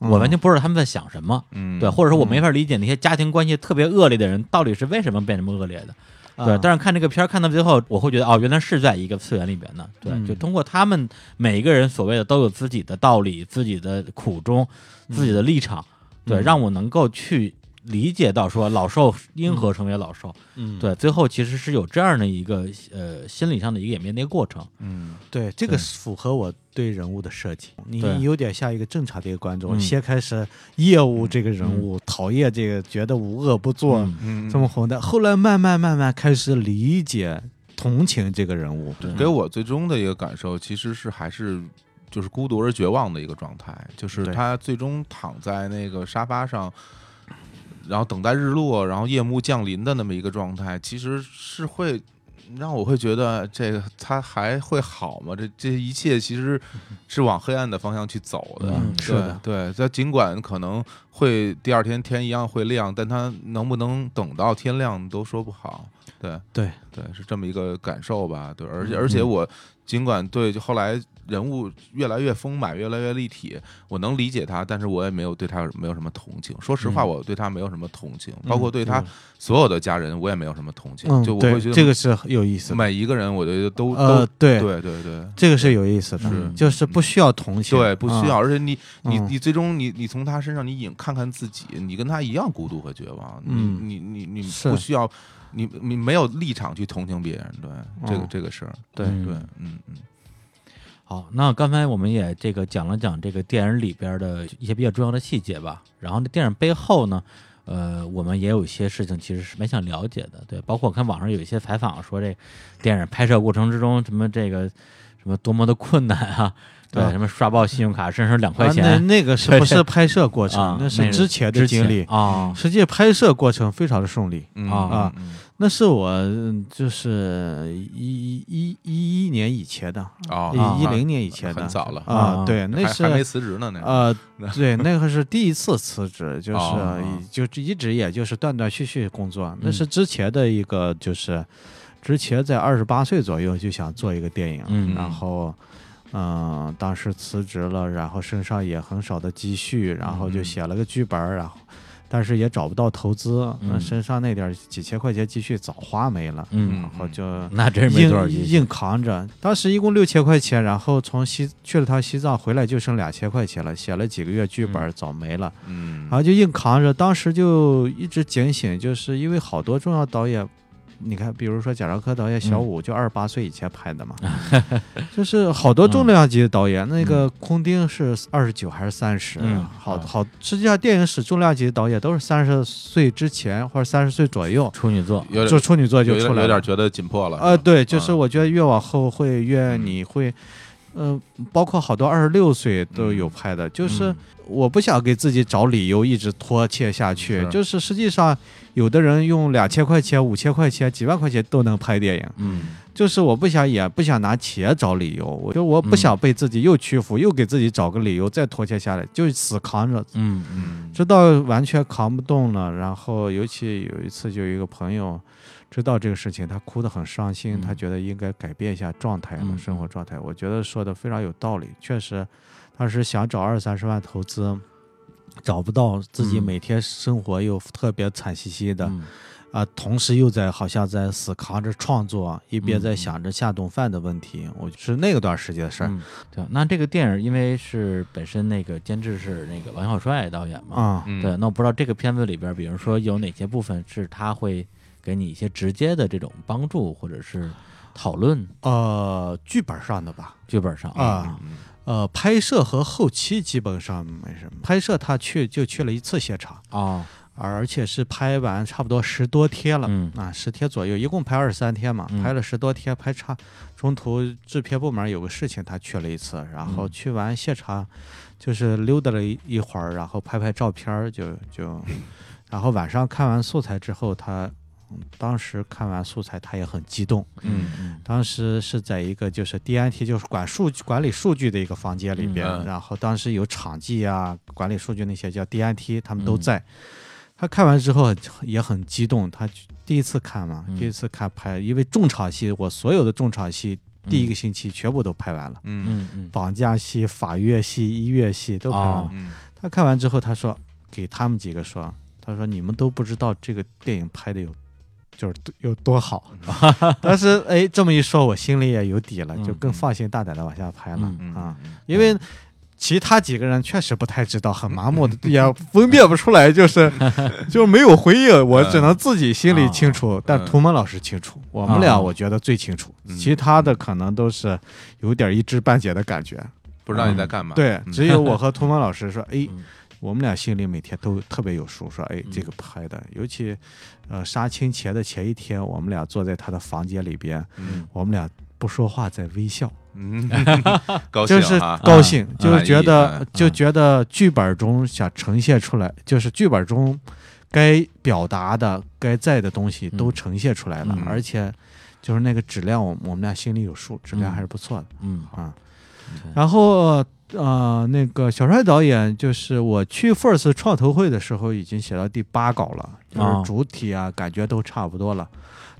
Speaker 1: 我完全不知道他们在想什么。
Speaker 2: 嗯，
Speaker 1: 对，或者说我没法理解那些家庭关系特别恶劣的人到底是为什么变这么恶劣的。
Speaker 3: 啊
Speaker 1: 对，
Speaker 3: 嗯
Speaker 1: 但是看这个片儿看到最后，我会觉得哦，原来是在一个次元里边呢。对，
Speaker 3: 嗯
Speaker 1: 就通过他们每一个人所谓的都有自己的道理、自己的苦衷、自己的立场，对，
Speaker 3: 嗯
Speaker 1: 让我能够去理解到说老兽因何成为老兽，
Speaker 3: 嗯，
Speaker 1: 对，最后其实是有这样的一个呃心理上的一个演变的一个过程，
Speaker 2: 嗯，
Speaker 3: 对，这个
Speaker 1: 对
Speaker 3: 是符合我对人物的设计。你
Speaker 1: 对
Speaker 3: 你有点像一个正常的一个观众，
Speaker 1: 嗯
Speaker 3: [LAUGHS] 先开始厌恶这个人物，讨厌这个，觉得无恶不作、
Speaker 1: 嗯
Speaker 2: 嗯
Speaker 3: 这么红的，后来慢慢慢慢开始理解、同情这个人物。
Speaker 1: 对
Speaker 2: 给我最终的一个感受，其实是还是就是孤独而绝望的一个状态，就是
Speaker 3: 对
Speaker 2: 他最终躺在那个沙发上，然后等待日落，然后夜幕降临的那么一个状态，其实是会。让我会觉得这个他还会好吗？这这一切其实是往黑暗的方向去走的。
Speaker 1: 嗯
Speaker 2: 对
Speaker 3: 是的
Speaker 2: 对。他尽管可能会第二天天一样会亮，但他能不能等到天亮都说不好。对，
Speaker 3: 对
Speaker 2: 对，是这么一个感受吧？对，
Speaker 3: 嗯
Speaker 2: 而且而且我尽管对就后来人物越来越丰满，越来越立体，我能理解他，但是我也没有对他有没有什么同情。说实话，
Speaker 1: 嗯
Speaker 2: 我对他没有什么同情，
Speaker 3: 嗯
Speaker 2: 包括对他所有的家人，我也没有什么同情。
Speaker 3: 嗯，
Speaker 2: 就我
Speaker 3: 对
Speaker 2: 会觉得
Speaker 3: 这个是有意思的。
Speaker 2: 每一个人，我觉得都、
Speaker 3: 呃，
Speaker 2: 都
Speaker 3: 对，
Speaker 2: 对对对。
Speaker 3: 这个是有意思的，
Speaker 2: 是
Speaker 3: 就是不需要同情，
Speaker 2: 对，不需要，
Speaker 3: 嗯
Speaker 2: 而且你你
Speaker 3: 嗯
Speaker 2: 你最终你你从他身上你引看看自己，你跟他一样孤独和绝望，你
Speaker 1: 嗯
Speaker 2: 你你你
Speaker 3: 是
Speaker 2: 不需要，你你没有立场去同情别人，对这个
Speaker 3: 嗯
Speaker 2: 这个事儿，
Speaker 3: 对
Speaker 1: 嗯
Speaker 2: 对，嗯嗯。
Speaker 1: 好，那刚才我们也这个讲了讲这个电影里边的一些比较重要的细节吧。然后这电影背后呢，呃，我们也有一些事情其实是蛮想了解的，对。包括我看网上有一些采访说，这电影拍摄过程之中什么这个什么多么的困难啊，对，
Speaker 3: 啊
Speaker 1: 什么刷爆信用卡身上两块
Speaker 3: 啊
Speaker 1: 钱
Speaker 3: 那那个是
Speaker 1: 对
Speaker 3: 不是拍摄过程
Speaker 1: 啊？
Speaker 3: 那是
Speaker 1: 那是
Speaker 3: 之前的
Speaker 1: 之前
Speaker 3: 经历。
Speaker 1: 啊，
Speaker 3: 实际拍摄过程非常的顺利，
Speaker 2: 嗯
Speaker 1: 啊，
Speaker 2: 嗯
Speaker 3: 那是我嗯就是一一一一年以前的，
Speaker 2: 嗯哦
Speaker 1: 啊
Speaker 3: 一零年以前的
Speaker 2: 很早了
Speaker 1: 啊
Speaker 3: 啊，对，那
Speaker 2: 还
Speaker 3: 是
Speaker 2: 还没辞职呢，那
Speaker 1: [LAUGHS]
Speaker 2: 个
Speaker 3: 呃，对，那个是第一次辞职，就是
Speaker 2: 哦
Speaker 3: 以就一直也就是断断续续工作，那
Speaker 1: 嗯
Speaker 3: 是之前的一个就是之前在二十八岁左右就想做一个电影，
Speaker 1: 嗯
Speaker 3: 然后。嗯，当时辞职了，然后身上也很少的积蓄，然后就
Speaker 2: 嗯
Speaker 3: 写了个剧本儿，然后但是也找不到投资，那
Speaker 1: 嗯
Speaker 3: 身上那点儿几千块钱积蓄早花没了，
Speaker 1: 嗯，
Speaker 3: 然后就
Speaker 1: 那真是没多少
Speaker 3: 硬
Speaker 1: 积蓄
Speaker 3: 硬扛着，当时一共六千块钱，然后从西去了趟西藏，回来就剩两千块钱了，写了几个月剧本，早没了，
Speaker 2: 嗯
Speaker 3: 然后就硬扛着。当时就一直警醒，就是因为好多重要导演，你看，比如说贾樟柯导演小
Speaker 2: 嗯
Speaker 3: 五，就二十八岁以前
Speaker 2: [LAUGHS]
Speaker 3: 拍的嘛，就是好多
Speaker 2: 嗯
Speaker 3: 重量级的导演，那个昆汀是二十九还是三十、
Speaker 1: 嗯
Speaker 3: 好
Speaker 1: 啊
Speaker 3: 好，实际上电影史重量级的导演都是三十岁之前或者三十岁左右，
Speaker 1: 处女座，
Speaker 2: 有
Speaker 3: 就
Speaker 2: 点
Speaker 3: 处女座就
Speaker 2: 有
Speaker 3: 出
Speaker 2: 点
Speaker 3: 来
Speaker 2: 有
Speaker 3: 了
Speaker 2: 点。觉得紧迫了
Speaker 3: 呃，对，就是
Speaker 2: 嗯
Speaker 3: 我觉得越往后会越
Speaker 2: 嗯
Speaker 3: 你会，嗯、包括好多二十六岁都有拍的，
Speaker 2: 嗯
Speaker 3: 就是我不想给自己找理由一直拖欠下去，
Speaker 2: 是
Speaker 3: 就是实际上有的人用两千块钱、五千块钱、几万块钱都能拍电影，
Speaker 1: 嗯
Speaker 3: 就是我不想也不想拿钱找理由，我就
Speaker 2: 嗯
Speaker 3: 我不想被自己又屈服，又给自己找个理由再拖欠下来，就死扛着，
Speaker 1: 嗯嗯
Speaker 2: 嗯
Speaker 3: 直到完全扛不动了，然后尤其有一次，就有一个朋友知道这个事情，他哭得很伤心，
Speaker 1: 嗯
Speaker 3: 他觉得应该改变一下状态了，
Speaker 1: 嗯
Speaker 3: 生活状态。我觉得说的非常有道理，确实，当时想找二三十万投资，找不到，自己
Speaker 1: 嗯
Speaker 3: 每天生活又特别惨兮兮的，啊、
Speaker 1: 嗯
Speaker 3: 同时又在好像在死扛着创作，一边在
Speaker 1: 嗯
Speaker 3: 想着下顿饭的问题。我是那个段时间的事儿。
Speaker 1: 嗯对，那这个电影因为是本身那个监制是那个王小帅导演嘛，
Speaker 3: 啊、
Speaker 2: 嗯
Speaker 1: 对，那我不知道这个片子里边，比如说有哪些部分是他会给你一些直接的这种帮助，或者是讨论
Speaker 3: 呃，剧本上的吧，
Speaker 1: 剧本上
Speaker 3: 啊
Speaker 2: 嗯
Speaker 3: 呃，拍摄和后期基本上没什么。拍摄他去就去了一次现场，
Speaker 1: 哦，
Speaker 3: 而且是拍完差不多十多天了，
Speaker 1: 嗯
Speaker 3: 啊，十天左右，一共拍二十三天嘛，
Speaker 1: 嗯
Speaker 3: 拍了十多天，拍差，中途制片部门有个事情他去了一次，然后
Speaker 1: 嗯
Speaker 3: 去完现场，就是溜达了一一会儿，然后拍拍照片儿就就，然后晚上看完素材之后，他嗯当时看完素材他也很激动，
Speaker 1: 嗯嗯
Speaker 3: 当时是在一个就是 DNT，就是管数据管理数据的一个房间里边，
Speaker 2: 嗯
Speaker 3: 然后当时有场记啊、管理数据那些叫 DNT，他们都
Speaker 1: 嗯
Speaker 3: 在。他看完之后也很激动，他第一次看嘛，
Speaker 1: 嗯
Speaker 3: 第一次看拍，因为重场戏，我所有的重场戏第一个星期全部都拍完了，
Speaker 2: 嗯
Speaker 1: 嗯嗯
Speaker 3: 绑架戏、法乐戏、医乐戏都拍完了。
Speaker 1: 哦
Speaker 2: 嗯
Speaker 3: 他看完之后，他说给他们几个说，他说你们都不知道这个电影拍的有就是有多好。 [LAUGHS] 当时哎这么一说，我心里也有底了，
Speaker 1: 嗯
Speaker 3: 就更放心大胆的往下拍了、
Speaker 1: 嗯
Speaker 2: 嗯
Speaker 3: 啊。
Speaker 2: 嗯
Speaker 3: 因为其他几个人确实不太知道，很麻木的，也分辨不出来，就是就没有回应，我只能自己心里清楚，但图蒙老师清楚，我们俩我觉得最清楚，
Speaker 2: 嗯
Speaker 3: 其他的可能都是有点一知半解的感觉。
Speaker 2: 不知道你在干嘛。
Speaker 3: 对，
Speaker 2: 嗯
Speaker 3: 只有我和图蒙老师说，哎
Speaker 1: 嗯，
Speaker 3: 我们俩心里每天都特别有数，说，哎
Speaker 1: 嗯，
Speaker 3: 这个拍的，尤其呃杀青前的前一天，我们俩坐在他的房间里边，
Speaker 2: [LAUGHS] 嗯
Speaker 3: 我们俩不说话，在微笑。
Speaker 2: 嗯，高兴
Speaker 3: 就是
Speaker 2: 啊，
Speaker 3: 高兴，就是
Speaker 2: 满
Speaker 3: 觉
Speaker 2: 意
Speaker 3: 得
Speaker 2: 哎
Speaker 3: 就觉得剧本中想呈现出来，就是剧本中该表达的、该在的东西都
Speaker 1: 嗯
Speaker 3: 呈现出来了，
Speaker 2: 嗯
Speaker 3: 而且就是那个质量，我我们俩心里有数，质量
Speaker 1: 嗯
Speaker 3: 还是不错的
Speaker 1: 嗯
Speaker 3: 啊
Speaker 1: 对。
Speaker 3: 然后呃，那个小帅导演，就是我去 First 创投会的时候，已经写到第八稿了，就
Speaker 1: 哦
Speaker 3: 是主体啊，感觉都差不多了。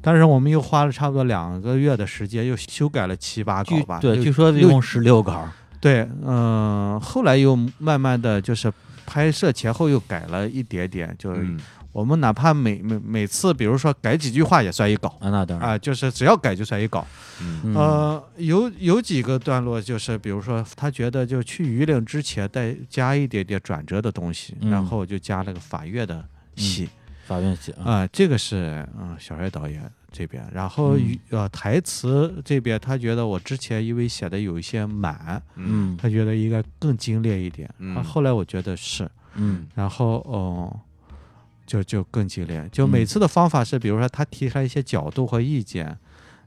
Speaker 3: 但是我们又花了差不多两个月的时间，又修改了七八稿
Speaker 1: 据
Speaker 3: 吧。
Speaker 1: 对，
Speaker 3: 又
Speaker 1: 据说一
Speaker 3: 六
Speaker 1: 共十六稿，
Speaker 3: 对，嗯、后来又慢慢的就是拍摄前后又改了一点点，就是
Speaker 2: 嗯
Speaker 3: 我们哪怕每每每次，比如说改几句话也算一稿
Speaker 1: 啊，那当
Speaker 3: 啊、
Speaker 1: 然，
Speaker 3: 就是只要改就算一稿。
Speaker 2: 嗯
Speaker 1: 嗯
Speaker 3: 呃，有有几个段落就是，比如说他觉得就去榆岭之前再加一点点转折的东西，
Speaker 1: 嗯
Speaker 3: 然后就加了个法乐的戏
Speaker 1: 法院写
Speaker 3: 啊、
Speaker 1: 啊，
Speaker 3: 这个是嗯、小帅导演。这边，然后
Speaker 1: 嗯
Speaker 3: 呃台词这边，他觉得我之前因为写的有一些满，
Speaker 2: 嗯
Speaker 1: 嗯
Speaker 3: 他觉得应该更精炼一点。
Speaker 2: 嗯
Speaker 3: 啊后来我觉得是，
Speaker 1: 嗯
Speaker 3: 然后哦、就就更精炼。就
Speaker 1: 嗯
Speaker 3: 每次的方法是，比如说他提出来一些角度和意见，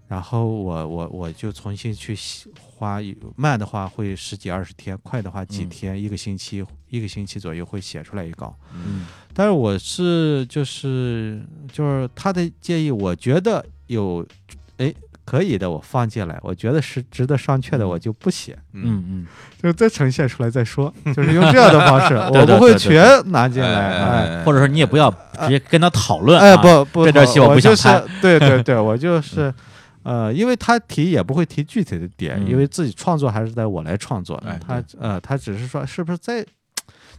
Speaker 3: 然后我我我就重新去细花一，慢的话会十几二十天，快的话几
Speaker 1: 嗯
Speaker 3: 天，一个星期一个星期左右会写出来一稿。
Speaker 1: 嗯
Speaker 3: 但是我是就是就是他的建议，我觉得有哎可以的，我放进来；我觉得是值得商榷的，我就不写。
Speaker 1: 嗯
Speaker 3: 就是再呈现出来再说，
Speaker 1: [LAUGHS]
Speaker 3: 就是用这样的方式，
Speaker 1: 对
Speaker 3: 我
Speaker 1: 对
Speaker 3: 不
Speaker 1: 对
Speaker 3: 会
Speaker 1: 对
Speaker 3: 全拿进
Speaker 2: 哎
Speaker 3: 来，
Speaker 2: 哎
Speaker 1: 嗯，或者说你也不要直接跟他讨论，啊嗯
Speaker 3: 哎，，不不，
Speaker 1: 这段戏我
Speaker 3: 我
Speaker 1: 不想
Speaker 3: 就是
Speaker 1: 拍 [LAUGHS]
Speaker 3: 对对对，我就是，呃，因为他提也不会提具体的点，
Speaker 1: 嗯
Speaker 3: 因为自己创作还是在我来创作
Speaker 2: 哎，
Speaker 3: 他呃，他只是说是不是再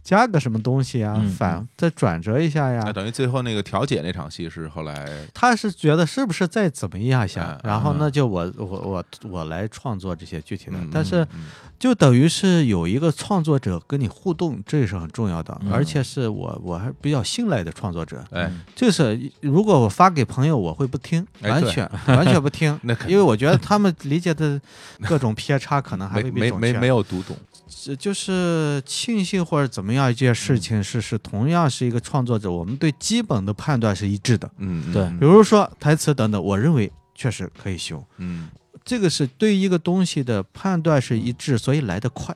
Speaker 3: 加个什么东西呀
Speaker 1: 嗯，哎
Speaker 3: 反再转折一下
Speaker 2: 那
Speaker 3: 呀。
Speaker 2: 哎等于最后那个调解那场戏是后来
Speaker 3: 他是觉得是不是再怎么样一
Speaker 2: 哎
Speaker 3: 下，然后
Speaker 2: 嗯
Speaker 3: 那就我我我我来创作这些具体的
Speaker 2: 嗯，
Speaker 3: 但是
Speaker 2: 嗯
Speaker 3: 就等于是有一个创作者跟你互动，这是很重要的，
Speaker 1: 嗯
Speaker 3: 而且是我我还比较信赖的创作者。
Speaker 2: 哎，
Speaker 3: 就是如果我发给朋友，我会不听，
Speaker 2: 哎
Speaker 3: 完
Speaker 2: 对，
Speaker 3: 全、完全不听
Speaker 2: 那 [LAUGHS] 肯
Speaker 3: 因为我觉得他们理解的各种偏差可能还
Speaker 2: 没
Speaker 3: 未必
Speaker 2: 没
Speaker 3: 准
Speaker 2: 没
Speaker 3: 确
Speaker 2: 没有读懂，
Speaker 3: 这就是庆幸或者怎么样一件
Speaker 2: 嗯
Speaker 3: 事情是是同样是一个创作者，我们对基本的判断是一致的，
Speaker 2: 嗯，
Speaker 1: 对
Speaker 3: 比如说台词等等，我认为确实可以修，
Speaker 2: 嗯
Speaker 3: 这个是对一个东西的判断是一致，所以来得快。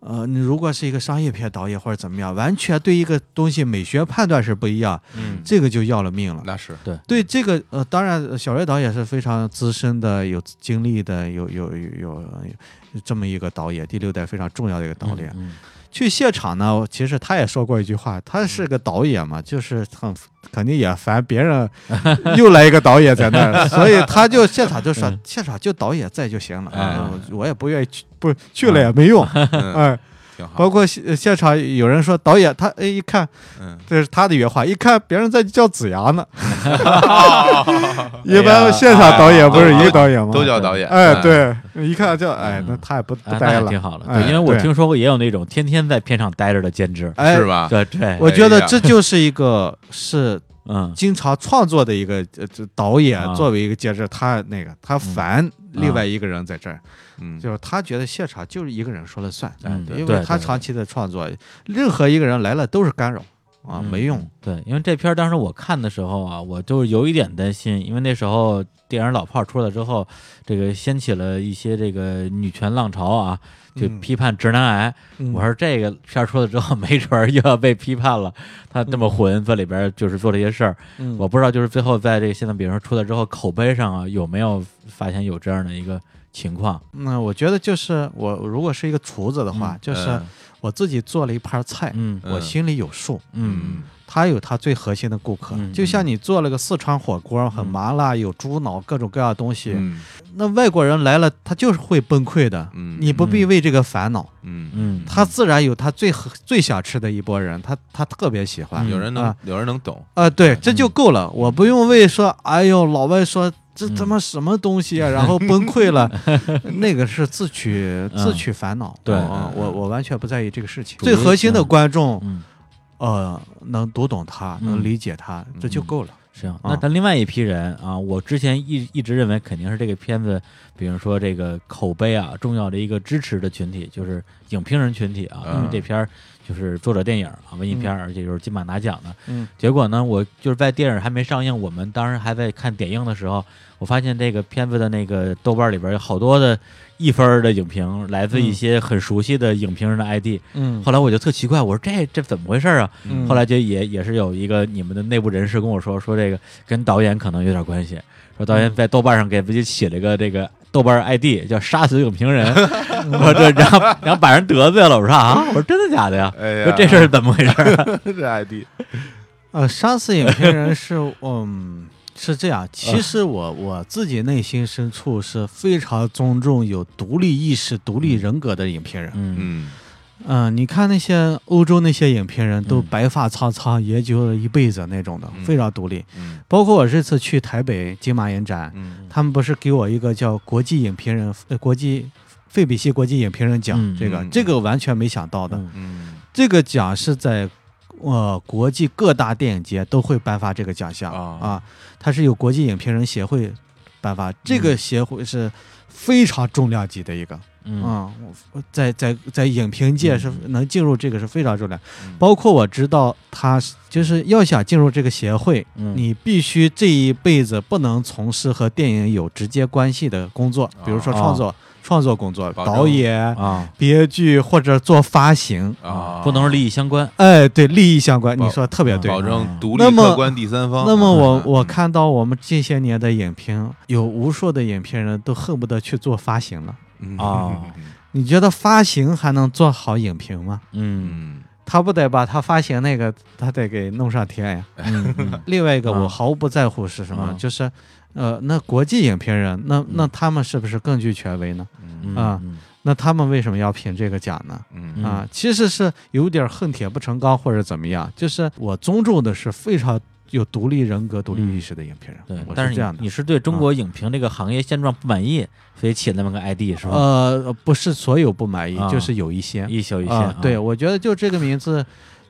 Speaker 3: 呃，你如果是一个商业片导演或者怎么样，完全对一个东西美学判断是不一样，
Speaker 1: 嗯
Speaker 3: 这个就要了命了。
Speaker 2: 那
Speaker 3: [LAUGHS]
Speaker 2: 是
Speaker 3: 对这个，呃，当然，呃小岳导演是非常资深的、有经历的、有有有有有这么一个导演，第六代非常重要的一个导演。
Speaker 1: 嗯
Speaker 3: 去现场呢，其实他也说过一句话，他是个导演嘛，就是很肯定也烦别人又来一个导演在那儿，所以他就现场就说，现场就导演在就行了，
Speaker 2: 哎
Speaker 3: 啊我我也不愿意去，不去了也没用，
Speaker 2: 嗯
Speaker 3: 哎，
Speaker 2: 挺好，
Speaker 3: 包括现呃现场有人说导演他哎一看
Speaker 2: 嗯，
Speaker 3: 这是他的原话，一看别人在叫子牙
Speaker 1: [LAUGHS]
Speaker 3: 呢，一
Speaker 1: 哎
Speaker 3: 般现场导演不是一个导演吗？
Speaker 2: 都叫导演，嗯
Speaker 3: 哎，，对，一看就哎，那他也不不
Speaker 1: 啊，
Speaker 3: 待
Speaker 1: 那还
Speaker 3: 了
Speaker 1: 挺，好了，
Speaker 3: 哎
Speaker 1: 对，因为我
Speaker 3: 对
Speaker 1: 听说过也有那种天天在片场待着的兼职，
Speaker 3: 哎
Speaker 2: 是，吧？
Speaker 1: 对对，
Speaker 3: [LAUGHS] 我觉
Speaker 2: 哎
Speaker 3: 得
Speaker 2: 呀
Speaker 3: 这就是一个是
Speaker 1: 嗯
Speaker 3: 经常创作的一个呃这导演
Speaker 1: 啊，
Speaker 3: 作为一个监制，他那个他烦另外一个人在这儿，
Speaker 2: 嗯，
Speaker 3: 就是他觉得现场就是一个人说了算，
Speaker 1: 嗯，
Speaker 3: 因
Speaker 1: 对
Speaker 3: 为他
Speaker 1: 对
Speaker 3: 长期的创作，任何一个人来了都是干扰啊，
Speaker 1: 嗯
Speaker 3: 没用。
Speaker 1: 对，因为这片儿当时我看的时候啊，我就有一点担心，因为那时候电影《老炮儿》出来之后，这个掀起了一些这个女权浪潮啊，就
Speaker 3: 嗯
Speaker 1: 批判直男癌。我说这个片儿出来之后，没准儿又要被批判了。他这么混，在里边儿就是做这些事儿，
Speaker 3: 嗯
Speaker 1: 我不知道就是最后在这个现在，比如说出来之后，口碑上啊有没有发现有这样的一个情况？
Speaker 3: 那我觉得就是我如果是一个厨子的话
Speaker 1: 嗯，
Speaker 3: 就是我自己做了一盘菜，
Speaker 1: 嗯
Speaker 2: 嗯
Speaker 3: 我心里有数。
Speaker 1: 嗯
Speaker 3: 他有他最核心的顾客，
Speaker 1: 嗯
Speaker 3: 就像你做了个四川火锅，很麻辣，有猪脑，各种各样的东西。
Speaker 2: 嗯
Speaker 3: 那外国人来了，他就是会崩溃的。
Speaker 2: 嗯
Speaker 3: 你不必为这个烦恼，
Speaker 2: 嗯
Speaker 1: 嗯，
Speaker 3: 他自然有他最合最想吃的一波人，他他特别喜欢。
Speaker 1: 嗯
Speaker 2: 有人能
Speaker 3: 啊
Speaker 2: 有人能懂，
Speaker 3: 啊，对，这就够了，我不用为说，哎呦，老外说这他
Speaker 1: 嗯
Speaker 3: 妈什么东西啊？然后崩溃
Speaker 1: [LAUGHS]
Speaker 3: 了，那个是自取自
Speaker 1: 嗯
Speaker 3: 取烦恼。啊
Speaker 1: 对嗯
Speaker 3: 我我我完全不在意这个事情。
Speaker 1: 主
Speaker 3: 最核心的
Speaker 1: 嗯
Speaker 3: 观众，
Speaker 1: 嗯，
Speaker 3: 呃，能读懂他，
Speaker 1: 嗯
Speaker 3: 能理解他，这就够了。
Speaker 1: 是啊。
Speaker 3: 啊
Speaker 1: 那但另外一批人啊，我之前一一直认为肯定是这个片子，比如说这个口碑啊，重要的一个支持的群体就是影评人群体啊，因为
Speaker 2: 嗯
Speaker 1: 这片儿就是作者电影啊，文艺片儿，而且就是金马拿奖的。
Speaker 3: 嗯，
Speaker 1: 结果呢，我就是在电影还没上映，我们当时还在看点映的时候，我发现这个片子的那个豆瓣里边有好多的一分儿的影评，来自一些很熟悉的影评人的 ID。
Speaker 3: 嗯，
Speaker 1: 后来我就特奇怪，我说这这怎么回事儿啊？
Speaker 3: 嗯
Speaker 1: 后来就也也是有一个你们的内部人士跟我说，说这个跟导演可能有点关系，说导演在豆瓣上给自己起了一个这个豆瓣 ID 叫“杀死影评
Speaker 3: [LAUGHS]
Speaker 1: 人”，我这然后然后把人得罪了，我说啊，我说真的假的呀？
Speaker 2: 哎
Speaker 1: 我说
Speaker 2: 呀
Speaker 1: 这
Speaker 3: [LAUGHS]
Speaker 1: 事儿是怎么回事 [LAUGHS] 儿？
Speaker 2: 这 ID，
Speaker 3: 呃，杀死影评人是，嗯，是这样。其
Speaker 1: 嗯
Speaker 3: 实我我自己内心深处是非常尊重有独立意识、独立人格的影评人。
Speaker 1: 嗯
Speaker 2: 嗯，
Speaker 3: 嗯、你看那些欧洲那些影评人都
Speaker 1: 嗯
Speaker 3: 白发苍苍，研究了一辈子那种的，
Speaker 2: 嗯
Speaker 3: 非常独立。
Speaker 2: 嗯
Speaker 3: 包括我这次去台北金马影展，
Speaker 2: 嗯
Speaker 3: 他们不是给我一个叫国际影评人，呃，国际费比西国际影评人奖，
Speaker 1: 嗯
Speaker 3: 这个
Speaker 2: 嗯
Speaker 3: 这个完全没想到的。
Speaker 1: 嗯
Speaker 2: 嗯
Speaker 3: 这个奖是在呃国际各大电影节都会颁发这个奖项、
Speaker 2: 啊
Speaker 3: 啊，它是有国际影评人协会颁发，这
Speaker 2: 嗯
Speaker 3: 个协会是非常重量级的一个
Speaker 1: 嗯
Speaker 3: 啊、我在在在影评界是
Speaker 1: 嗯
Speaker 3: 能进入这个是非常重量，
Speaker 2: 嗯
Speaker 3: 包括我知道他是就是要想进入这个协会，
Speaker 1: 嗯，
Speaker 3: 你必须这一辈子不能从事和电影有直接关系的工作，比如说
Speaker 1: 啊
Speaker 3: 创作、创作工作、
Speaker 2: 哦保证
Speaker 3: 导演、
Speaker 1: 啊
Speaker 3: 编剧或者做发行。
Speaker 2: 啊，
Speaker 1: 不能是利益相关。
Speaker 3: 哎，对，利益相关，
Speaker 2: 保嗯
Speaker 3: 你说得特别对。
Speaker 2: 保
Speaker 1: 啊
Speaker 2: 证独立
Speaker 3: 那么
Speaker 2: 客观第三方。
Speaker 3: 那么我
Speaker 2: 嗯
Speaker 3: 我，看到我们这些年的影评，有无数的影评人都恨不得去做发行了。
Speaker 2: 嗯
Speaker 1: 啊，
Speaker 3: 你觉得发行还能做好影评吗？
Speaker 1: 嗯
Speaker 2: 嗯
Speaker 3: 他不得把他发行那个他得给弄上天呀。
Speaker 1: 嗯
Speaker 3: [LAUGHS]
Speaker 1: 嗯
Speaker 3: 另外一个
Speaker 1: 啊
Speaker 3: 我毫不在乎是什么，
Speaker 1: 啊
Speaker 3: 就是，呃，那国际影评人，那那他们是不是更具权威呢？
Speaker 2: 嗯
Speaker 1: 嗯
Speaker 3: 啊
Speaker 1: 嗯
Speaker 3: 那他们为什么要评这个奖呢？
Speaker 2: 嗯
Speaker 3: 啊，其实是有点恨铁不成钢或者怎么样，就是我尊重的是非常有独立人格、独立意识的影评人，
Speaker 1: 对
Speaker 3: 我，
Speaker 1: 但
Speaker 3: 这样
Speaker 1: 你
Speaker 3: 的
Speaker 1: 你。是对中国影评这个行业现状不满意，所以起了那么个 ID 是吧？
Speaker 3: 呃，不是所有不满意，
Speaker 1: 啊
Speaker 3: 就是有一些
Speaker 1: 一小一线
Speaker 3: 啊
Speaker 1: 啊，， [LAUGHS]
Speaker 3: 对，我觉得就这个名字。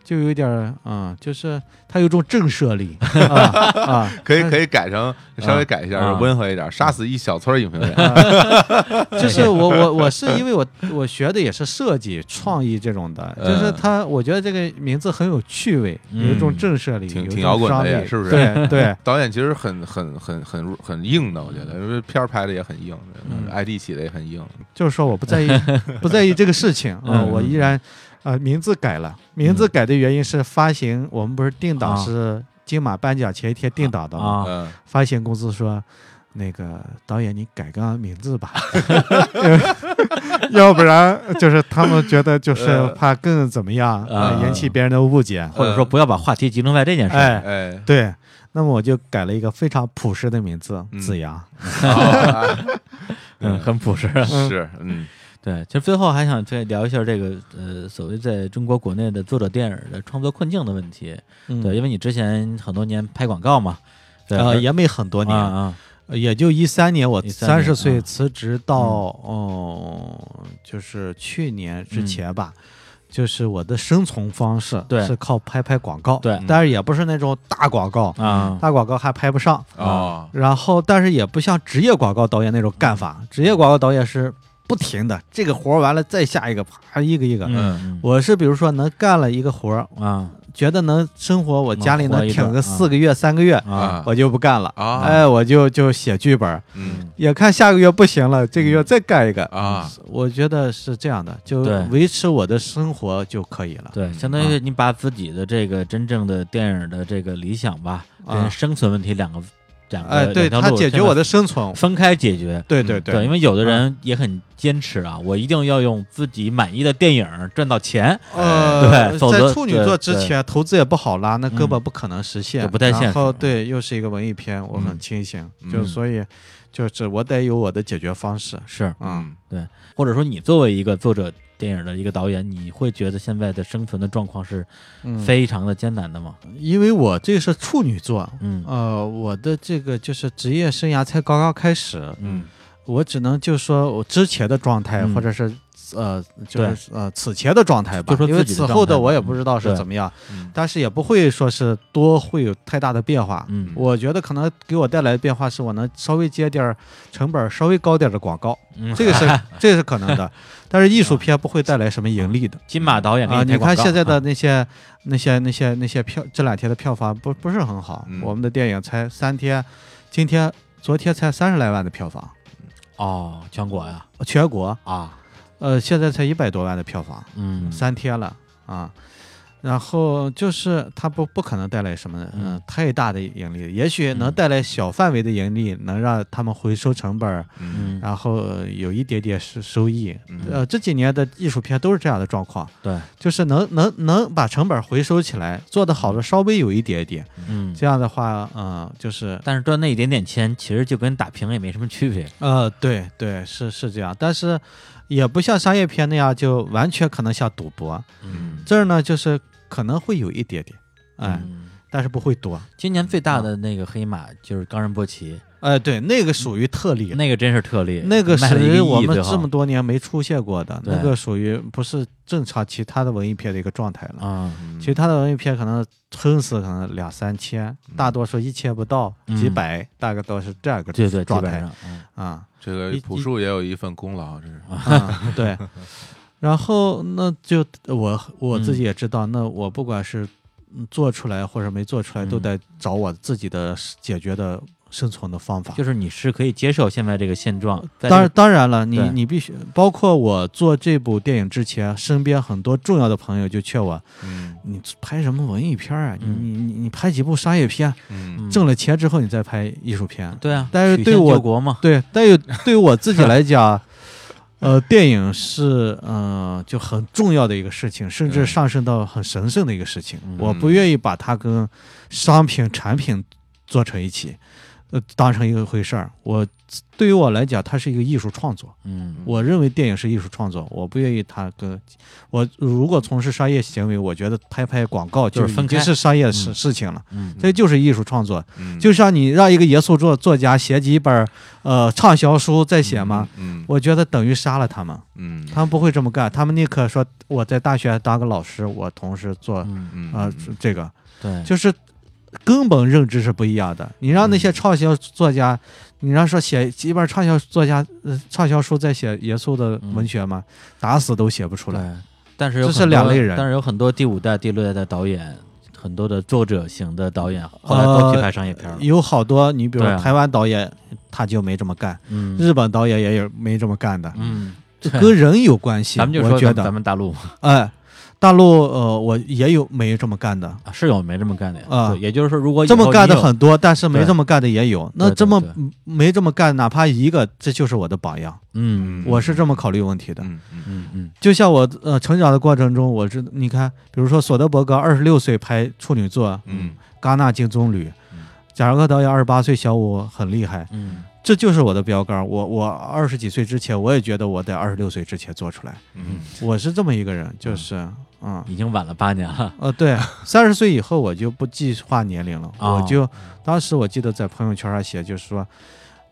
Speaker 3: 就有点儿啊、就是它有种震
Speaker 1: [LAUGHS]
Speaker 3: 慑力啊啊，
Speaker 2: 可以可以改成稍微改一下
Speaker 1: 啊，
Speaker 2: 温和一点，杀死一小撮影评人。
Speaker 3: 就
Speaker 2: [LAUGHS]
Speaker 3: 是我我我是因为我我学的也是设计创意这种的，就是
Speaker 2: 嗯
Speaker 3: 它，我觉得这个名字很有趣味，有一种
Speaker 1: 嗯
Speaker 3: 震慑力，
Speaker 2: 挺
Speaker 3: 有一
Speaker 2: 挺
Speaker 3: 种
Speaker 2: 摇滚的
Speaker 3: 张
Speaker 2: 也
Speaker 3: 力
Speaker 2: 是不是
Speaker 3: 对对，
Speaker 2: [LAUGHS] 导演其实很很很很很硬的，我觉得，因为片儿拍的也很硬
Speaker 1: 嗯
Speaker 2: ，ID 起的也很硬。
Speaker 3: 就是说我
Speaker 2: [LAUGHS]
Speaker 3: 不在意，不在意这个事情啊、
Speaker 1: 嗯
Speaker 3: 我依然，呃，名字改了，名
Speaker 2: 嗯
Speaker 3: 字改的原因是发行，我们不是定档
Speaker 1: 啊
Speaker 3: 是金马颁奖前一天定档的吗？
Speaker 1: 啊，
Speaker 2: 嗯，
Speaker 3: 发行公司说，那个导演你改个名字吧， [LAUGHS] 要不然就是他们觉得就是怕更怎么样，
Speaker 1: 呃
Speaker 3: 呃引起别人的误解，
Speaker 1: 或者说不要把话题集中在这件事儿。
Speaker 3: 嗯哎，
Speaker 2: 哎，
Speaker 3: [LAUGHS] 对。那么我就改了一个非常朴实的名字，
Speaker 2: 嗯
Speaker 3: 子阳。
Speaker 2: 好啊
Speaker 1: 嗯，很朴实。 [LAUGHS]
Speaker 2: 是，嗯
Speaker 1: 对，其实最后还想再聊一下这个呃，所谓在中国国内的作者电影的创作困境的问题。
Speaker 3: 嗯
Speaker 1: 对，因为你之前很多年拍广告嘛，对，
Speaker 3: 呃，也没很多
Speaker 1: 啊
Speaker 3: 年，
Speaker 1: 啊，
Speaker 3: 呃也就一三年，啊嗯我
Speaker 1: 13
Speaker 3: 三
Speaker 1: 年
Speaker 3: 十岁
Speaker 1: 嗯
Speaker 3: 辞职到，哦、就是去年之前吧，就是我的生存方式
Speaker 1: 对
Speaker 3: 是靠拍拍广告，
Speaker 1: 对
Speaker 3: 但是也不是那种大广告，
Speaker 1: 啊，
Speaker 3: 大广告还拍不上，
Speaker 2: 哦，
Speaker 3: 然后但是也不像职业广告导演那种干
Speaker 1: 嗯
Speaker 3: 法，职业广告导演是不停的，这个活儿完了再下一个，啪一个一个。
Speaker 1: 嗯
Speaker 3: 我是比如说能干了一个活儿，
Speaker 1: 嗯啊
Speaker 3: 觉得能生活，我家里
Speaker 1: 能活
Speaker 3: 能
Speaker 1: 一
Speaker 3: 挺
Speaker 1: 段
Speaker 3: 个
Speaker 1: 啊
Speaker 3: 四个月、三个月，
Speaker 1: 啊，
Speaker 3: 我就不干了。
Speaker 2: 啊
Speaker 3: 哎，我就就写剧本，
Speaker 2: 嗯
Speaker 3: 也看下个月不行了，这个月再干一个。
Speaker 2: 啊，
Speaker 3: 我觉得是这样的，就
Speaker 1: 嗯对
Speaker 3: 维持我的生活就可以了。
Speaker 1: 对，相当于你把自己的这个真正的电影的这个理想吧，跟
Speaker 3: 啊
Speaker 1: 生存问题两个两
Speaker 3: 哎，
Speaker 1: 个
Speaker 3: 对
Speaker 1: 两条
Speaker 3: 他
Speaker 1: 路
Speaker 3: 解决我的生存，
Speaker 1: 分开解决。
Speaker 3: 对对
Speaker 1: 嗯
Speaker 3: 啊
Speaker 1: 对，因为有的人也很坚持啊，我一定要用自己满意的电影赚到钱，
Speaker 3: 呃，
Speaker 1: 对否则
Speaker 3: 在处女座之前投资也不好拉，那根本不可能实
Speaker 1: 嗯
Speaker 3: 现，
Speaker 1: 就不太现实
Speaker 3: 然后对，又是一个文艺片，我很清醒，
Speaker 2: 嗯
Speaker 3: 就所以就是我得有我的解决方式。
Speaker 1: 是，
Speaker 3: 嗯，
Speaker 2: 嗯
Speaker 1: 或者说你作为一个作者电影的一个导演，你会觉得现在的生存的状况是
Speaker 3: 嗯
Speaker 1: 非常的艰难的吗？
Speaker 3: 因为我这是处女座，
Speaker 1: 嗯
Speaker 3: 呃，我的这个就是职业生涯才刚刚开始，
Speaker 1: 嗯
Speaker 3: 我只能就说我之前的状态，
Speaker 1: 嗯
Speaker 3: 或者是呃，就
Speaker 1: 对
Speaker 3: 是呃此前的状态吧，
Speaker 1: 就说
Speaker 3: 因为
Speaker 1: 自己的
Speaker 3: 此
Speaker 1: 状
Speaker 3: 后的
Speaker 1: 态吧
Speaker 3: 我也不知道
Speaker 1: 嗯
Speaker 3: 是
Speaker 1: 对
Speaker 3: 怎么样，
Speaker 2: 嗯
Speaker 3: 但是也不会说是多会有太大的变化。
Speaker 1: 嗯
Speaker 3: 我觉得可能给我带来的变化是我能稍微接点儿成本儿稍微高点儿的广告，
Speaker 1: 嗯，
Speaker 3: 这个
Speaker 1: [LAUGHS]
Speaker 3: 是这个是可能的，但是艺术片不会带来什么盈利的。
Speaker 1: 金马导演给
Speaker 3: 啊，
Speaker 1: 你拍
Speaker 3: 你
Speaker 1: 广
Speaker 3: 看
Speaker 1: 告
Speaker 3: 现在的那些、那些、那些、那些票，这两天的票房不不是很好。
Speaker 2: 嗯
Speaker 3: 我们的电影才三天，今天、昨天才三十来万的票房，
Speaker 1: 哦，全国呀
Speaker 3: 全国
Speaker 1: 啊，
Speaker 3: 呃现在才一百多万的票房，
Speaker 1: 嗯，
Speaker 3: 三天了啊。然后就是它不不可能带来什么嗯、
Speaker 1: 嗯
Speaker 3: 太大的盈利，也许能
Speaker 1: 嗯
Speaker 3: 带来小范围的盈利，能让他们回收成本儿，
Speaker 2: 嗯
Speaker 1: 嗯，
Speaker 3: 然后呃有一点点收收益。
Speaker 2: 嗯
Speaker 3: 呃，这几年的艺术片都是这样的状况。
Speaker 1: 对，
Speaker 3: 就是能能能把成本回收起来，做得好的稍微有一点点，
Speaker 1: 嗯，
Speaker 3: 这样的话，嗯、就是
Speaker 1: 但是赚那一点点钱，其实就跟打平也没什么区别。
Speaker 3: 呃，对对，是是这样，但是也不像商业片那样就完全可能像赌博，
Speaker 1: 嗯，
Speaker 3: 这儿呢就是可能会有一点点，哎、
Speaker 1: 嗯
Speaker 3: 但是不会多，
Speaker 1: 今年最大的那个黑马就是冈仁波齐，
Speaker 3: 哎、对，那个属于特例。
Speaker 1: 那个真是特例，
Speaker 3: 嗯那个
Speaker 1: 卖了一
Speaker 3: 是
Speaker 1: 个亿
Speaker 3: 我们
Speaker 1: 最后
Speaker 3: 这么多年没出现过的，
Speaker 1: 对
Speaker 3: 那个属于不是正常其他的文艺片的一个状态了。
Speaker 1: 啊，
Speaker 3: 嗯其他的文艺片可能撑死可能两三千，大多数一千不到，
Speaker 1: 嗯
Speaker 3: 几百，大概都是这样一个
Speaker 1: 对对，基
Speaker 3: 状
Speaker 1: 本
Speaker 3: 态
Speaker 1: 上，嗯 [LAUGHS]
Speaker 3: 啊
Speaker 2: 这个
Speaker 3: 一
Speaker 2: 朴
Speaker 3: 一
Speaker 2: 树也有一份功劳，这是
Speaker 3: 啊，对。然后那就我我自己也知道，那我不管是嗯做出来或者没做出来，
Speaker 1: 嗯
Speaker 3: 都得找我自己的解决的生存的方法。
Speaker 1: 就是你是可以接受现在这个现状，在
Speaker 3: 当然，当然了，你
Speaker 1: 对
Speaker 3: 你必须包括我做这部电影之前，身边很多重要的朋友就劝我，
Speaker 2: 嗯
Speaker 3: 你拍什么文艺片啊？你
Speaker 1: 嗯
Speaker 3: 你你你拍几部商业片，
Speaker 2: 嗯
Speaker 1: 嗯
Speaker 3: 挣了钱之后你再拍艺术片。
Speaker 1: 对啊，
Speaker 3: 但是
Speaker 1: 曲
Speaker 3: 对
Speaker 1: 线
Speaker 3: 我
Speaker 1: 救国嘛，
Speaker 3: 对，
Speaker 1: [LAUGHS]
Speaker 3: 但有对于我自己来讲，呃，电影是嗯、呃就很重要的一个事情，甚至
Speaker 2: 对
Speaker 3: 上升到很神圣的一个事情。
Speaker 1: 嗯
Speaker 3: 我不愿意把它跟商品、产品做成一起，呃，当成一个回事儿。我对于我来讲，它是一个艺术创作。
Speaker 1: 嗯，
Speaker 3: 我认为电影是艺术创作，我不愿意它跟我如果从事商业行为，我觉得拍拍广告
Speaker 1: 就是
Speaker 3: 已
Speaker 1: 分
Speaker 3: 经
Speaker 1: 开
Speaker 3: 是商业事、
Speaker 1: 嗯
Speaker 3: 事情了，
Speaker 1: 嗯
Speaker 3: 这就是艺术创作。
Speaker 2: 嗯，
Speaker 3: 就像你让一个严肃作作家写几本儿呃畅销书再写吗？
Speaker 2: 嗯
Speaker 3: 我觉得等于杀了他们，
Speaker 2: 嗯
Speaker 3: 他们不会这么干，他们宁可说我在大学当个老师，我同时做啊、
Speaker 1: 嗯，
Speaker 2: 嗯
Speaker 3: 呃
Speaker 2: 嗯
Speaker 3: 这个，
Speaker 1: 对，
Speaker 3: 就是根本认知是不一样的。你让那
Speaker 1: 嗯
Speaker 3: 些畅销作家，你让说写几本畅销作家呃畅销书再写严肃的
Speaker 1: 嗯
Speaker 3: 文学吗？打死都写不出来。
Speaker 1: 对，但是有
Speaker 3: 这是
Speaker 1: 很多
Speaker 3: 两类人
Speaker 1: 但是有很多第五代、第六代的导演，很多的作者型的导演，后来都去拍商业片了。
Speaker 3: 有好多，你比如
Speaker 1: 对啊
Speaker 3: 台湾导演，他就没这么干；
Speaker 1: 嗯
Speaker 3: 日本导演也有没这么干的。
Speaker 1: 嗯，
Speaker 3: 这
Speaker 1: 对
Speaker 3: 跟人有关系，
Speaker 1: 咱们就
Speaker 3: 我
Speaker 1: 说
Speaker 3: 觉
Speaker 1: 咱咱
Speaker 3: 得，
Speaker 1: 们大陆嘛
Speaker 3: 哎，大陆呃，我也有没这么干的，
Speaker 1: 啊是有没这么干的
Speaker 3: 啊
Speaker 1: 对也就是说，如果以
Speaker 3: 这么
Speaker 1: 后
Speaker 3: 干的
Speaker 1: 你有，
Speaker 3: 很多，但是没
Speaker 1: 对
Speaker 3: 这么干的也有。那
Speaker 1: 对
Speaker 3: 这么
Speaker 1: 对
Speaker 3: 没这么干，哪怕一个，这就是我的榜样。
Speaker 1: 嗯
Speaker 3: 我是这么考虑问题的。
Speaker 2: 嗯嗯
Speaker 1: 嗯嗯
Speaker 3: 就像我呃成长的过程中，我知你看，比如说索德伯格二十六岁拍处女作
Speaker 2: 嗯
Speaker 3: 《戛纳金棕榈》
Speaker 2: 嗯，
Speaker 3: 贾樟柯导演二十八岁小五很厉害，
Speaker 1: 嗯
Speaker 3: 这就是我的标杆。我我二十几岁之前，我也觉得我在二十六岁之前做出来。
Speaker 2: 嗯
Speaker 3: 我是这么一个人，就是嗯
Speaker 1: 嗯，已经晚了八年了。
Speaker 3: 呃，对，三十岁以后我就不计划年龄了，
Speaker 1: [LAUGHS] 哦
Speaker 3: 我就当时我记得在朋友圈上写，就是说，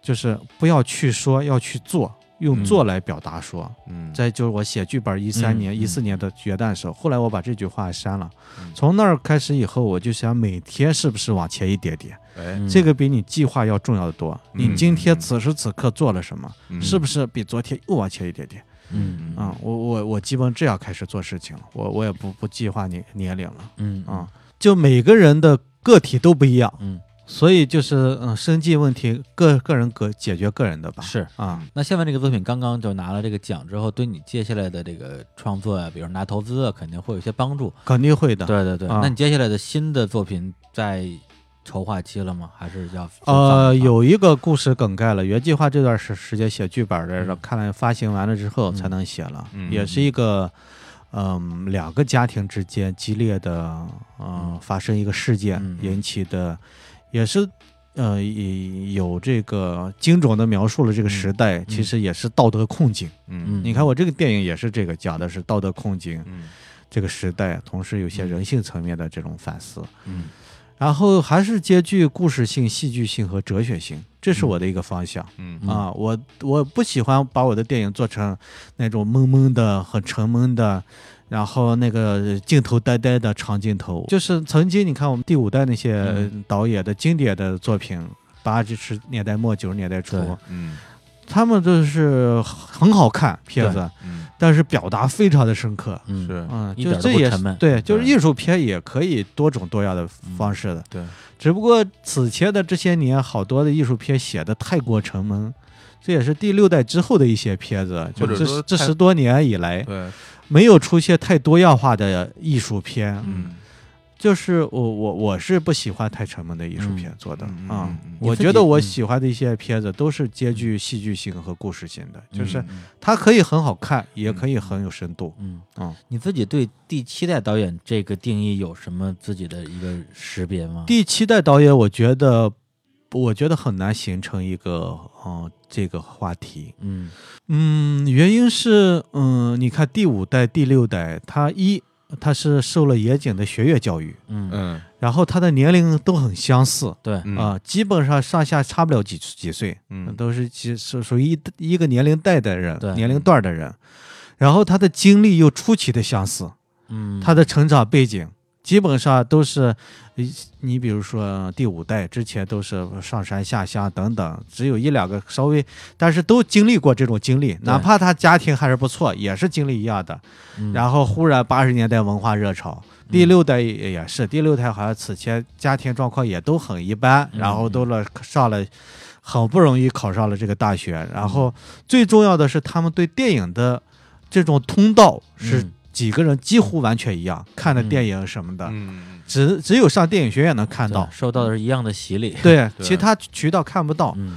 Speaker 3: 就是不要去说，要去做，用
Speaker 1: 嗯
Speaker 3: 做来表达说。
Speaker 2: 嗯，
Speaker 3: 再就是我写剧本一三
Speaker 1: 嗯
Speaker 3: 年、一四、年的决战时候，后来我把这句话删了。
Speaker 2: 嗯
Speaker 3: 从那儿开始以后，我就想每天是不是往前一点点，
Speaker 2: 哎，
Speaker 3: 这个比你计划要重要的多。你
Speaker 2: 嗯
Speaker 3: 今天
Speaker 2: 嗯
Speaker 3: 此时此刻做了什么，
Speaker 2: 嗯
Speaker 3: 是不是比昨天又往前一点点？
Speaker 1: 嗯
Speaker 2: 嗯
Speaker 3: 啊、我我我基本这样开始做事情了，我我也不不计划年年龄了。
Speaker 1: 嗯
Speaker 3: 啊、就每个人的个体都不一样，
Speaker 1: 嗯
Speaker 3: 所以就是嗯、生计问题个个人个解决个人的吧。
Speaker 1: 是。
Speaker 3: 啊，
Speaker 1: 那现在这个作品刚刚就拿了这个奖之后，对你接下来的这个创作啊，比如拿投资啊，肯定会有一些帮助。
Speaker 3: 肯定会的。
Speaker 1: 对对对，
Speaker 3: 啊
Speaker 1: 那你接下来的新的作品在筹划期了吗？还是要啊
Speaker 3: 呃，有一个故事梗概了，原计划这段时时间写剧本的，
Speaker 1: 嗯
Speaker 3: 然后看来发行完了之后
Speaker 1: 嗯
Speaker 3: 才能写了，
Speaker 2: 嗯
Speaker 3: 也是一个。嗯，两个家庭之间激烈的，呃、
Speaker 1: 嗯
Speaker 3: 发生一个事件
Speaker 1: 嗯
Speaker 3: 引起的，也是呃，也有这个精准的描述了这个时代，其实也是道德困境。
Speaker 2: 嗯
Speaker 1: 嗯
Speaker 3: 你看我这个电影也是这个，讲的是道德困境，
Speaker 2: 嗯
Speaker 3: 这个时代，同时有些
Speaker 1: 嗯
Speaker 3: 人性层面的这种反思。
Speaker 2: 嗯
Speaker 3: 然后还是兼具故事性、戏剧性和哲学性，这是我的一个方向、
Speaker 2: 嗯
Speaker 1: 嗯
Speaker 3: 啊。我我不喜欢把我的电影做成那种懵懵的、很沉闷的，然后那个镜头呆呆的长镜头。就是曾经你看我们第五代那些
Speaker 1: 嗯
Speaker 3: 导演的经典的作品，八十年代末九十年代初，
Speaker 1: 对
Speaker 2: 嗯
Speaker 3: 他们都是很好看片子，
Speaker 2: 嗯，
Speaker 3: 但是表达非常的深刻。
Speaker 1: 嗯，
Speaker 2: 是
Speaker 3: 嗯，
Speaker 1: 一
Speaker 3: 就
Speaker 1: 点
Speaker 3: 这
Speaker 1: 都不
Speaker 3: 也
Speaker 1: 沉
Speaker 3: 是
Speaker 1: 闷嗯
Speaker 3: 对，就是
Speaker 2: 对
Speaker 3: 艺术片也可以多种多样的方式的。
Speaker 2: 对，
Speaker 3: 只不过此前的这些年，好多的艺术片写的太过沉闷，这也是第六代之后的一些片子，就
Speaker 2: 或者
Speaker 3: 这
Speaker 2: 说
Speaker 3: 这
Speaker 2: 太
Speaker 3: 十多年以来，
Speaker 2: 对，
Speaker 3: 没有出现太多样化的艺术片。
Speaker 2: 嗯，
Speaker 3: 就是我我我是不喜欢太沉闷的艺术片做的啊、
Speaker 2: 嗯嗯嗯嗯
Speaker 3: 我
Speaker 1: 你自
Speaker 3: 觉得
Speaker 1: 己
Speaker 3: 我
Speaker 1: 嗯
Speaker 3: 喜欢的一些片子都是兼具戏剧性和故事性的，就是
Speaker 1: 嗯
Speaker 3: 它可以很好看，
Speaker 2: 嗯
Speaker 3: 也可以很有深度。
Speaker 1: 嗯
Speaker 3: 嗯
Speaker 1: 你自己对第七代导演这个定义有什么自己的一个识别吗？
Speaker 3: 第七代导演，我觉得，我觉得很难形成一个嗯、呃这个话题。
Speaker 1: 嗯
Speaker 3: 嗯，原因是嗯、你看第五代、第六代，他一他是受了野井的学院教育，
Speaker 1: 嗯
Speaker 2: 嗯
Speaker 3: 然后他的年龄都很相似啊、
Speaker 1: 对，
Speaker 2: 嗯
Speaker 3: 基本上上下差不了几几岁，
Speaker 2: 嗯
Speaker 3: 都是其属属于一一个年龄代的人
Speaker 1: 对，
Speaker 3: 年龄段的人。然后他的经历又出奇的相似，
Speaker 1: 嗯，
Speaker 3: 他的成长背景基本上都是，呃你比如说第五代之前都是上山下乡等等，只有一两个稍微，但是都经历过这种经历，哪怕他家庭还是不错，也是经历一样的。
Speaker 1: 嗯
Speaker 3: 然后忽然八十年代文化热潮，第
Speaker 1: 嗯
Speaker 3: 六代也也是，第六代好像此前家庭状况也都很一般，
Speaker 1: 嗯
Speaker 3: 然后都了上了。很不容易考上了这个大学，然
Speaker 1: 嗯
Speaker 3: 后最重要的是，他们对电影的这种通道是
Speaker 1: 嗯
Speaker 3: 几个人几乎完全一样，看的电影什么的，
Speaker 2: 嗯
Speaker 3: 只只有上电影学院能看
Speaker 1: 对
Speaker 3: 到，
Speaker 1: 受到的是一样的洗礼，
Speaker 3: 对，
Speaker 2: 对
Speaker 3: 其他渠道看不到。
Speaker 1: 嗯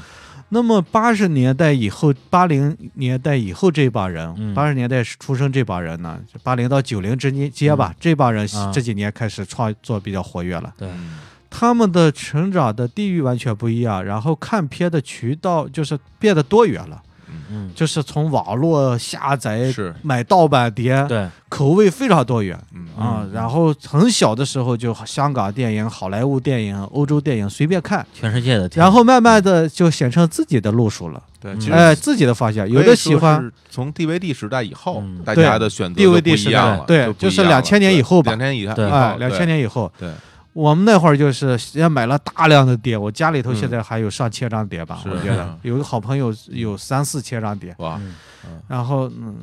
Speaker 3: 那么八十年代以后，八零年代以后这帮
Speaker 1: 嗯
Speaker 3: 人，八十、年代出生这帮人呢，八零到九零之间间吧，这帮人
Speaker 1: 啊
Speaker 3: 这几年开始创作比较活跃了。
Speaker 1: 对，
Speaker 2: 嗯
Speaker 3: 他们的成长的地域完全不一样，然后看片的渠道就是变得多元了，
Speaker 1: 嗯
Speaker 3: 就是从网络下载、
Speaker 2: 是，
Speaker 3: 买盗版碟，
Speaker 1: 对，
Speaker 3: 口味非常多元。
Speaker 2: 嗯
Speaker 3: 啊
Speaker 1: 嗯，
Speaker 3: 然后很小的时候就香港电影、好莱坞电影、欧洲电影随便看，
Speaker 1: 全世界的天，
Speaker 3: 然后慢慢的就显成自己的路数了，
Speaker 2: 对，
Speaker 1: 嗯
Speaker 2: 其实
Speaker 3: 哎，自己的方向。有
Speaker 2: 可
Speaker 3: 的
Speaker 2: 以
Speaker 3: 喜
Speaker 2: 说
Speaker 3: 欢，
Speaker 2: 是从 DVD 时代以后，
Speaker 1: 嗯
Speaker 2: 大
Speaker 3: 对
Speaker 2: 家的选择
Speaker 3: DVD 时代对
Speaker 2: 就
Speaker 3: 就是2000年以后吧
Speaker 2: 两千以后，
Speaker 1: 对
Speaker 3: 哎，两千年以后，
Speaker 2: 对，
Speaker 3: 我们那会儿就是也买了大量的碟，我家里头现在还有上千张碟吧，
Speaker 2: 嗯是
Speaker 3: 我觉得
Speaker 2: 嗯
Speaker 3: 有个好朋友有三四千张碟，
Speaker 2: 哇，
Speaker 1: 嗯
Speaker 3: 然后嗯，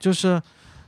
Speaker 3: 就是。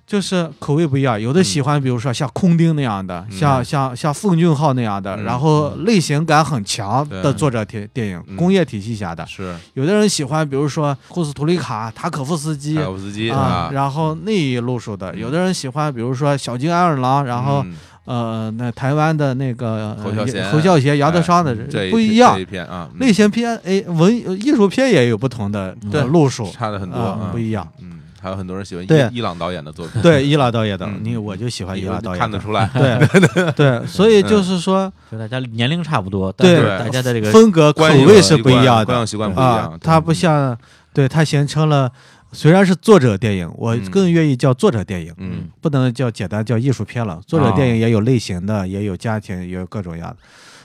Speaker 3: 就是口味不一样，有的喜欢，比如说像空丁那样的，
Speaker 2: 嗯
Speaker 3: 像像像奉俊昊那样的，
Speaker 2: 嗯
Speaker 3: 然后类型感很强
Speaker 2: 对
Speaker 3: 的作者电电影，
Speaker 2: 嗯
Speaker 3: 工业体系下的。
Speaker 2: 是
Speaker 3: 有的人喜欢，比如说库斯图里卡、塔可夫斯基
Speaker 2: 柴可夫斯基
Speaker 3: 啊，
Speaker 2: 啊，
Speaker 3: 然后那一路数的；有的人喜欢，比如说小津安二郎，然后
Speaker 2: 嗯
Speaker 3: 呃，那台湾的那个
Speaker 2: 侯孝贤啊嗯
Speaker 3: 呃侯孝贤、杨德昌的
Speaker 2: 这一
Speaker 3: 不一
Speaker 2: 这
Speaker 3: 样
Speaker 2: 一。篇啊，嗯
Speaker 3: 类型片哎，文艺术片也有不同的
Speaker 1: 对
Speaker 3: 呃路数，
Speaker 2: 差了很多
Speaker 3: 啊
Speaker 2: 嗯
Speaker 3: 不一样。
Speaker 2: 嗯，还有很多人喜欢
Speaker 3: 对
Speaker 2: 伊伊朗导演的作 [LAUGHS] 品，
Speaker 3: 对伊朗导演的
Speaker 2: 嗯，
Speaker 3: 你我就喜欢伊
Speaker 2: 你
Speaker 3: 朗导演，
Speaker 2: 看得。出来，
Speaker 3: 对
Speaker 2: [LAUGHS]
Speaker 3: 对，所以
Speaker 2: 嗯
Speaker 3: 就是说
Speaker 1: 就大家年龄差不多，但是
Speaker 3: 对
Speaker 1: 大家的这个
Speaker 3: 风格口
Speaker 2: 观影
Speaker 3: 味是不
Speaker 2: 习
Speaker 3: 一
Speaker 2: 惯
Speaker 3: 样
Speaker 2: 观
Speaker 3: 的
Speaker 2: 影习惯不一
Speaker 3: 啊
Speaker 2: 样，，嗯
Speaker 3: 它
Speaker 2: 对
Speaker 3: 不像对它形成了，虽然是作者电影，我
Speaker 2: 嗯
Speaker 3: 更愿意叫作者电影。
Speaker 2: 嗯哦
Speaker 3: 不能叫简单叫艺术片了，作者电影也有类型的，也有家庭，也有各种样的，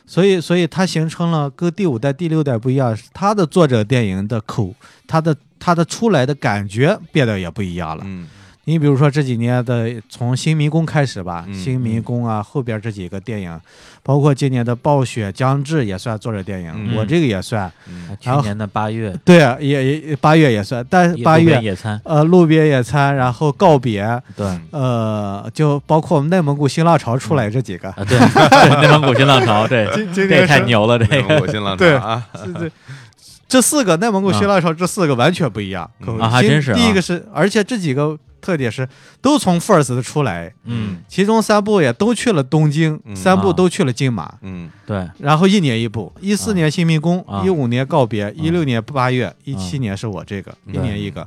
Speaker 3: 所以所以它形成了跟第五代、第六代不一样，它的作者电影的口，它的它的出来的感觉变得也不一样了。
Speaker 2: 嗯
Speaker 3: 你比如说这几年的从新迷宫开始吧，
Speaker 2: 嗯
Speaker 3: 新迷宫啊，后边这几个电影，包括今年的暴雪、将至也算作者电影，
Speaker 2: 嗯
Speaker 3: 我这个也算，
Speaker 2: 嗯
Speaker 1: 啊去年的八月，
Speaker 3: 对，啊也也八月也算，但
Speaker 1: 夜
Speaker 3: 八
Speaker 1: 路边
Speaker 3: 月。
Speaker 1: 野餐，
Speaker 3: 呃，路边野餐，然后告别，
Speaker 1: 对啊，
Speaker 2: 嗯
Speaker 3: 呃，就包括我们内蒙古新浪潮出来这几个，
Speaker 1: 啊对， [LAUGHS] 对内蒙古新浪潮，这
Speaker 3: 今今
Speaker 1: 这
Speaker 3: 年
Speaker 1: 也太
Speaker 3: 是
Speaker 1: 牛了，这
Speaker 2: 内蒙
Speaker 1: 个
Speaker 2: 古
Speaker 3: [LAUGHS]
Speaker 2: 新浪潮
Speaker 3: 对
Speaker 2: 啊，
Speaker 1: 嗯
Speaker 3: 这这这四个内蒙古新浪潮这四个完全不一样，
Speaker 2: 嗯
Speaker 3: 口
Speaker 1: 啊还
Speaker 3: 新
Speaker 1: 真是啊
Speaker 3: 第一个是，而且这几个特点是都从 First 的出来，
Speaker 1: 嗯，
Speaker 3: 其中三部也都去了东京，
Speaker 2: 嗯
Speaker 3: 三部
Speaker 1: 啊
Speaker 3: 都去了金马。
Speaker 2: 嗯
Speaker 1: 对，
Speaker 3: 然后一年一部，一四年新迷宫
Speaker 1: 啊，
Speaker 3: 一五年告别，一六年八月，一七年是我这个，
Speaker 2: 嗯
Speaker 3: 一年一个，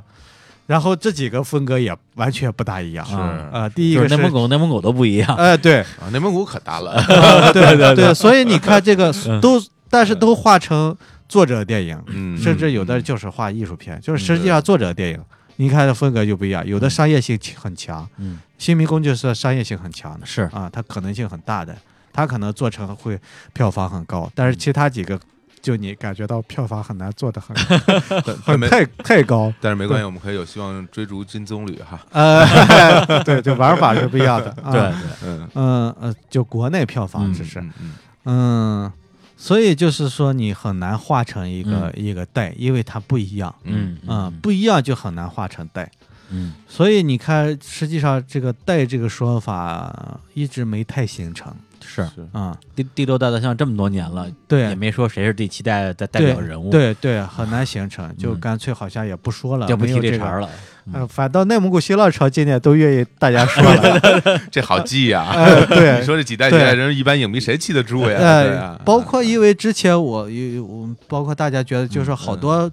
Speaker 3: 然后这几个风格也完全不大一样
Speaker 2: 是
Speaker 1: 啊
Speaker 3: 啊。第一
Speaker 1: 就
Speaker 3: 个
Speaker 1: 是
Speaker 3: 是
Speaker 1: 内蒙，古内蒙
Speaker 3: [LAUGHS]
Speaker 1: 古都不一样，
Speaker 3: 哎，对， [LAUGHS]
Speaker 2: 啊，内蒙古可大了，
Speaker 3: 啊对对对，所以你看这个都但是都画成作者电影，
Speaker 2: 嗯，
Speaker 3: 甚至有的
Speaker 2: 嗯
Speaker 3: 就是画艺术片，就
Speaker 2: 嗯
Speaker 3: 是实际上作者电影，你看的风格就不一样，有的商业性很强，
Speaker 1: 嗯，
Speaker 3: 新迷宫就是商业性很强的，
Speaker 1: 是
Speaker 3: 啊，它可能性很大的，它可能做成会票房很高，但是其他几个就你感觉到票房很难
Speaker 1: [LAUGHS]
Speaker 3: 做的很
Speaker 2: 但但
Speaker 3: 很
Speaker 2: 没
Speaker 3: 太太高，
Speaker 2: 但是没关系，我们可以有希望追逐金棕榈哈，
Speaker 3: 呃，对，就玩法是不一样
Speaker 1: [LAUGHS]
Speaker 3: 的，啊
Speaker 1: 对，对，
Speaker 2: 嗯，
Speaker 3: 嗯呃，就国内票
Speaker 1: 嗯
Speaker 3: 房只是，
Speaker 2: 嗯嗯
Speaker 3: 嗯，所以就是说你很难画成一个、一个带，因为它不一样，
Speaker 2: 嗯
Speaker 1: 嗯
Speaker 3: 嗯，不一样就很难画成带。
Speaker 1: 嗯
Speaker 3: 所以你看，实际上这个“带”这个说法一直没太形成
Speaker 1: 是
Speaker 2: 是
Speaker 3: 啊、
Speaker 1: 第第六代的像这么多年了，也
Speaker 3: 对，
Speaker 1: 没说谁是第七代的代
Speaker 3: 对
Speaker 1: 表
Speaker 2: 嗯
Speaker 1: 人物，，
Speaker 3: 对对，很难形成，就干脆好像也不说了，
Speaker 1: 就不
Speaker 3: 没
Speaker 1: 提
Speaker 3: 有
Speaker 1: 这
Speaker 3: 这
Speaker 1: 茬
Speaker 3: 个。 [LAUGHS]
Speaker 1: 儿了。
Speaker 2: 嗯
Speaker 3: 呃，反倒内蒙古新浪潮今年都愿意大家说了，
Speaker 2: 这好记呀。[LAUGHS]
Speaker 3: 呃，
Speaker 2: 你
Speaker 3: 对，
Speaker 2: 说这几代几
Speaker 3: 对
Speaker 2: 代人，一般影迷谁记得住呀？ [LAUGHS] 对
Speaker 3: 呃
Speaker 2: 啊，
Speaker 3: 包括因为之前我有我包括大家觉得就是说好
Speaker 2: 嗯
Speaker 3: 多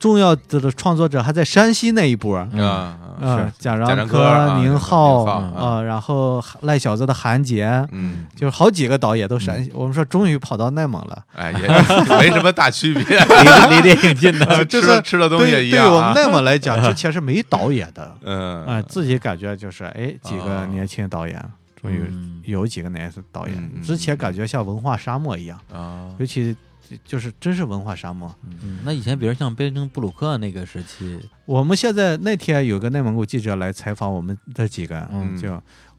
Speaker 3: 重要的创作者还在山西那一波儿，
Speaker 2: 啊啊
Speaker 3: 啊，贾
Speaker 2: 贾樟
Speaker 3: 樟
Speaker 2: 柯啊
Speaker 3: 宁浩
Speaker 2: 宁浩
Speaker 3: 啊，然后赖小子的韩杰，
Speaker 2: 嗯，
Speaker 3: 就是好几个导演都山西，我们说终于跑到内蒙了。
Speaker 2: 哎，也 [LAUGHS] 没什么大区别，
Speaker 1: 离离得挺近的，
Speaker 3: [LAUGHS]
Speaker 2: 吃
Speaker 3: 呃就
Speaker 2: 的
Speaker 3: 是
Speaker 2: 吃的东西也
Speaker 3: 对
Speaker 2: 一
Speaker 3: 对
Speaker 2: 样
Speaker 3: 我
Speaker 2: 啊，
Speaker 3: 们。内蒙来讲，之前是没导演的
Speaker 2: 嗯哦
Speaker 3: 啊，自己感觉就是哎，几个年轻导演，终于
Speaker 1: 嗯
Speaker 3: 有几个年轻导
Speaker 2: 嗯
Speaker 3: 演，之前感觉像文化沙漠一样，
Speaker 2: 啊，
Speaker 3: 尤其就是真是文化沙漠。
Speaker 1: 嗯那以前比如像贝登布鲁克那个时期，
Speaker 3: 我们现在那天有个内蒙古记者来采访我们这几个，
Speaker 2: 嗯
Speaker 3: 就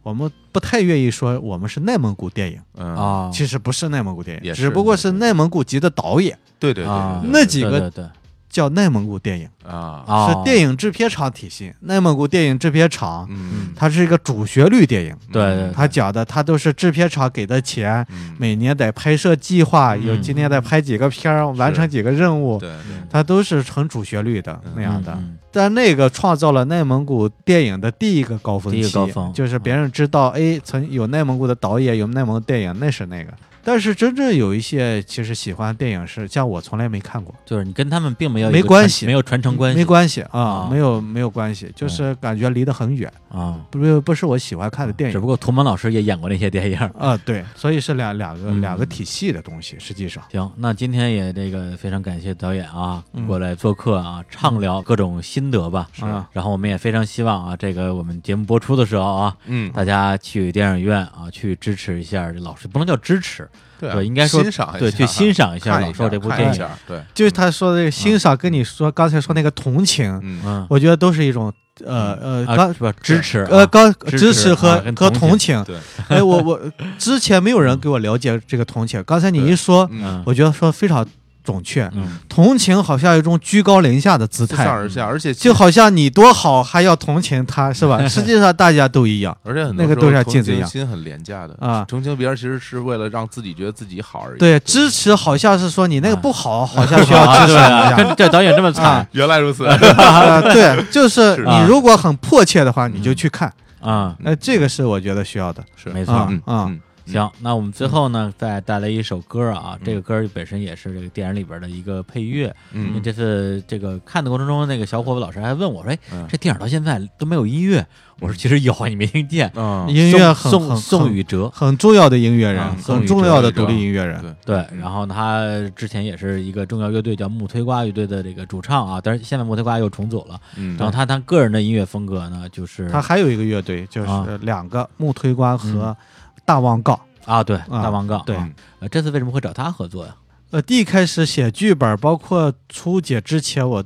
Speaker 3: 我们不太愿意说我们是内蒙古电影，
Speaker 2: 嗯，
Speaker 1: 啊，
Speaker 3: 其实不是内蒙古电影，
Speaker 2: 也是
Speaker 3: 只不过是内蒙古籍的导演
Speaker 2: 对对对
Speaker 1: 啊
Speaker 2: 对，对
Speaker 3: 那几
Speaker 1: 对
Speaker 3: 个
Speaker 1: 对对
Speaker 3: 叫内蒙古电影，
Speaker 2: 啊，
Speaker 1: 啊，
Speaker 3: 是电影制片厂体系。内蒙古电影制片厂，
Speaker 2: 嗯，
Speaker 3: 它是一个主旋律电影，
Speaker 2: 嗯
Speaker 1: 对对
Speaker 3: 它讲的它都是制片厂给的钱，
Speaker 2: 嗯
Speaker 3: 每年得拍摄计划，有
Speaker 1: 嗯
Speaker 3: 今年得拍几个片儿，完成几个任务，
Speaker 2: 对对
Speaker 3: 它都是很主旋律的
Speaker 2: 嗯
Speaker 3: 那样的。
Speaker 1: 嗯
Speaker 3: 但那个创造了内蒙古电影的第一个高峰
Speaker 1: 第
Speaker 3: 期，
Speaker 1: 一个高峰嗯
Speaker 3: 就是别人知道，哎，曾有内蒙古的导演，有内蒙古电影，那是那个。但是真正有一些其实喜欢电影是，像我从来没看过，
Speaker 1: 就是你跟他们并没有一
Speaker 3: 没
Speaker 1: 个
Speaker 3: 关
Speaker 1: 传
Speaker 3: 系
Speaker 1: 没有传承关系，
Speaker 3: 没关系
Speaker 1: 啊嗯
Speaker 3: 啊，没有没有关系，就是感觉离得很远，
Speaker 1: 啊。
Speaker 3: 不不是我喜欢看的电
Speaker 1: 只不
Speaker 3: 影。
Speaker 1: 过图蒙老师也演过那些电影。
Speaker 3: 啊，对，所以是两两个
Speaker 1: 嗯
Speaker 3: 两个体系的东西，实际上，
Speaker 1: 行，那今天也这个非常感谢导演啊
Speaker 3: 嗯
Speaker 1: 过来做客啊，畅聊各种心得吧。
Speaker 3: 是啊
Speaker 1: 然后我们也非常希望啊，这个我们节目播出的时候啊，
Speaker 2: 嗯，
Speaker 1: 大家去电影院啊去支持一下老师，不能叫支持，
Speaker 2: 对啊
Speaker 1: 对，应该说
Speaker 2: 欣
Speaker 3: 哎
Speaker 2: 赏一下，
Speaker 1: 对，去欣赏一下
Speaker 2: 看一
Speaker 1: 老师这部
Speaker 2: 看
Speaker 1: 电
Speaker 2: 一
Speaker 1: 影。
Speaker 2: 下，对，
Speaker 3: 就是他说的这个欣赏，跟你说刚才说那个同情，
Speaker 2: 嗯
Speaker 1: 嗯，
Speaker 3: 我觉得都是一种呃呃
Speaker 1: 啊
Speaker 3: 刚
Speaker 1: 是吧？支持啊，
Speaker 3: 呃，刚
Speaker 1: 支持
Speaker 3: 支持
Speaker 1: 啊
Speaker 3: 和
Speaker 1: 跟
Speaker 3: 和
Speaker 1: 同
Speaker 3: 同情
Speaker 2: 对。
Speaker 3: 哎，我我之前没有人给我了解这个同情，刚才你
Speaker 2: 对
Speaker 3: 一说，
Speaker 1: 嗯
Speaker 3: 我觉得说非常准确。
Speaker 1: 嗯
Speaker 3: 同情好像有一种居高临下的姿
Speaker 2: 自上
Speaker 3: 态，
Speaker 2: 而下，而且
Speaker 3: 就好像你多好还要同情他，
Speaker 1: [LAUGHS]
Speaker 3: 是吧？实际上大家都一样。
Speaker 2: 而且很多
Speaker 3: 那个
Speaker 2: 时候
Speaker 3: 都像
Speaker 2: 同
Speaker 3: 镜子一
Speaker 2: 情
Speaker 3: 样
Speaker 2: 心很廉价的
Speaker 3: 啊
Speaker 2: 同情别人其实是为了让自己觉得自己好而已。
Speaker 3: 对，支持好像是说你那个不好，好像需要
Speaker 1: 啊，
Speaker 3: 支持
Speaker 1: [LAUGHS] 对
Speaker 3: 你一
Speaker 1: 啊，
Speaker 3: 样。
Speaker 1: 这这导演这么惨
Speaker 3: 啊
Speaker 2: 原来如此，
Speaker 3: 啊 [LAUGHS] 对，就是
Speaker 2: 是
Speaker 3: 你如果很迫切的话，你
Speaker 1: 嗯
Speaker 3: 就去看。
Speaker 1: 啊，
Speaker 3: 哎，这个是我觉得需要的。
Speaker 2: 是
Speaker 1: 没错
Speaker 3: 啊
Speaker 2: 嗯
Speaker 3: 啊，
Speaker 2: 嗯嗯
Speaker 1: 行，那我们最后呢，再带来一首歌啊，
Speaker 3: 嗯
Speaker 1: 这个歌儿本身也是这个电影里边的一个配乐。因为
Speaker 2: 嗯，
Speaker 1: 这次这个看的过程中，那个小伙子老师还问我说：“哎
Speaker 2: 嗯，
Speaker 1: 这电影到现在都没有音乐？”我说：“其实有啊，你没听见。
Speaker 2: 嗯
Speaker 3: 音
Speaker 1: 宋
Speaker 3: 乐很
Speaker 1: 宋
Speaker 3: 很
Speaker 1: 宋
Speaker 3: 很
Speaker 1: 雨哲，
Speaker 3: 很重要的音乐人
Speaker 2: 啊，
Speaker 3: 很重要的独立音乐
Speaker 2: 对
Speaker 3: 人。
Speaker 1: 对，然后呢他之前也是一个重要乐队叫木推瓜乐队的这个主唱啊，但是现在木推瓜又重组了。
Speaker 2: 嗯，
Speaker 1: 然后他他个人的音乐风格呢，就是
Speaker 3: 他还有一个乐队，就
Speaker 1: 啊嗯
Speaker 3: 是两个木推官和大望杠。
Speaker 1: 啊，对
Speaker 3: 啊
Speaker 1: 大王杠。
Speaker 3: 对
Speaker 2: 嗯
Speaker 1: 呃，这次为什么会找他合作呀？
Speaker 3: 呃，第一开始写剧本，包括初姐之前，我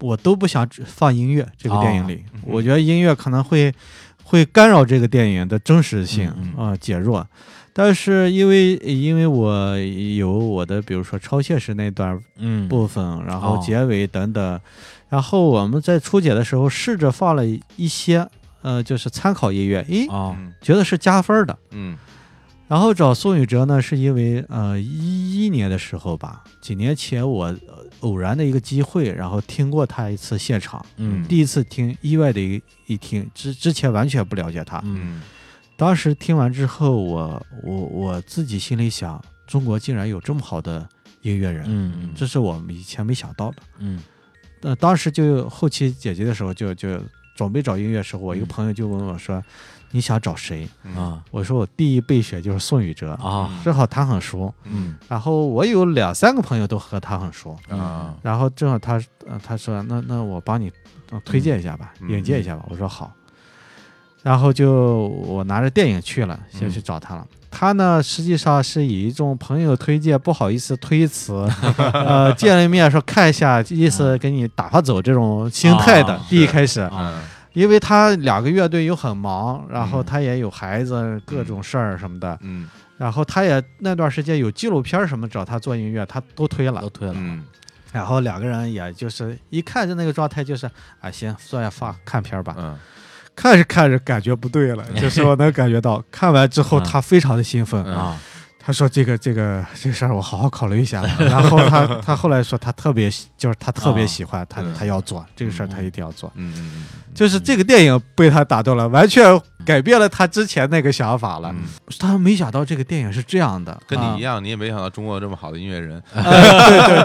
Speaker 3: 我都不想放音乐。这个电影
Speaker 1: 啊
Speaker 3: 里，我觉得音乐可能会会干扰这个电影的真实性啊、
Speaker 1: 嗯
Speaker 3: 减弱。但是因为因为我有我的，比如说超现实那段
Speaker 1: 嗯，
Speaker 3: 部分，然
Speaker 1: 哦
Speaker 3: 后结尾等等。然后我们在初解的时候试着放了一些，呃，就是参考音乐，咦，
Speaker 1: 啊，
Speaker 2: 嗯
Speaker 3: 觉得是加分的。
Speaker 2: 嗯
Speaker 3: 然后找宋雨哲呢，是因为呃一一年的时候吧，几年前我呃偶然的一个机会，然后听过他一次现场，
Speaker 1: 嗯
Speaker 3: 第一次听，意外的一一听，之之前完全不了解他。
Speaker 1: 嗯
Speaker 2: 嗯
Speaker 3: 当时听完之后，我我我自己心里想，中国竟然有这么好的音乐人，
Speaker 1: 嗯
Speaker 3: 这是我们以前没想到的。
Speaker 1: 嗯
Speaker 3: 呃，当时就后期剪辑的时候就就准备找音乐时候，我一个朋友就问我说：“你想找谁
Speaker 2: 嗯？”
Speaker 1: 啊
Speaker 3: 我说：“我第一备选就是宋雨哲，
Speaker 1: 啊，
Speaker 3: 正好他很熟。
Speaker 1: 嗯
Speaker 3: 然后我有两三个朋友都和他很熟，
Speaker 2: 啊，
Speaker 3: 然后正好他、呃、他说：‘那那我帮你、呃推荐一下吧，
Speaker 2: 嗯
Speaker 3: 引荐一下吧。’我说好。然后就我拿着电影去了，先
Speaker 2: 嗯
Speaker 3: 去找他了。他呢，实际上是以一种朋友推荐，不好意思推
Speaker 2: [LAUGHS]
Speaker 3: 辞，呃，见了面说看一下，意思给你打发走这种心态的
Speaker 1: 啊。
Speaker 3: 第一开始，
Speaker 2: 嗯
Speaker 3: 因为他两个乐队又很忙，然后
Speaker 2: 嗯
Speaker 3: 他也有孩子各种事儿什么的，
Speaker 2: 嗯
Speaker 3: 然后他也那段时间有纪录片儿什么找他做音乐，他都推了
Speaker 1: 都。退了，
Speaker 2: 嗯
Speaker 3: 然后两个人也就是一看就那个状态，就是啊，行，算下发看片儿吧。
Speaker 2: 嗯
Speaker 3: 看着看着感觉不对
Speaker 2: [LAUGHS]
Speaker 3: 了，就是我能感觉到，看完之后
Speaker 1: 嗯
Speaker 3: 他非常的兴奋，
Speaker 2: 嗯
Speaker 1: 啊
Speaker 3: 他说这个这个这个事儿我好好考虑一下吧。
Speaker 2: [LAUGHS]
Speaker 3: 然后他他后来说他特别喜就是他特别喜欢，他
Speaker 2: 嗯
Speaker 3: 他要做这个事儿，
Speaker 1: 嗯
Speaker 3: 他一定要做。
Speaker 2: 嗯嗯
Speaker 3: 就是这个电影被他打动了，完全改变了他之前那个想法了。
Speaker 2: 嗯，
Speaker 3: 他没想到这个电影是这样的，
Speaker 2: 跟
Speaker 3: 啊
Speaker 2: 你一样，你也没想到中国有这么好的音乐人， [LAUGHS]
Speaker 3: 对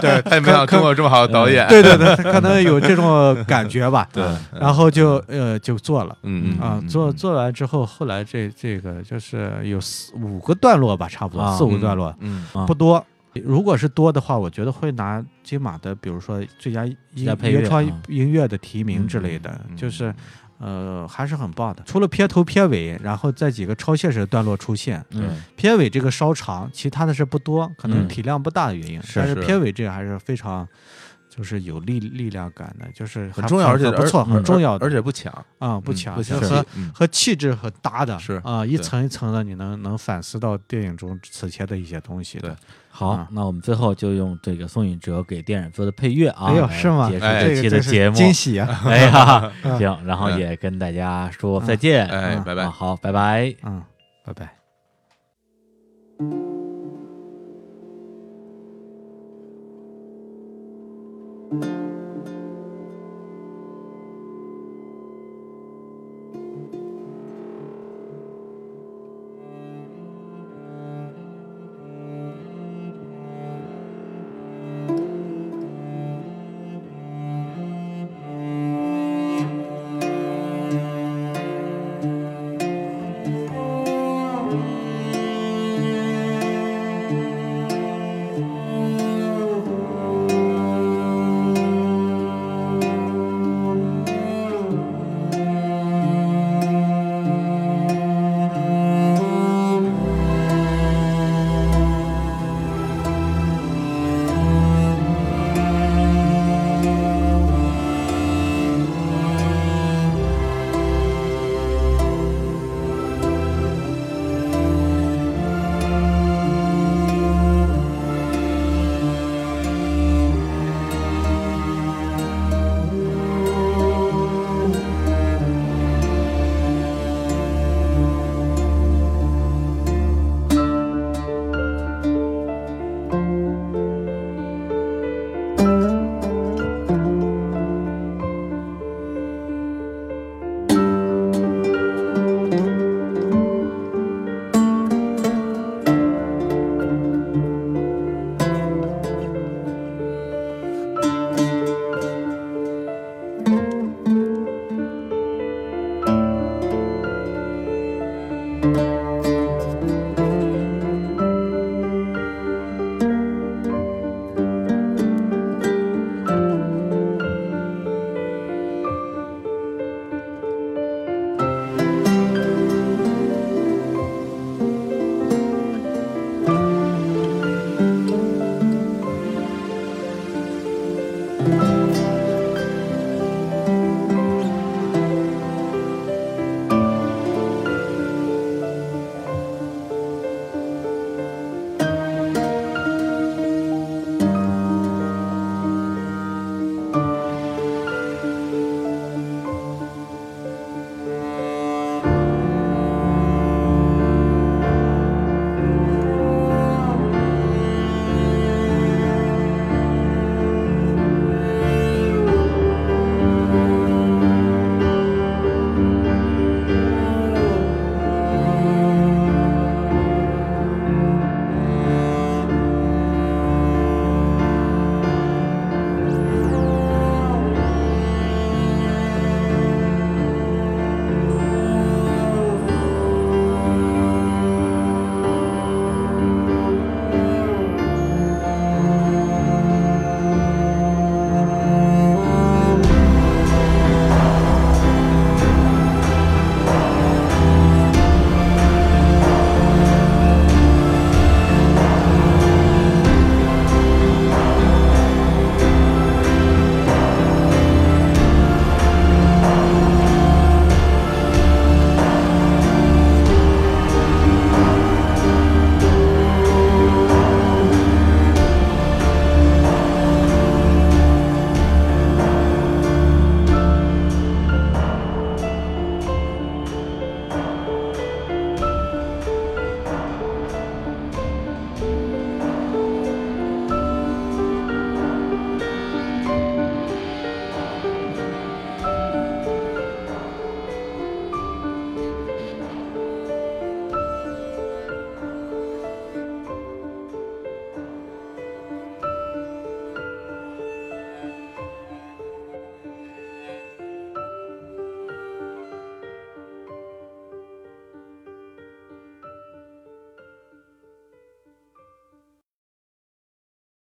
Speaker 3: 对对，呃
Speaker 2: 他也没想到中国有这么好的导演，
Speaker 3: 对对对，他 [LAUGHS] 可能有这种感觉吧。
Speaker 2: [LAUGHS] 对，
Speaker 3: 然后就呃就做了
Speaker 2: 嗯
Speaker 3: 啊，做做完之后，后来这这个就是有四五个段落吧，差不
Speaker 1: 啊
Speaker 3: 多四五个段落，
Speaker 2: 嗯
Speaker 1: 啊
Speaker 3: 不多。如果是多的话，我觉得会拿金马的，比如说最佳音
Speaker 1: 佳配乐
Speaker 3: 原创
Speaker 2: 嗯
Speaker 1: 啊
Speaker 3: 音乐的提名之类的，就是呃还是很棒的。除了片头片尾，然后在几个超现实的段落出现，
Speaker 1: 嗯
Speaker 3: 片尾这个稍长，其他的是不多，可能
Speaker 1: 嗯
Speaker 3: 体量不大的原因。
Speaker 2: 是
Speaker 3: 但是
Speaker 2: 是
Speaker 3: 片尾这个还是非常，就是有力力量感的，就是
Speaker 2: 很
Speaker 3: 还
Speaker 2: 重要，而且
Speaker 3: 不错，
Speaker 2: 而
Speaker 3: 很重要的，
Speaker 2: 而且不抢，
Speaker 3: 啊不
Speaker 2: 嗯
Speaker 3: 强，
Speaker 2: 不
Speaker 3: 就
Speaker 2: 抢，
Speaker 3: 和
Speaker 2: 嗯
Speaker 3: 和气质很搭的，
Speaker 2: 是
Speaker 3: 啊一
Speaker 2: 对
Speaker 3: 层一层的，你能能反思到电影中此前的一些东西的。
Speaker 1: 好
Speaker 3: 啊，
Speaker 1: 那我们最后就用这个宋允哲给电影做的配乐啊，
Speaker 3: 哎呦，
Speaker 1: 来
Speaker 3: 是吗？
Speaker 1: 结束
Speaker 2: 哎
Speaker 1: 这
Speaker 3: 个
Speaker 1: 期的
Speaker 3: 真是
Speaker 1: 节目，
Speaker 3: 惊喜啊！
Speaker 1: 哎
Speaker 3: [LAUGHS]
Speaker 1: 呀，
Speaker 3: 嗯
Speaker 1: 行，然后
Speaker 2: 嗯
Speaker 1: 也跟大家说再见，
Speaker 2: 哎，拜
Speaker 1: 啊
Speaker 2: 拜。
Speaker 1: 好，拜拜。
Speaker 3: 嗯，拜拜。
Speaker 6: Thank